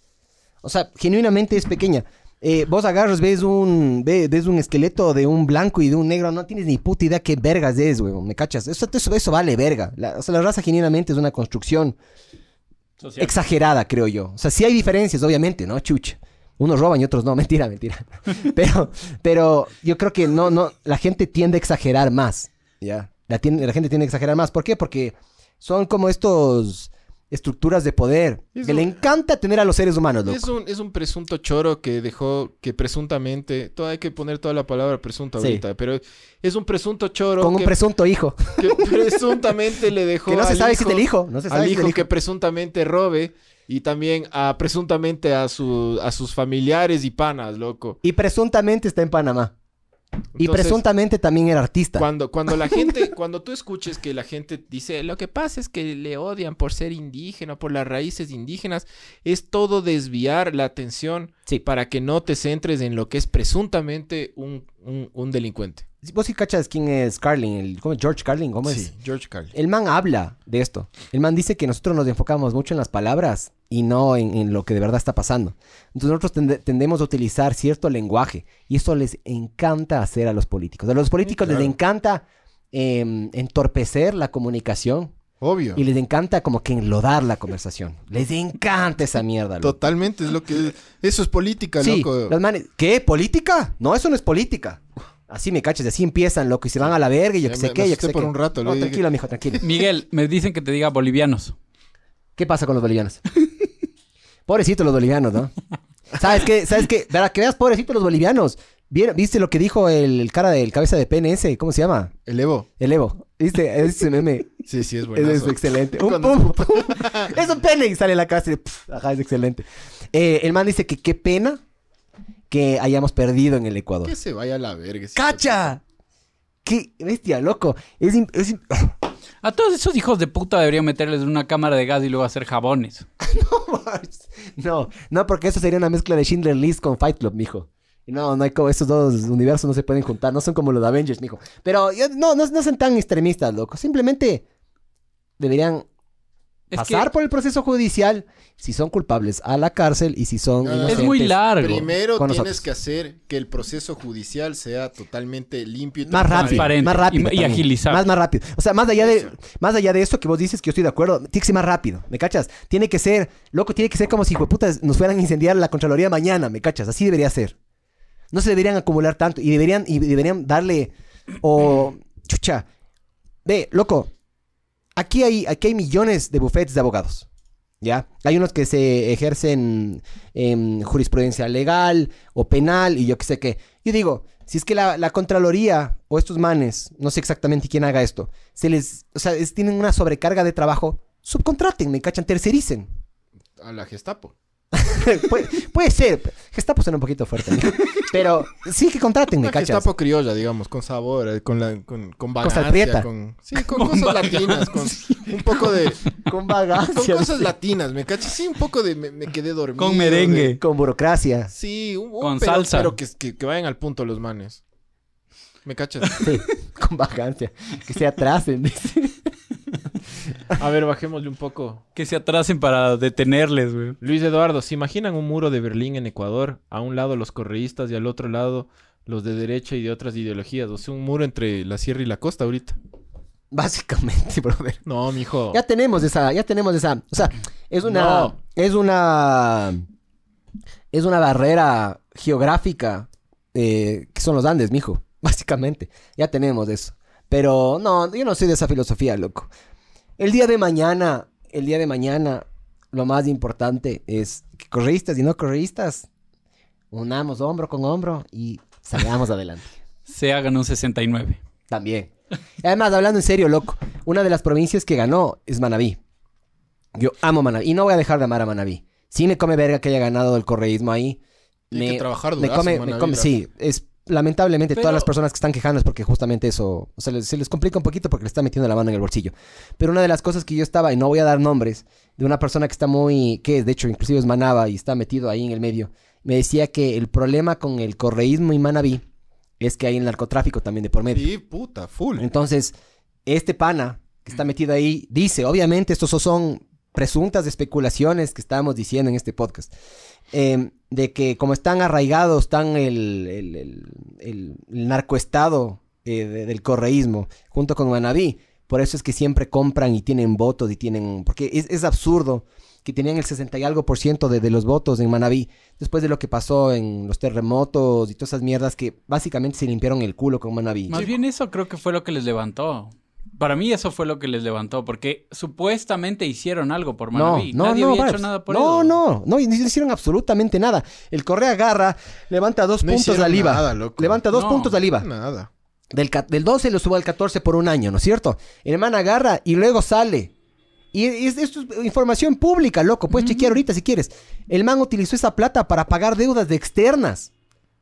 O sea, genuinamente es pequeña. Eh, vos agarras, ves un, ve- ves un esqueleto de un blanco y de un negro, no tienes ni puta idea qué vergas es, weón, ¿me cachas? Eso, eso, eso vale verga. La- o sea, la raza genuinamente es una construcción
Social.
exagerada, creo yo. O sea, sí hay diferencias, obviamente, ¿no? Chucha. Unos roban y otros no, *laughs* mentira, mentira. Pero, pero yo creo que no, no, la gente tiende a exagerar más. Ya. La, tien- la gente tiende a exagerar más. ¿Por qué? Porque son como estos estructuras de poder
Es
que
un-
le encanta tener a los seres humanos, loco.
Es un, es un presunto choro que dejó que presuntamente, todo, hay que poner toda la palabra presunto
Sí.
ahorita, pero es un presunto choro
Con
que,
un
*laughs*
presunto hijo.
que presuntamente le dejó
*laughs* Que no se
al
sabe si es del hijo. No se sabe
al
si es
hijo,
del
que
hijo.
presuntamente robe y también a presuntamente a su a sus familiares y panas, loco.
Y presuntamente está en Panamá. y
Entonces,
presuntamente también era artista.
cuando cuando la gente cuando tú escuches que la gente dice lo que pasa es que le odian por ser indígena, por las raíces indígenas, es todo desviar la atención
Sí.
para que no te centres en lo que es presuntamente un, un- un delincuente.
Vos sí cachas quién es Carlin, el, ¿cómo es? George Carlin, ¿cómo es?
George Carlin.
El man habla de esto. El man dice que nosotros nos enfocamos mucho en las palabras y no en, en lo que de verdad está pasando. Entonces nosotros tende- tendemos a utilizar cierto lenguaje y eso les encanta hacer a los políticos. A los políticos les encanta em, entorpecer la comunicación
Obvio.
y les encanta como que enlodar la conversación. Les encanta esa mierda. loco.
Totalmente, es lo que... Eso es política,
Sí,
loco.
los manes, ¿qué? ¿Política? No, eso no es política. Así me cachas, así empiezan, loco, y se van a la verga y yo
Ya
que
me-
sé
me
qué, yo que
asusté
sé
por
qué.
un rato,
No,
le dije-
tranquilo,
*laughs*
mijo, tranquilo.
Miguel, me dicen que te diga bolivianos.
¿Qué pasa con los bolivianos? *laughs* Pobrecitos los bolivianos, ¿no? ¿Sabes qué? ¿Sabes qué? Para que veas, pobrecitos los bolivianos. ¿Vieron- ¿Viste lo que dijo el, el cara del cabeza de PNS? ¿Cómo se llama?
El Evo.
El Evo. ¿Viste? Ese meme
Sí, sí, es
es,
bueno.
es excelente. Un pum, pum. *laughs* es un pene y sale la casa. y, pf, Ajá, es excelente. Eh, el man dice que qué pena que hayamos perdido en el Ecuador.
Que se vaya a la verga. ese
¡Cacha! ¡Qué bestia, loco! Es, im- es im-
A todos esos hijos de puta deberían meterles una cámara de gas y luego hacer jabones.
*laughs* No, no, porque eso sería una mezcla de Schindler List con Fight Club, mijo. Y No, no hay como esos dos universos no se pueden juntar, no son como los de Avengers, mijo. Pero yo- no, no, no son tan extremistas, loco. Simplemente deberían
Es que
pasar por el proceso judicial, si son culpables, a la cárcel y si son
No, no, no.
inocentes.
es muy largo.
Primero
con
tienes
nosotros.
que hacer que el proceso judicial sea totalmente limpio y
Más
transparente.
rápido,
Transparente.
más rápido.
Y- y
también.
agilizar.
Más, más rápido. O sea, más allá, de, más allá de eso que vos dices que yo estoy de acuerdo, tiene que ser más rápido, ¿me cachas? Tiene que ser, loco, tiene que ser como si, putas nos fueran a incendiar la Contraloría mañana, ¿me cachas? Así debería ser. No se deberían acumular tanto y deberían, y deberían darle, o, chucha, ve, loco, aquí hay, aquí hay millones de bufetes de abogados. ¿Ya? Hay unos que se ejercen en jurisprudencia legal o penal y yo qué sé qué. Yo digo, si es que la, la Contraloría o estos manes, no sé exactamente quién haga esto, se les, o sea, es- tienen una sobrecarga de trabajo, subcontraten, me cachan, tercericen. *laughs*
A la Gestapo.
puede, puede ser, Gestapo suena un poquito fuerte, *laughs* ¿no? pero sí que contraten, me
Una
cachas.
Gestapo criolla, digamos, con sabor, eh, con, la, con, con
Cosa
vagancia,
prieta.
con,
*laughs*
sí, con, cosas latinas, con un poco de...
Con
Con
*laughs* vagancia,
cosas latinas, me cachas. Sí, un poco de... Me, me quedé dormido.
Con merengue.
de-
con burocracia.
sí, un, un
Con
pero,
salsa.
Pero que, que, que vayan al punto los manes. ¿Me cachas?
Sí, con vagancia. Que se atrasen. dice.
*laughs* A ver, bajémosle un poco.
Que se atrasen para detenerles, güey.
Luis Eduardo, ¿se imaginan un muro de Berlín en Ecuador? A un lado los correístas y al otro lado los de derecha y de otras ideologías. O sea, un muro entre la sierra y la costa ahorita.
Básicamente, brother.
No, mijo.
Ya tenemos esa, ya tenemos esa. O sea, es una.
No.
Es una. Es una barrera geográfica eh, que son los Andes, mijo. *laughs* Básicamente. Ya tenemos eso. Pero no, yo no soy de esa filosofía, loco. El día de mañana, el día de mañana, lo más importante es que correístas y no correístas unamos hombro con hombro y salgamos adelante.
Se hagan un 69.
También. Además, hablando en serio, loco, una de las provincias que ganó es Manabí. Yo amo Manabí y no voy a dejar de amar a Manabí. Sí me come verga que haya ganado el correísmo ahí.
Tiene que trabajar
*laughs* me
durazo,
come, me
Manaví,
come,
la-
sí, es lamentablemente
Pero-
todas las personas que están quejando es porque justamente eso, o sea, les- se les complica un poquito porque le está metiendo la mano en el bolsillo. Pero una de las cosas que yo estaba y no voy a dar nombres de una persona que está muy que es de hecho inclusive es manaba y está metido ahí en el medio, me decía que el problema con el correísmo y Manabí es que hay el narcotráfico también de por medio.
Sí, puta, full.
Entonces, este pana que está metido ahí dice, obviamente, estos so- son presuntas especulaciones que estábamos diciendo en este podcast, eh, de que como están arraigados, tan el, el, el- el- el narcoestado eh, de- del correísmo junto con Manabí, por eso es que siempre compran y tienen votos y tienen, porque es, es absurdo que tenían el 60 y algo por ciento de, de los votos en Manabí, después de lo que pasó en los terremotos y todas esas mierdas que básicamente se limpiaron el culo con Manabí.
Más bien eso creo que fue lo que les levantó. Para mí eso fue lo que les levantó, porque supuestamente hicieron algo por Manaví. Nadie había
Barbs.
hecho nada por
no,
eso.
no, no, y no hicieron absolutamente nada. El Correa agarra, levanta dos
No
puntos
hicieron
al IVA.
nada, loco.
Levanta dos
No.
puntos al IVA.
Nada.
Del, ca- del 12 lo subo al 14 por un año, ¿no es cierto? El man agarra y luego sale. Y es- esto es información pública, loco. Puedes chequear ahorita si quieres. El man utilizó esa plata para pagar deudas de externas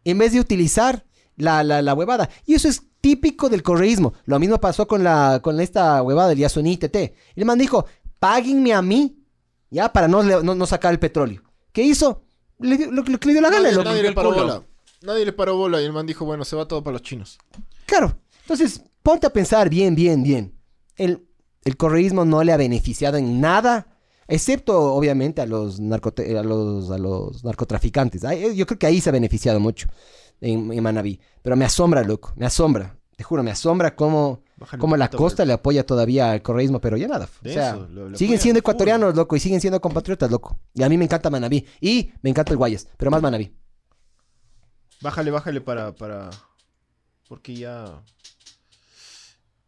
en vez de utilizar la, la, la huevada. Y eso es típico del correísmo. Lo mismo pasó con, la, con esta huevada del Yasuní TT. El man dijo, páguenme a mí, ya, para no, le- no, no sacar el petróleo. ¿Qué hizo? Le dio- lo, lo que le dio la gana,
Nadie,
loco.
nadie le
el
paró
culo.
bola. Nadie le paró bola y el man dijo, bueno, se va todo para los chinos.
Claro. Entonces, ponte a pensar bien, bien, bien. El, el correísmo no le ha beneficiado en nada, excepto, obviamente, a los, narcote- a los, a los narcotraficantes. Ahí- eh, Yo creo que ahí se ha beneficiado mucho en, en Manabí. Pero me asombra, loco. Me asombra. Te juro, me asombra cómo,
Bájale un
cómo la
poquito, bro.
costa le apoya todavía al correísmo, pero ya nada. O
De
sea,
eso, lo- lo
siguen
apoya
siendo
full.
ecuatorianos, loco, y siguen siendo compatriotas, loco. Y a mí me encanta Manabí. Y me encanta el Guayas, pero más Manabí.
Bájale, bájale para, para... Porque ya...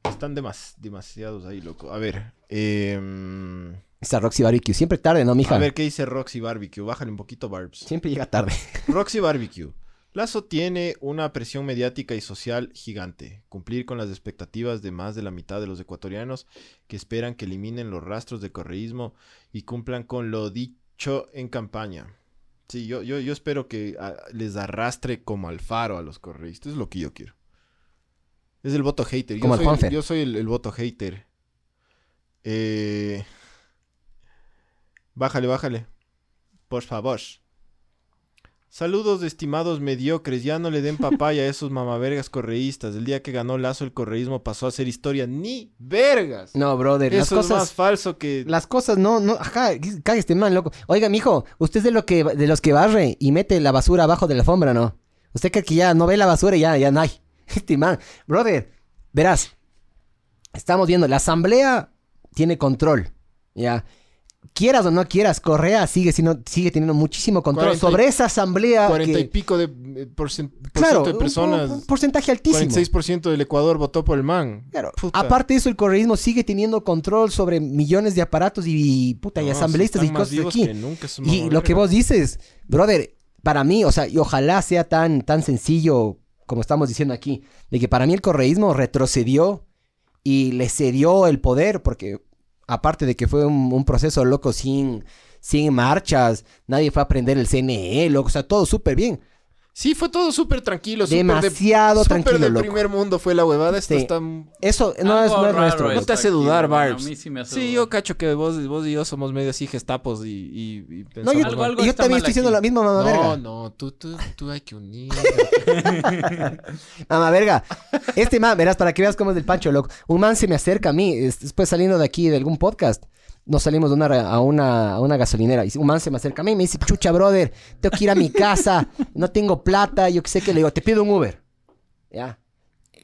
Están demas- demasiados ahí, loco. A ver. em,
Esa Roxy Barbecue. Siempre tarde, ¿no, mija?
a ver, ¿qué dice Roxy Barbecue? Bájale un poquito, Barbs.
Siempre llega tarde. *laughs*
Roxy Barbecue. Lazo tiene una presión mediática y social gigante. Cumplir con las expectativas de más de la mitad de los ecuatorianos que esperan que eliminen los rastros de correísmo y cumplan con lo dicho en campaña. Sí, yo, yo, yo espero que ah, les arrastre como al faro a los correístas. Es lo que yo quiero. Es el voto hater. Yo
Como al
soy el-
Juanfer.
Yo soy el, el voto hater. Eh, Bájale, bájale. Por favor.
Saludos, estimados mediocres. Ya no le den papaya a esos mamavergas correístas. El día que ganó Lazo, el correísmo pasó a ser historia. ¡Ni vergas!
No, brother, las
Eso es
cosas...
más falso que.
Las cosas no, no, ajá, cague este man, loco. Oiga, mijo, usted es de, lo que, de los que barre y mete la basura abajo de la alfombra, ¿no? Usted cree que ya no ve la basura y ya, ya no hay. *laughs* Este man, brother, verás, estamos viendo, la asamblea tiene control, ¿ya? Quieras o no quieras, Correa sigue, siendo- sigue teniendo muchísimo control
Cuarenta y-
sobre esa asamblea.
Cuarenta y
que-
pico de eh, porcen- por
claro,
ciento de
un-
personas.
un, un porcentaje altísimo.
46% del Ecuador votó por el man.
Claro.
Puta.
Aparte de eso, el correísmo sigue teniendo control sobre millones de aparatos y, puta, y
No,
asambleístas
sí
y
están más
cosas
vivos
aquí.
que nunca esos
Y lo que
mamavergas.
vos dices, brother, para mí, o sea, y ojalá sea tan, tan sencillo como estamos diciendo aquí, de que para mí el correísmo retrocedió y le cedió el poder, porque aparte de que fue un, un proceso loco sin, sin marchas, nadie fue a aprender el CNE, loco, o sea, todo súper bien.
Sí, fue todo súper tranquilo. súper de-
Demasiado
súper
tranquilo,
del
loco.
primer mundo fue la huevada. Esto
Sí.
está...
Eso no es,
Algo
no es
raro
nuestro.
está
No te hace
aquí,
dudar,
bueno,
Barbs.
A mí sí me hace
Sí, yo
dudar.
cacho que vos, vos y yo somos medio así gestapos y, y, y
No, yo,
pensamos
Algo- algo
yo
está
también estoy
mal
diciendo
aquí.
la misma mamá verga.
No, no, tú, tú, tú hay que
*laughs*
unir.
Mamá verga. Este man, verás, para que veas cómo es del Pancho, loco. Un man se me acerca a mí, es- después saliendo de aquí de algún podcast. Nos salimos de una, re- a, una, a una gasolinera. Y un man se me acerca a mí y me dice, chucha, brother, tengo que ir a mi casa, no tengo plata, yo qué sé qué. Le digo, te pido un Uber. Ya.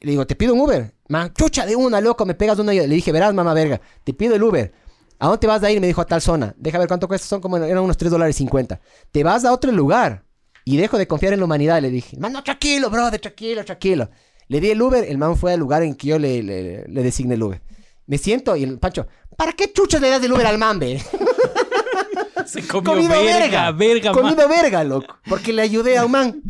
Le digo, te pido un Uber. Man, chucha, de una, loco, me pegas una. Le dije, verás, mamá verga, te pido el Uber. ¿A dónde te vas a ir? Me dijo, a tal zona. Deja ver cuánto cuesta, son como, eran unos 3 dólares 50. Te vas a otro lugar. Y dejo de confiar en la humanidad, le dije. Man, no, tranquilo, brother, tranquilo, tranquilo. Le di el Uber, el man fue al lugar en que yo le, le, le designé el Uber. Me siento y el Pancho, ¿para qué chuchas le das el Uber al man, ve?
*laughs* Se comió
Comido verga,
verga, verga, man.
Comido verga, loco. Porque le ayudé a un man.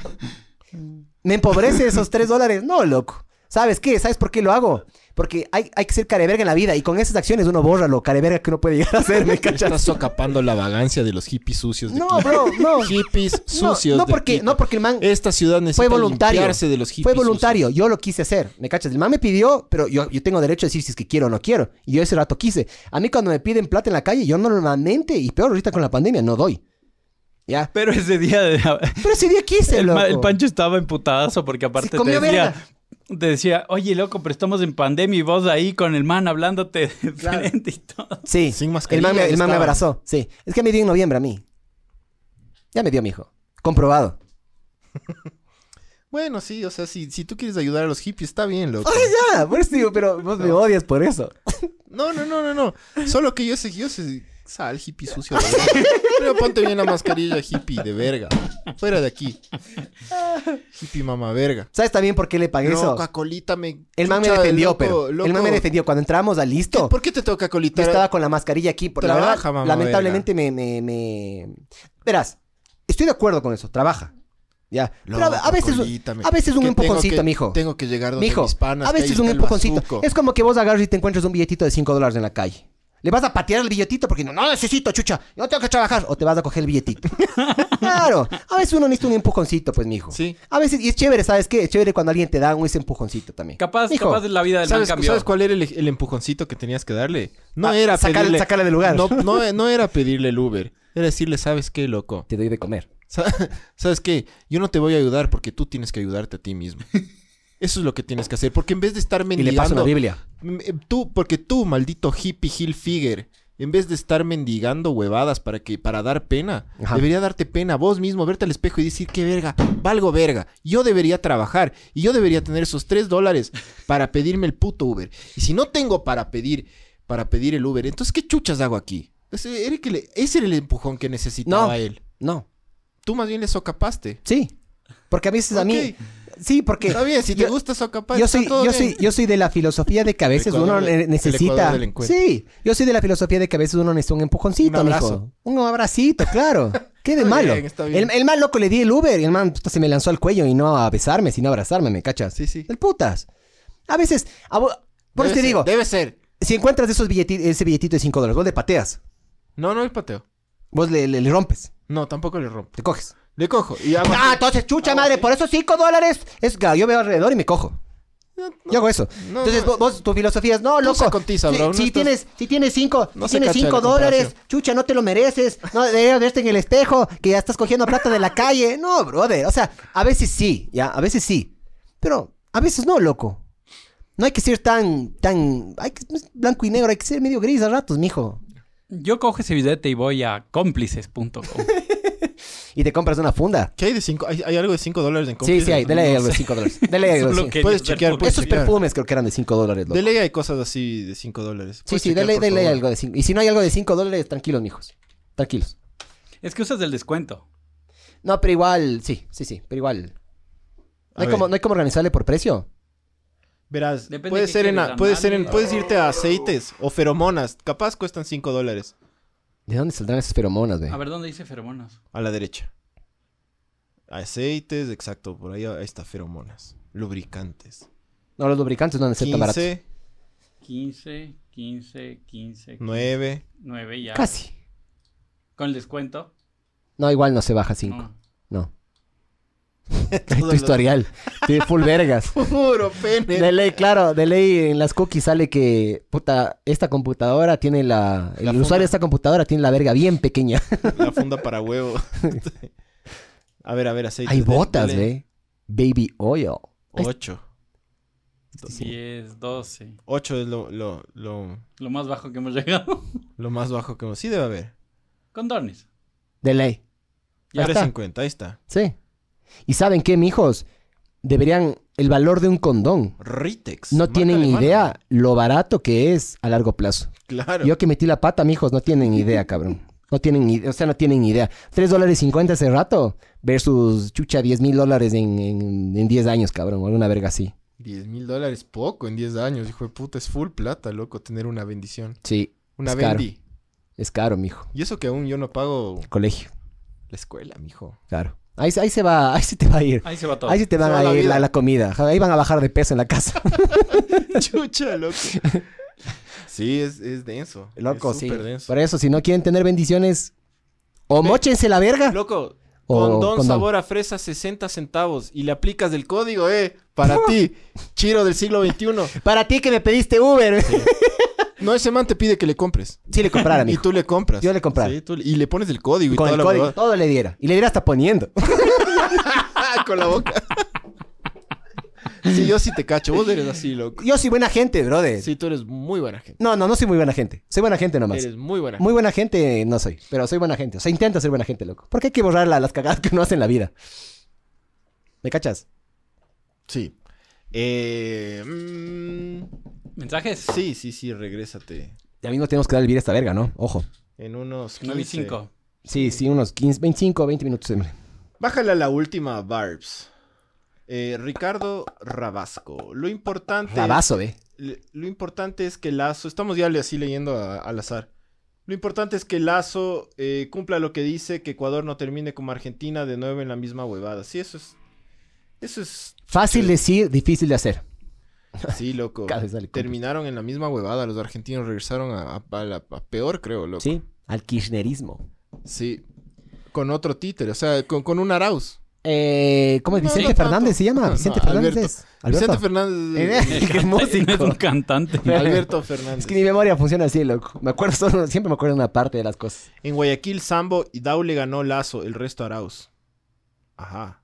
¿Me empobrece esos tres dólares? No, loco. ¿Sabes qué? ¿Sabes por qué lo hago? Porque hay, hay que ser careverga en la vida y con esas acciones uno borra lo careverga que uno puede llegar a ser, ¿me cachas?
Estás socapando la vagancia de los hippies sucios de
No,
Quito.
bro,
*laughs*
no.
Hippies
No,
sucios
no
de
porque,
Quito.
no porque el man...
Esta ciudad necesita
fue voluntario.
limpiarse de los hippies
Fue voluntario, yo lo quise hacer, ¿me cachas? El man me pidió, pero yo, yo tengo derecho a decir si es que quiero o no quiero. Y yo ese rato quise. A mí cuando me piden plata en la calle, yo normalmente, y peor ahorita con la pandemia, no doy. ¿Ya?
Pero ese día de la-
Pero ese día quise,
el,
loco.
ma- el Pancho estaba emputadazo porque aparte te
comió
decía,
verga.
te decía, oye loco, pero estamos en pandemia y vos ahí con el man hablándote de frente y todo.
Sí.
Sin
el
mascarilla
man, me, el man me
estaba.
abrazó, sí. Es que me dio en noviembre a mí. Ya me dio, mijo. Comprobado. *laughs*
Bueno, sí, o sea, si, si tú quieres ayudar a los hippies, está bien, loco.
Ay, ya, por eso digo, pero vos me odias por eso.
No, no, no, no, no. Solo que yo sé, yo sé, sal hippie sucio. de verga. Pero ponte bien la mascarilla hippie de verga. Fuera de
*laughs*
aquí. Hippie mamá verga.
¿Sabes también por qué le pagué
No,
eso?
Coca-Colita me...
El man me
Chucha,
defendió,
loco,
pero.
loco.
El man me defendió. Cuando entramos a
¿Qué-
listo,
¿Por qué te toca
yo
colitar?
estaba con la mascarilla aquí. Por la
Trabaja,
verdad,
mamá
lamentablemente me, me, me- Verás, estoy de acuerdo con eso. Trabaja. Ya. Pero a- a veces. A veces un empujoncito, mijo.
Tengo que llegar donde
Mijo,
mis panas.
a
que ahí
veces
está
un
el
empujoncito.
bazuco.
Es como que vos agarras y te encuentras un billetito de 5 dólares en la calle. Le vas a patear el billetito porque no, no necesito, chucha. No tengo que trabajar. O te vas a coger el
*laughs*
billetito. claro. A veces uno necesita un empujoncito, pues, mijo.
Sí.
A veces, y es chévere, ¿sabes qué? Es chévere cuando alguien te da un ese empujoncito también.
Capaz,
Mijo,
capaz la vida del man
¿Sabes,
cambió.
sabes cuál era el, el empujoncito que tenías que darle? No
Ah,
era
sacarle-
pedirle...
sacarle del lugar.
No, no, no era pedirle el Uber. Era decirle, ¿sabes qué, loco?
*laughs* Te doy de comer.
Sa- *laughs* ¿Sabes qué? Yo no te voy a ayudar porque tú tienes que ayudarte a ti mismo. Eso es lo que tienes que hacer. Porque en vez de estar
Y le paso
mendigando...
una Biblia.
M- eh, Tú, porque tú, maldito hippie Hill Figure, en vez de estar mendigando huevadas para que para dar pena,
Ajá.
debería darte pena vos mismo, verte al espejo y decir, qué verga, valgo verga, yo debería trabajar y yo debería tener esos tres dólares para pedirme el puto Uber. Y si no tengo para pedir, para pedir el Uber, entonces, ¿qué chuchas hago aquí? Ese era, que le- ese era el empujón que necesitaba
No.
él.
No.
Tú más bien le socapaste.
Sí. Porque a veces a mí. Sí, porque.
Está bien, si te
yo-
gusta socapar,
Yo
está
soy,
todo
yo,
bien.
soy, yo soy de la filosofía de que a veces
Ecuador
uno
del-
ne-
el
necesita.
Ecuador del encuentro.
Sí, yo soy de la filosofía de que a veces uno necesita un empujoncito,
Un
un
abrazo.
Un abracito,
*laughs*
claro. Qué de
Está
malo.
bien, está bien.
El, el man loco le di el Uber y el man puta, se me lanzó al cuello y no a besarme, sino a abrazarme, ¿me cachas?
Sí, sí.
El putas. A veces. a vo- por
Debe
eso te
ser,
digo,
Debe ser.
si encuentras esos billeti- ese billetito de 5 dólares, vos le pateas,
No, no el pateo.
vos le, le- le rompes,
No, tampoco le rompo.
te coges.
Le cojo. Y
Ah, entonces, chucha madre, por esos 5 dólares. Es, claro, yo veo alrededor y me cojo. Yo hago eso.
No,
Entonces,
no.
vos- vos, tu filosofía es, no,
No
loco.
se cotiza,
si,
bro, no
si
estás-
tienes, si tienes cinco,
No
si
se
tienes
cacha la
cinco dólares, chucha, no te lo mereces. No deberías verte en el espejo, que ya estás cogiendo plata
*laughs*
de la calle. No, brother. O sea, a veces sí, ya, a veces sí. Pero a veces no, loco. No hay que ser tan, tan, hay que, no es blanco y negro, hay que ser medio gris a ratos, mijo.
Yo cojo ese billete y voy a cómplices.com.
*laughs* Y te compras una funda.
¿Qué hay de 5? ¿Hay, hay algo de 5 dólares en
Sí,
cómplices?
sí, hay. Dele ahí algo de cinco dólares.
*laughs*
Dele ahí algo
Solo
Pues sí.
quería
Puedes
ver
chequear,
por-
puedes
Esos
chequear.
perfumes creo que eran de cinco dólares, loco. Pues
De ley hay cosas así de 5 dólares.
Sí,
Puedes
sí,
chequear,
dele,
por
dele
favor.
algo de cinco. Y si no hay algo de cinco dólares, tranquilos, mijos. Tranquilos.
Es que usas el descuento.
No, pero igual, sí, sí, sí, pero igual.
A
No hay,
ver.
como, no hay como organizarle por precio.
Verás,
Depende
puede
de qué
ser, en,
quieres,
a- puede ser en...
anal.
Puedes irte a aceites o feromonas. Capaz cuestan 5 dólares
¿De dónde saldrán esas feromonas, güey?
A ver, ¿dónde dice feromonas?
a la derecha. Aceites, exacto. Por ahí, ahí está feromonas. Lubricantes.
No, los lubricantes no necesitan barato.
15,
15, 15, 15,
9...
9 ya.
Casi.
Con el descuento.
No, igual no se baja cinco.
No.
*laughs* No. tu historial. Sí, full *laughs* vergas.
*laughs* Puro pene.
De ley, claro, de ley en las cookies sale que, puta, esta computadora tiene la... El
La
usuario
funda.
de esta computadora tiene la verga bien pequeña.
La funda para huevo. *laughs* a ver, a ver, aceite.
Hay botas, güey. Baby oil.
8.
10, 12.
8 es lo, lo, lo,
Lo más bajo que hemos llegado. *laughs*
lo más bajo que hemos. Sí, debe haber.
Condones.
De ley. Ya está.
3.50, ahí está.
Sí. ¿Y saben qué, mijos? Deberían... El valor de un condón.
Ritex.
No
marca
tienen
alemana.
idea lo barato que es a largo plazo.
Claro.
Yo que metí la pata, mijos, no tienen idea, cabrón. No tienen idea, o sea, no tienen idea. 3 dólares 50 hace rato versus chucha 10 mil dólares en, en, en 10 años, cabrón, o alguna verga así.
10 mil dólares poco en 10 años, hijo de puta. Es full plata, loco, tener una bendición.
Sí,
Una
Es caro.
bendi.
es caro, mijo.
Y eso que aún yo no pago
Colegio,
la escuela, mijo.
claro. Ahí, se- ahí se va, ahí se te va a ir.
Ahí se va todo.
Ahí se te
Se
van
va
a
la
ir la,
vida.
la comida. Ahí van a bajar de peso en la casa.
Chucha, loco. *laughs* sí, es, es denso. Es
Loco, sí.
súper denso.
Por eso, si no quieren tener bendiciones, o mochense la verga.
Loco,
O
condón,
condón.
sabor a fresa 60 centavos y le aplicas del código, eh,
*laughs*
para ti, chiro del siglo XXI.
Para ti que me pediste Uber.
No, ese man te pide que le compres.
*laughs* Sí, le comprara,
Y
mijo.
tú le compras.
Yo le comprara.
Sí, tú le- y le pones el código y
Con
toda
el
la
código,
huevada.
todo le diera. Y le diera hasta poniendo. *laughs*
Ah, con la boca. *laughs* sí, yo sí te cacho. Vos eres así, loco.
Yo soy buena gente, brother.
Sí, tú eres muy buena gente.
No, no, no soy muy buena gente. Soy buena gente nomás.
Eres muy buena gente.
Muy buena gente no soy, pero soy buena gente. O sea, intento ser buena gente, loco. Porque hay que borrar la- las cagadas que uno hace en la vida. ¿Me cachas?
Sí. Eh, mm,
¿Mensajes?
sí, sí, sí, regrésate.
Ya mismo tenemos que dar el vivir a esta verga, ¿no? Ojo.
En unos 15.
9 y 5.
Sí, sí, unos 15, 25, 20 minutos. em.
Bájale a la última, Barbs. Eh, Ricardo Rabasco. Lo importante.
Rabazo, ve.
le- lo importante es que Lazo, estamos ya le- así leyendo a- al azar. Lo importante es que Lazo eh, cumpla lo que dice, que Ecuador no termine como Argentina de nuevo en la misma huevada. Sí, eso es. Eso
*laughs*
es.
Fácil decir, difícil de hacer.
Sí, loco.
Cada vez sale con-
Terminaron en la misma huevada. Los argentinos regresaron a, a- a la- a peor, creo, loco.
¿Sí? Al kirchnerismo.
Sí. Con otro títere, o sea, con, con un Arauz.
Eh, ¿Cómo es?
No,
Vicente
no tanto.
Fernández se llama.
No,
Vicente
no,
Fernández
Alberto.
es. Alberto.
Vicente Fernández.
Eh, *laughs*
*laughs*
qué
Es un
músico.
cantante.
Alberto Fernández.
Es que mi memoria funciona así, loco. Me acuerdo solo, siempre me acuerdo de una parte de las cosas.
En Guayaquil, Sambo y Daule ganó Lazo, el resto Arauz. Ajá.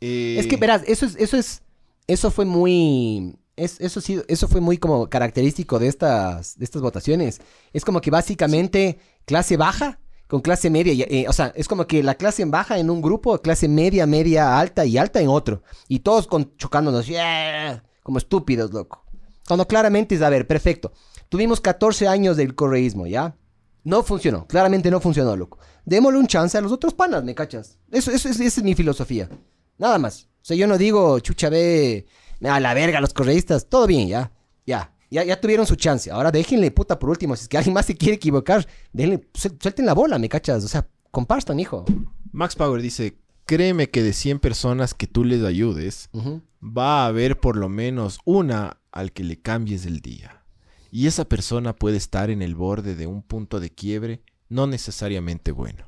Eh,
Es que verás, eso es, eso es, eso fue muy, es- eso sí, eso fue muy como característico de estas, de estas votaciones. Es como que básicamente clase baja con clase media, y, eh, o sea, es como que la clase en baja en un grupo, clase media, media alta y alta en otro, y todos con, chocándonos, ¡yeah! como estúpidos, loco. Cuando claramente es, a ver, perfecto. Tuvimos 14 años del correísmo, ¿ya? No funcionó, claramente no funcionó, loco. Démosle un chance a los otros panas, ¿me cachas? Eso, eso, es- esa es mi filosofía. Nada más. O sea, yo no digo, chucha, ve a la verga los correístas. Todo bien, ya. Ya. Ya, ya tuvieron su chance. Ahora déjenle, puta, por último. Si es que alguien más se quiere equivocar, denle, suel- suelten la bola, ¿me cachas? O sea, compartan, hijo.
Max Power dice: Créeme que de 100 personas que tú les ayudes,
Ujú.
va a haber por lo menos una al que le cambies el día. Y esa persona puede estar en el borde de un punto de quiebre no necesariamente bueno.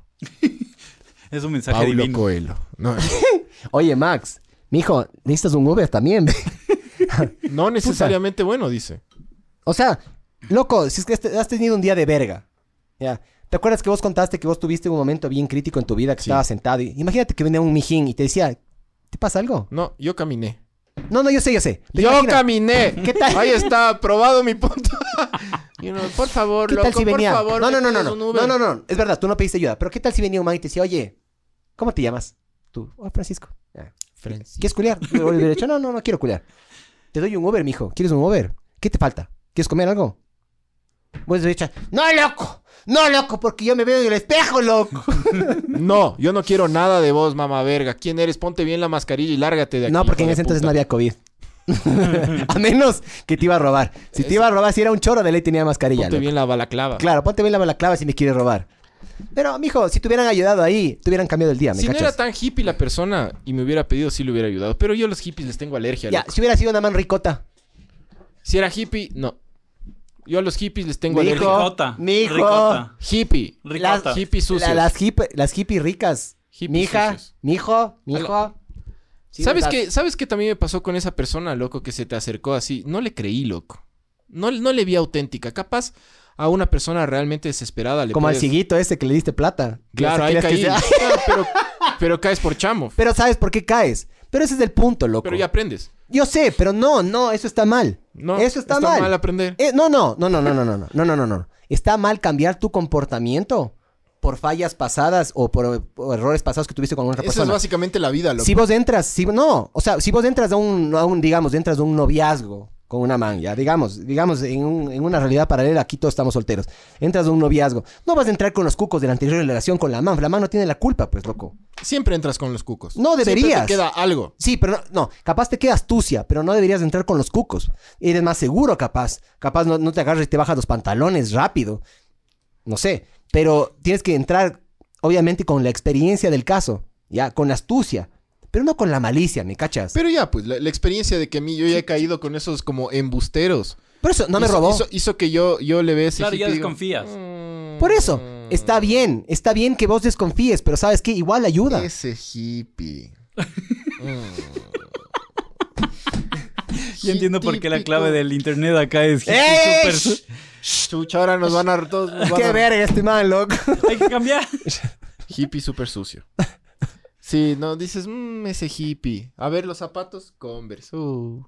Es un mensaje
Paulo
*laughs*
divino.
Coelho. No,
Oye, Max, mijo, necesitas un Uber también.
No necesariamente bueno, dice.
O sea, loco, si es que este, has- has tenido un día de verga. Ya. ¿Te acuerdas que vos contaste que vos tuviste un momento bien crítico en tu vida, que estabas sentado? Y, imagínate que venía un mijín y te decía, ¿te pasa algo?
No, yo caminé.
No, no, yo sé, yo sé. Pero
Yo
imagina,
caminé.
¿Qué tal?
Ahí está, aprobado mi punto. *laughs* Y uno, por favor,
¿Qué
loco,
tal si venía?
por favor.
no,
me
no, no, no,
pides
no,
un Uber.
no, no, no, es verdad, tú no pediste ayuda, pero ¿qué tal si venía un man y te decía, oye, ¿cómo te llamas? Tú, oh, Francisco. Ah, ¿Quieres culiar? Yo le hubiera dicho, no, no, no quiero culiar. Te doy un Uber, mijo, ¿quieres un Uber? ¿Qué te falta? ¿Quieres comer algo? Vos le echas, no, loco, no, loco, porque yo me veo en el espejo, loco.
No, yo no quiero nada de vos, mamá verga. ¿Quién eres? Ponte bien la mascarilla y lárgate de aquí.
No, porque
hijo
en
de
ese entonces
puta.
no había COVID. *laughs* a menos que te iba a robar. Si te iba a robar, si era un choro de ley, tenía mascarilla.
Ponte
loco.
bien la balaclava.
Claro, ponte bien la balaclava si me quieres robar. Pero, mijo, si te hubieran ayudado ahí, te hubieran cambiado el día, ¿me
Si no
cachas?
era tan hippie la persona y me hubiera pedido, sí le hubiera ayudado. Pero yo a los hippies les tengo alergia.
Ya,
loco.
si hubiera sido una man ricota.
Si era hippie, no. Yo a los hippies les tengo
Mijo.
alergia.
Ricota.
Mijo.
Ricota.
Hippie.
Ricota.
Hippies sucios.
La- las, hip, las hippies ricas.
Hippies
mi hija,
sucios.
mi hijo, mi hijo. Sí,
¿Sabes
¿verdad?
qué? ¿Sabes qué también me pasó con esa persona, loco, que se te acercó así? No le creí, loco. No, no le vi auténtica. Capaz a una persona realmente desesperada le
Como al
puedes-
ciguito ese que le diste plata.
Claro, ahí
Ese que
caí.
querías que sea-
Claro, pero, pero caes por chamo.
*laughs* Pero ¿sabes por qué caes? Pero ese es el punto, loco.
Pero ya aprendes.
Yo sé, pero no, no, eso está mal.
No,
eso está, mal.
aprender.
Eh, no, no, no, no, no, no, no, no, no, no, no, no. Está mal cambiar tu comportamiento por fallas pasadas o por, por errores pasados que tuviste con otra
Esa es
persona.
básicamente la vida, loco.
Si vos entras, si no, o sea, si vos entras a un, a un, digamos, entras a un noviazgo con una man, ya, digamos, digamos, en, un- en una realidad paralela, aquí todos estamos solteros. Entras a un noviazgo, no vas a entrar con los cucos de la anterior relación con la man, la man no tiene la culpa, pues, loco.
Siempre entras con los cucos.
No
Siempre
deberías.
te queda algo.
Sí, pero no, no, capaz te quedas tucia, pero no deberías entrar con los cucos. Eres más seguro, capaz. Capaz no, no te agarras y te bajas los pantalones rápido. No sé, pero tienes que entrar, obviamente, con la experiencia del caso, ya, con la astucia, pero no con la malicia, ¿me cachas?
Pero ya, pues, la, la experiencia de que a mí yo ya he caído con esos como embusteros.
Por eso, no me
Hizo-
robó.
Hizo, hizo que yo, yo le vea ese
Claro, ya
hippie y "Mm, digo,
desconfías.
Por eso, está bien, está bien que vos desconfíes, pero ¿sabes qué? Igual ayuda.
Ese hippie.
*laughs* Yo entiendo por qué la clave del internet acá es hippie
¡Ey!
super-
Chucha, ahora nos van
*laughs*
a... Todos nos van
*laughs* ¡Qué
a-
verga este man, loco!
*laughs* Hay que cambiar.
*laughs* Hippie súper sucio. Sí, no, dices, mmm, ese hippie. A ver, los zapatos, Converse.
*laughs*
Uh.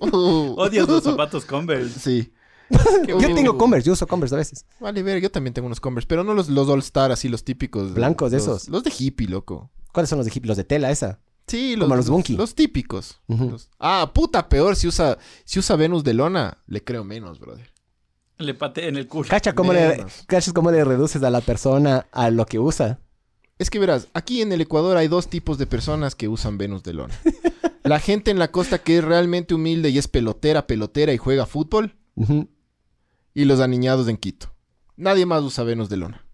Uh. *laughs*
Odias los zapatos Converse.
Sí.
*laughs* Yo tengo
Uh.
Converse, yo uso Converse a veces.
Vale, ver, yo también tengo unos Converse, pero no los, los All Star así, los típicos.
Blancos de
Los-
esos.
Los de hippie, loco.
¿Cuáles son los de hip? Los de tela esa.
Sí, los,
Como los Bunky.
Los típicos.
Ujú.
Los- Ah, puta, peor, si usa, si usa Venus de lona, le creo menos, brother.
Le pateé en el culo.
Cacha cómo le,
Menos.
cachas cómo le reduces a la persona a lo que usa.
Es que verás, aquí en el Ecuador hay dos tipos de personas que usan Venus de
*laughs*
lona. La gente en la costa que es realmente humilde y es pelotera, pelotera y juega fútbol.
Ujú.
Y los aniñados en Quito. Nadie más usa Venus de lona.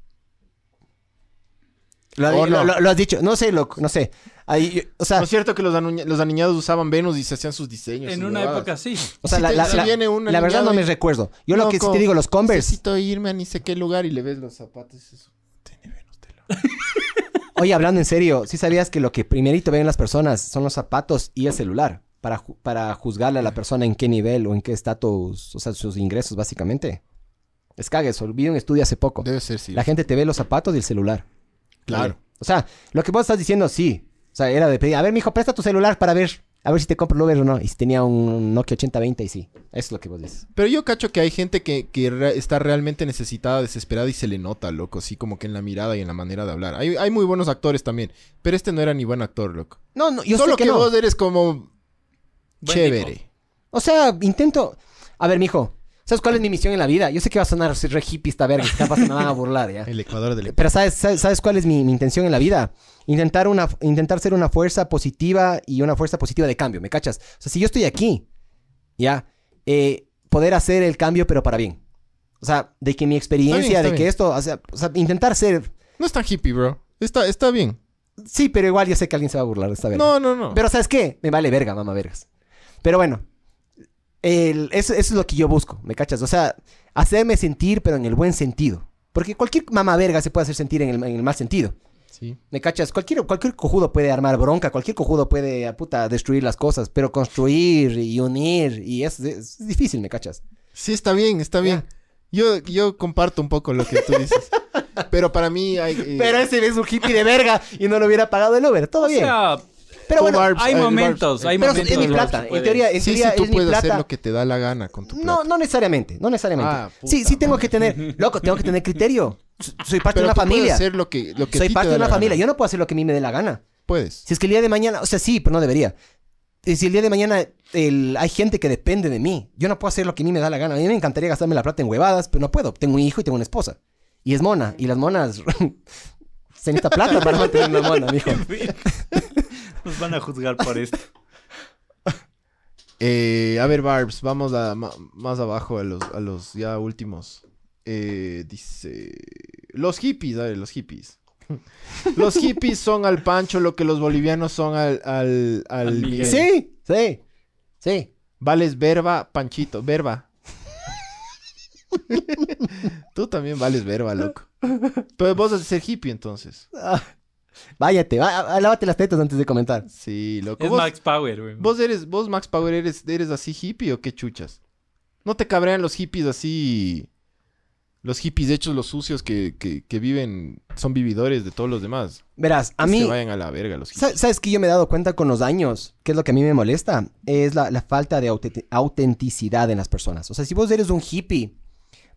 Lo,
¿O
lo-
no?
lo- lo has dicho. No sé, loco, no sé. Ahí, yo- o sea,
No es cierto que los, anuña- los aniñados usaban Venus y se hacían sus diseños.
En
sus
una
huevadas.
época sí.
o sea,
si
la,
te-
la-
si
la-
viene un
la verdad
niñado
no me
y-
recuerdo. Yo lo que sí
Loco,
te digo, los Converse.
Necesito irme a ni sé qué lugar y le ves los zapatos. y dices, "Tiene Venus de lona".
Oye, hablando en serio, ¿sí sabías que lo que primerito ven las personas son los zapatos y el celular? Para, ju- para juzgarle a la persona en qué nivel o en qué estatus, o sea, sus ingresos, básicamente. Es cagues, olvidé un estudio hace poco.
Debe ser, sí.
La gente te ve los zapatos y el celular.
Claro.
O sea, lo que vos estás diciendo, sí. O sea, era de pedir, a ver, mijo, presta tu celular para ver, a ver si te compro el Uber o no. Y si tenía un Nokia 8020 y sí. Eso es lo que vos dices.
Pero yo cacho que hay gente que, que re- está realmente necesitada, desesperada y se le nota, loco. Así como que en la mirada y en la manera de hablar. Hay, hay muy buenos actores también. Pero este no era ni buen actor, loco.
No, no, yo
Solo
sé que,
que,
no.
vos eres como
Buen
chévere.
tipo.
O sea, intento... A ver, mijo, ¿sabes cuál es mi misión en la vida? Yo sé que va a sonar así re hippie esta verga, que capaz me van a burlar, ¿ya?
El Ecuador del
Pero ¿sabes, sabes, sabes cuál es mi, mi intención en la vida? Intentar, una, intentar ser una fuerza positiva y una fuerza positiva de cambio, ¿me cachas? O sea, si yo estoy aquí, ya, eh, poder hacer el cambio, pero para bien. O sea, de que mi experiencia,
está
de que
bien.
esto, o sea, o sea, intentar ser...
No es tan hippie, bro. Está, está bien.
Sí, pero igual yo sé que alguien se va a burlar de esta verga.
No, no, no.
Pero ¿sabes qué? Me vale verga, mamá vergas. Pero bueno, el- eso, eso es lo que yo busco, ¿me cachas? O sea, hacerme sentir, pero en el buen sentido. Porque cualquier mamá verga se puede hacer sentir en el, en el mal sentido.
Sí.
¿Me cachas? Cualquier, cualquier cojudo puede armar bronca, cualquier cojudo puede, ah, puta, destruir las cosas, pero construir y unir, y es, es- es difícil, ¿me cachas?
Sí, está bien, está bien. Yo, yo comparto un poco lo que tú
*laughs*
dices. Pero para mí hay... eh,
Pero ese es un hippie de verga y no lo hubiera pagado el Uber, todo
O
bien.
sea,
pero
tú,
bueno,
Barbs,
hay
eh,
momentos,
Barbs,
hay
pero
momentos.
es mi
en los que
plata, en
puedes-
teoría, en
Sí, sí,
teoría
tú
es mi
puedes hacer
plata.
lo que te da la gana con tu plata.
No, no necesariamente, no necesariamente.
Ah, puta
sí, sí tengo que tener, loco, tengo
*laughs*
que tener criterio. S- Soy parte
Pero
de una
tú puedes
familia.
hacer lo que, lo que a
Soy
ti te
parte
da
de una
la gana.
familia, yo no puedo hacer lo que a mí me dé la gana.
Puedes.
Si es que el día de mañana, o sea, sí, pero no debería. Eh, Si el día de mañana el- hay gente que depende de mí, yo no puedo hacer lo que a mí me da la gana. A mí me encantaría gastarme la plata en huevadas, pero no puedo. Tengo un hijo y tengo una esposa. Y es mona. Y las monas... *laughs* Se necesita plata para mantener una mona, mijo.
Nos van a juzgar por esto.
Eh, a ver, Barbs, vamos a, ma- más abajo a los, a los ya últimos. Eh, dice... Los hippies, a ver, los hippies. Los hippies son al pancho lo que los bolivianos son al... al, al
Al Miguel.
Miguel.
Sí, sí, sí.
Vales verba, panchito, verba. Tú también vales verba, loco. Pero vos has de ser hippie entonces.
Ah, váyate, va, ah, lávate las tetas antes de comentar.
Sí, loco.
Es
vos,
Max Power, güey.
vos eres, vos Max Power, eres, eres así hippie o qué chuchas? ¿No te cabrean los hippies así? Los hippies hechos los sucios que, que- que viven, son vividores de todos los demás.
Verás, a
Que
mí...
se vayan a la verga los hippies.
Sa- ¿Sabes que yo me he dado cuenta con los años? ¿Qué es lo que a mí me molesta? Es la, la falta de aute- autenticidad en las personas. O sea, si vos eres un hippie,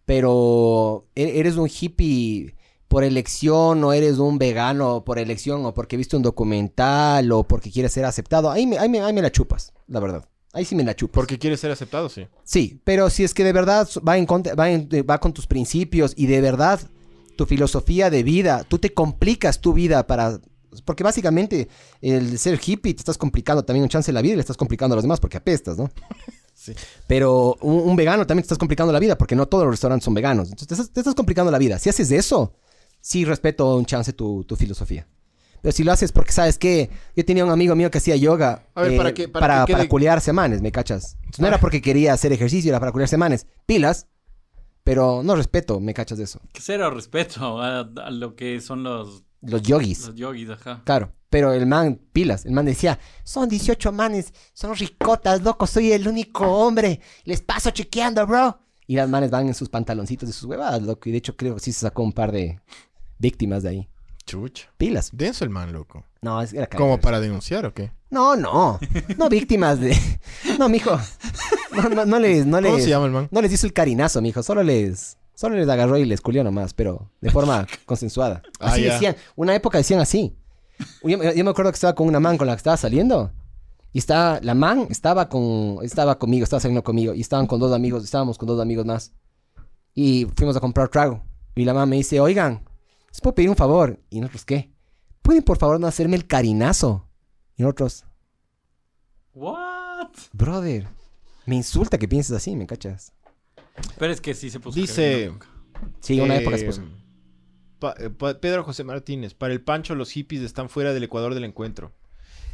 pero e- eres un hippie por elección o eres un vegano por elección o porque viste un documental o porque quieres ser aceptado, ahí me, ahí me, ahí me la chupas, la verdad. Ahí sí me la chupas.
Porque quieres ser aceptado, sí.
Sí, pero si es que de verdad va, en contra- va, en- eh, va con tus principios y de verdad tu filosofía de vida, tú te complicas tu vida para... Porque básicamente el ser hippie te estás complicando también un chance de la vida y le estás complicando a los demás porque apestas, ¿no?
*laughs* Sí.
Pero un, un vegano también te estás complicando la vida porque no todos los restaurantes son veganos. Entonces te estás, te estás complicando la vida. Si haces eso, sí respeto un chance tu, tu filosofía. Pero si lo haces porque, ¿sabes qué? Yo tenía un amigo mío que hacía yoga
A ver,
eh,
para que- para
para, para,
que quede- Ah.
culearse manes, ¿me cachas? Entonces, no era porque quería hacer ejercicio, era para culearse manes. Pilas, pero no respeto, ¿me cachas de eso?
Cero respeto a, a lo que son los,
Los yogis.
los yogis, ajá.
Claro, pero el man, pilas, el man decía, son 18 manes, son ricotas, loco, soy el único hombre, les paso chequeando, bro. Y las manes van en sus pantaloncitos de sus huevadas, loco, y de hecho creo que sí se sacó un par de víctimas de ahí.
Chucha.
Pilas.
Denso el man, loco.
No, es- era cara
¿Como
de-
para denunciar o qué?
No, no, no víctimas de... *laughs* No, mijo, no, no, no les, no
¿Cómo
les,
se llama el man?
no les hizo el carinazo, mijo, solo les... Solo les agarró y les culió nomás, pero de
*laughs*
forma consensuada.
Ah,
Así
ya.
decían. Una época decían así. Yo, me- yo me acuerdo que estaba con una man con la que estaba saliendo. Y estaba, la man estaba con, estaba conmigo, estaba saliendo conmigo. Y estaban con dos amigos, estábamos con dos amigos más. Y fuimos a comprar trago. Y la man me dice, oigan, ¿les puedo pedir un favor? Y nosotros, ¿qué? ¿Pueden por favor no hacerme el carinazo? Y nosotros,
What?
brother, me insulta que pienses así, ¿me cachas?
Pero es que sí se puso.
Dice-
heavy, ¿no? *laughs*
Sí, una
Eh,
época se puso.
Pa- eh, pa- Pedro José Martínez, para el Pancho los hippies están fuera del Ecuador del encuentro.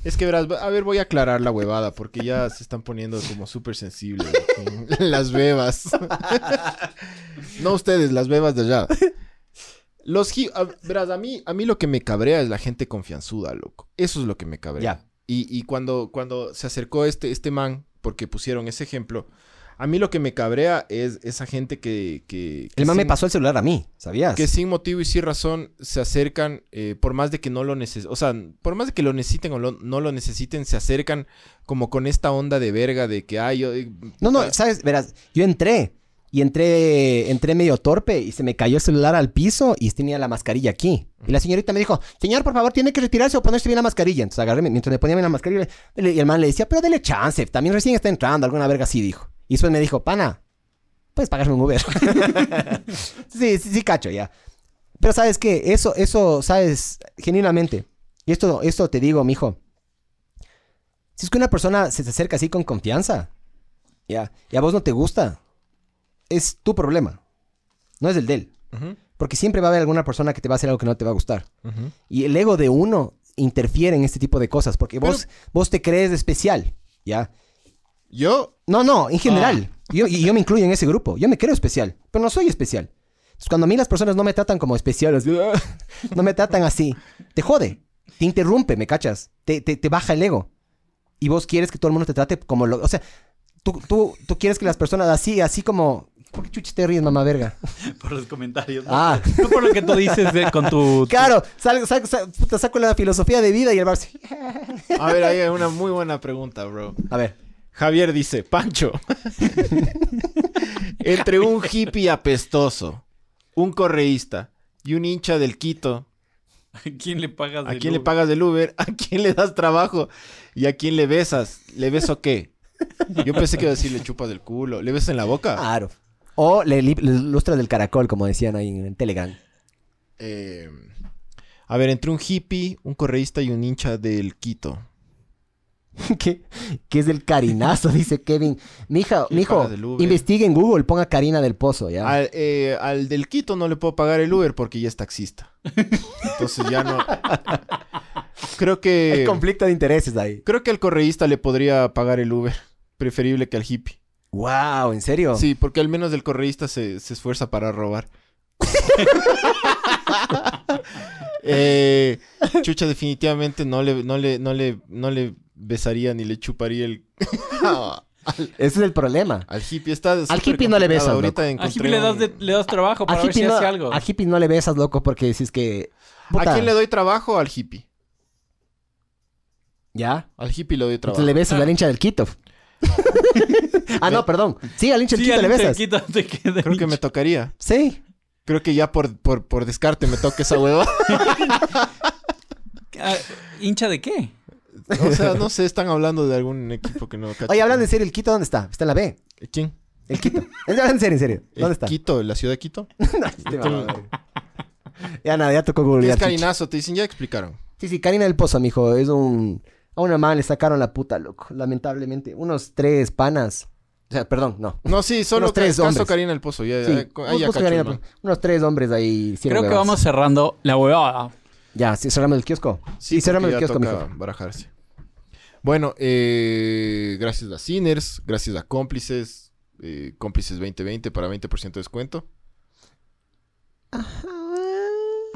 Es que verás, a ver, voy a aclarar la huevada porque ya se están poniendo como súper sensibles. *laughs* las bebas. *laughs* no ustedes, las bebas de allá. Los hi- a- verás, a mí, a mí lo que me cabrea es la gente confianzuda, loco. Eso es lo que me cabrea.
Ya.
Y, y cuando, cuando se acercó este, este man, porque pusieron ese ejemplo, a mí lo que me cabrea es esa gente que... que, que
El man me
sin-
pasó el celular a mí, ¿sabías?
que sin motivo y sin razón se acercan, eh, por más de que no lo necesiten, o sea, por más de que lo necesiten o lo- no lo necesiten, se acercan como con esta onda de verga de que, ay, yo... eh,
No,
puta,
no, sabes, verás, yo entré y entré, entré medio torpe y se me cayó el celular al piso y tenía la mascarilla aquí. Y la señorita me dijo, señor, por favor, tiene que retirarse o ponerse bien la mascarilla. Entonces agarré, mientras me ponía bien la mascarilla, le- y el man le decía, pero dele chance, también recién está entrando, alguna verga así dijo. Y después me dijo, pana, puedes pagarme un Uber. *laughs* sí, sí, sí, cacho, ya. Pero sabes qué, eso, eso, sabes, genuinamente, y esto, esto te digo, mijo, si es que una persona se te acerca así con confianza, ya, y a vos no te gusta, es tu problema, no es el de él.
ujú,
Porque siempre va a haber alguna persona que te va a hacer algo que no te va a gustar.
ujú.
Y el ego de uno interfiere en este tipo de cosas, porque vos, vos te crees especial, ¿ya?
Yo,
No, no, en general. Yo, y yo me incluyo en ese grupo. Yo me creo especial, pero no soy especial. Entonces, cuando a mí las personas no me tratan como especial, así, *laughs* "Ah", no me tratan así, te jode, te interrumpe, ¿me cachas? Te, te, te baja el ego. Y vos quieres que todo el mundo te trate como lo... O sea, tú, tú, tú quieres que las personas así, así como... ¿Por qué chuches te ríes, mamá verga?
Por los comentarios. ¿no?
Ah,
No por lo que tú dices de-
*laughs*
con tu...
claro, sal- sal- sal- puta, saco la filosofía de vida y el bar... se-
A ver, ahí hay una muy buena pregunta, bro.
A ver,
Javier dice,
*laughs*
Pancho, entre un hippie apestoso, un correísta y un hincha del Quito,
¿A quién le pagas
¿a
del
quién le
Uber?
pagas del Uber? ¿A quién le das trabajo? ¿Y a quién le besas? ¿Le beso qué? Yo pensé que iba a decir le chupas del culo, le besas en la boca.
claro. O le, li- le lustra del caracol, como decían ahí en Telegram.
Eh, a ver, entre un hippie, un correísta y un hincha del Quito.
*laughs* ¿Qué, qué es del carinazo? *laughs* Dice Kevin. Mija,
¿Quién
mijo,
paga del Uber?
investigue en Google, ponga Karina del Pozo, ya.
Al, eh, al del Quito no le puedo pagar el Uber porque ya es taxista. Entonces ya no. Creo que.
Hay conflicto de intereses ahí.
Creo que al correísta le podría pagar el Uber. Preferible que al hippie.
Wow, ¿en serio?
Sí, porque al menos el correísta se, se esfuerza para robar. Eh, chucha, definitivamente no le, no le, no le, no le besaría ni le chuparía el.
Ese es el problema.
al hippie está.
Al
súper
hippie no le
complicado.
besas,
Ahorita
A
encontré
hippie le das,
un-
de- le das trabajo para
A
ver si
hippie, no,
hace algo.
a hippie no le besas, loco, porque si es que...
¿A
puta,
quién le doy trabajo? Al hippie.
¿Ya?
Al hippie le doy trabajo.
Entonces le besas al hincha del Quito. *laughs* ah,
*laughs*
no, perdón. Sí, al hincha del
Sí,
Quito le
al
besas.
hincha del Quito te queda
Creo que me
hincha.
tocaría.
Sí.
Creo que ya por, por, por descarte me toca esa
*laughs*
hueva.
Ah, ¿Hincha de qué?
O sea, no sé, están hablando de algún equipo que no cacho.
Oye, hablando en serio, ¿el Quito dónde está? Está en la B.
¿Quién?
El Quito. *laughs* Hablando en serio, en serio.
¿El
¿Dónde está? *laughs*
Quito, la ciudad de Quito.
Este mamador. ya nada, ya tocó Google.
¿Qué es Carinazo? Te dicen, ya explicaron.
Sí, sí, Karina del Pozo, mijo. Es un. A una man le sacaron la puta, loco. Lamentablemente. Unos tres panas. O sea, perdón, no.
No, sí, solo
Unos tres
tres caso
hombres.
Karina el Pozo. Ya, ya,
Sí,
Eh, ahí ya
busca
cacho,
Karina,
hermano.
pues, unos tres hombres ahí. hicieron
Creo que
huevadas.
vamos cerrando la huevada.
Ya, sí, cerramos el kiosco. Sí,
porque
cerramos el
ya
kiosco,
toca
mijo.
barajarse. Bueno, eh, gracias a Sinners, gracias a Cómplices, eh, Cómplices 2020 para 20% de descuento. *laughs*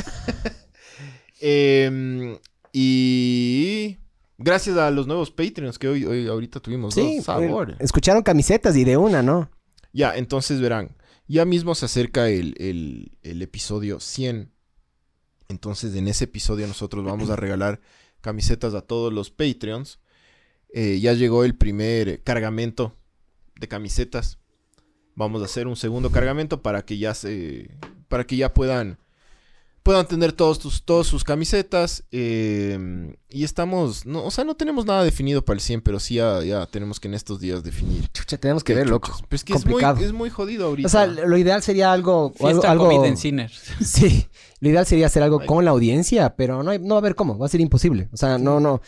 Em, y gracias a los nuevos Patreons que hoy, hoy ahorita tuvimos.
Sí, eh,
dos, sabor.
escucharon camisetas y de una, ¿no?
Ya, entonces verán. Ya mismo se acerca el, el- el episodio 100. Entonces, en ese episodio nosotros
*clears throat*
vamos a regalar camisetas a todos los Patreons. Eh, ya llegó el primer cargamento de camisetas. Vamos a hacer un segundo cargamento para que ya se. para que ya puedan. Puedan tener todos, tus, todas sus camisetas. eh, y estamos. No, o sea, no tenemos nada definido para el 100, pero sí ya, ya tenemos que en estos días definir
Chucha, tenemos que ver, loco.
Chuchas. Pero es que es muy,
Complicado.
es muy jodido ahorita.
O sea, lo ideal sería algo. algo,
Fiesta
algo-
COVID
*laughs*
en Sinners.
Sí, lo ideal sería hacer algo
Ay.
con la audiencia, pero no, hay- no va a haber cómo, va a ser imposible. O sea, no, no,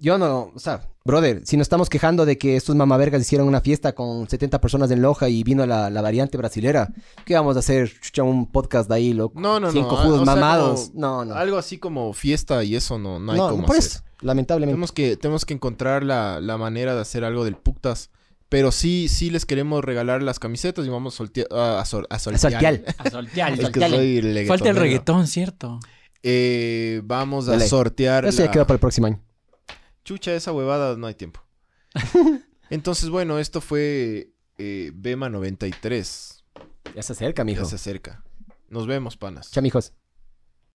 yo no, o sea, brother, si nos estamos quejando de que estos mamavergas hicieron una fiesta con 70 personas en Loja y vino la, la variante brasilera, ¿qué vamos a hacer? Chucha, un podcast de ahí, loco.
no, no, no.
Cinco
ah,
judos
o sea,
mamados.
como-
No, no.
Algo así como fiesta y eso no, no hay
no,
cómo
por
hacer.
eso, lamentablemente.
Tenemos que, tenemos que encontrar la, la manera de hacer algo del putas. Pero sí, sí les queremos regalar las camisetas y vamos a, soltea- a, a sol- a soltear.
Soltear.
A soltear.
Es que soy
Falta el
reggaetonero.
reggaetón, ¿cierto?
Eh, vamos a
Dale.
sortear
Eso ya
la-
quedó para el próximo año.
Chucha, esa huevada no hay tiempo. Entonces, bueno, esto fue eh, Bema 93.
Ya se acerca, mijo.
Ya se acerca. Nos vemos, panas.
Chamijos.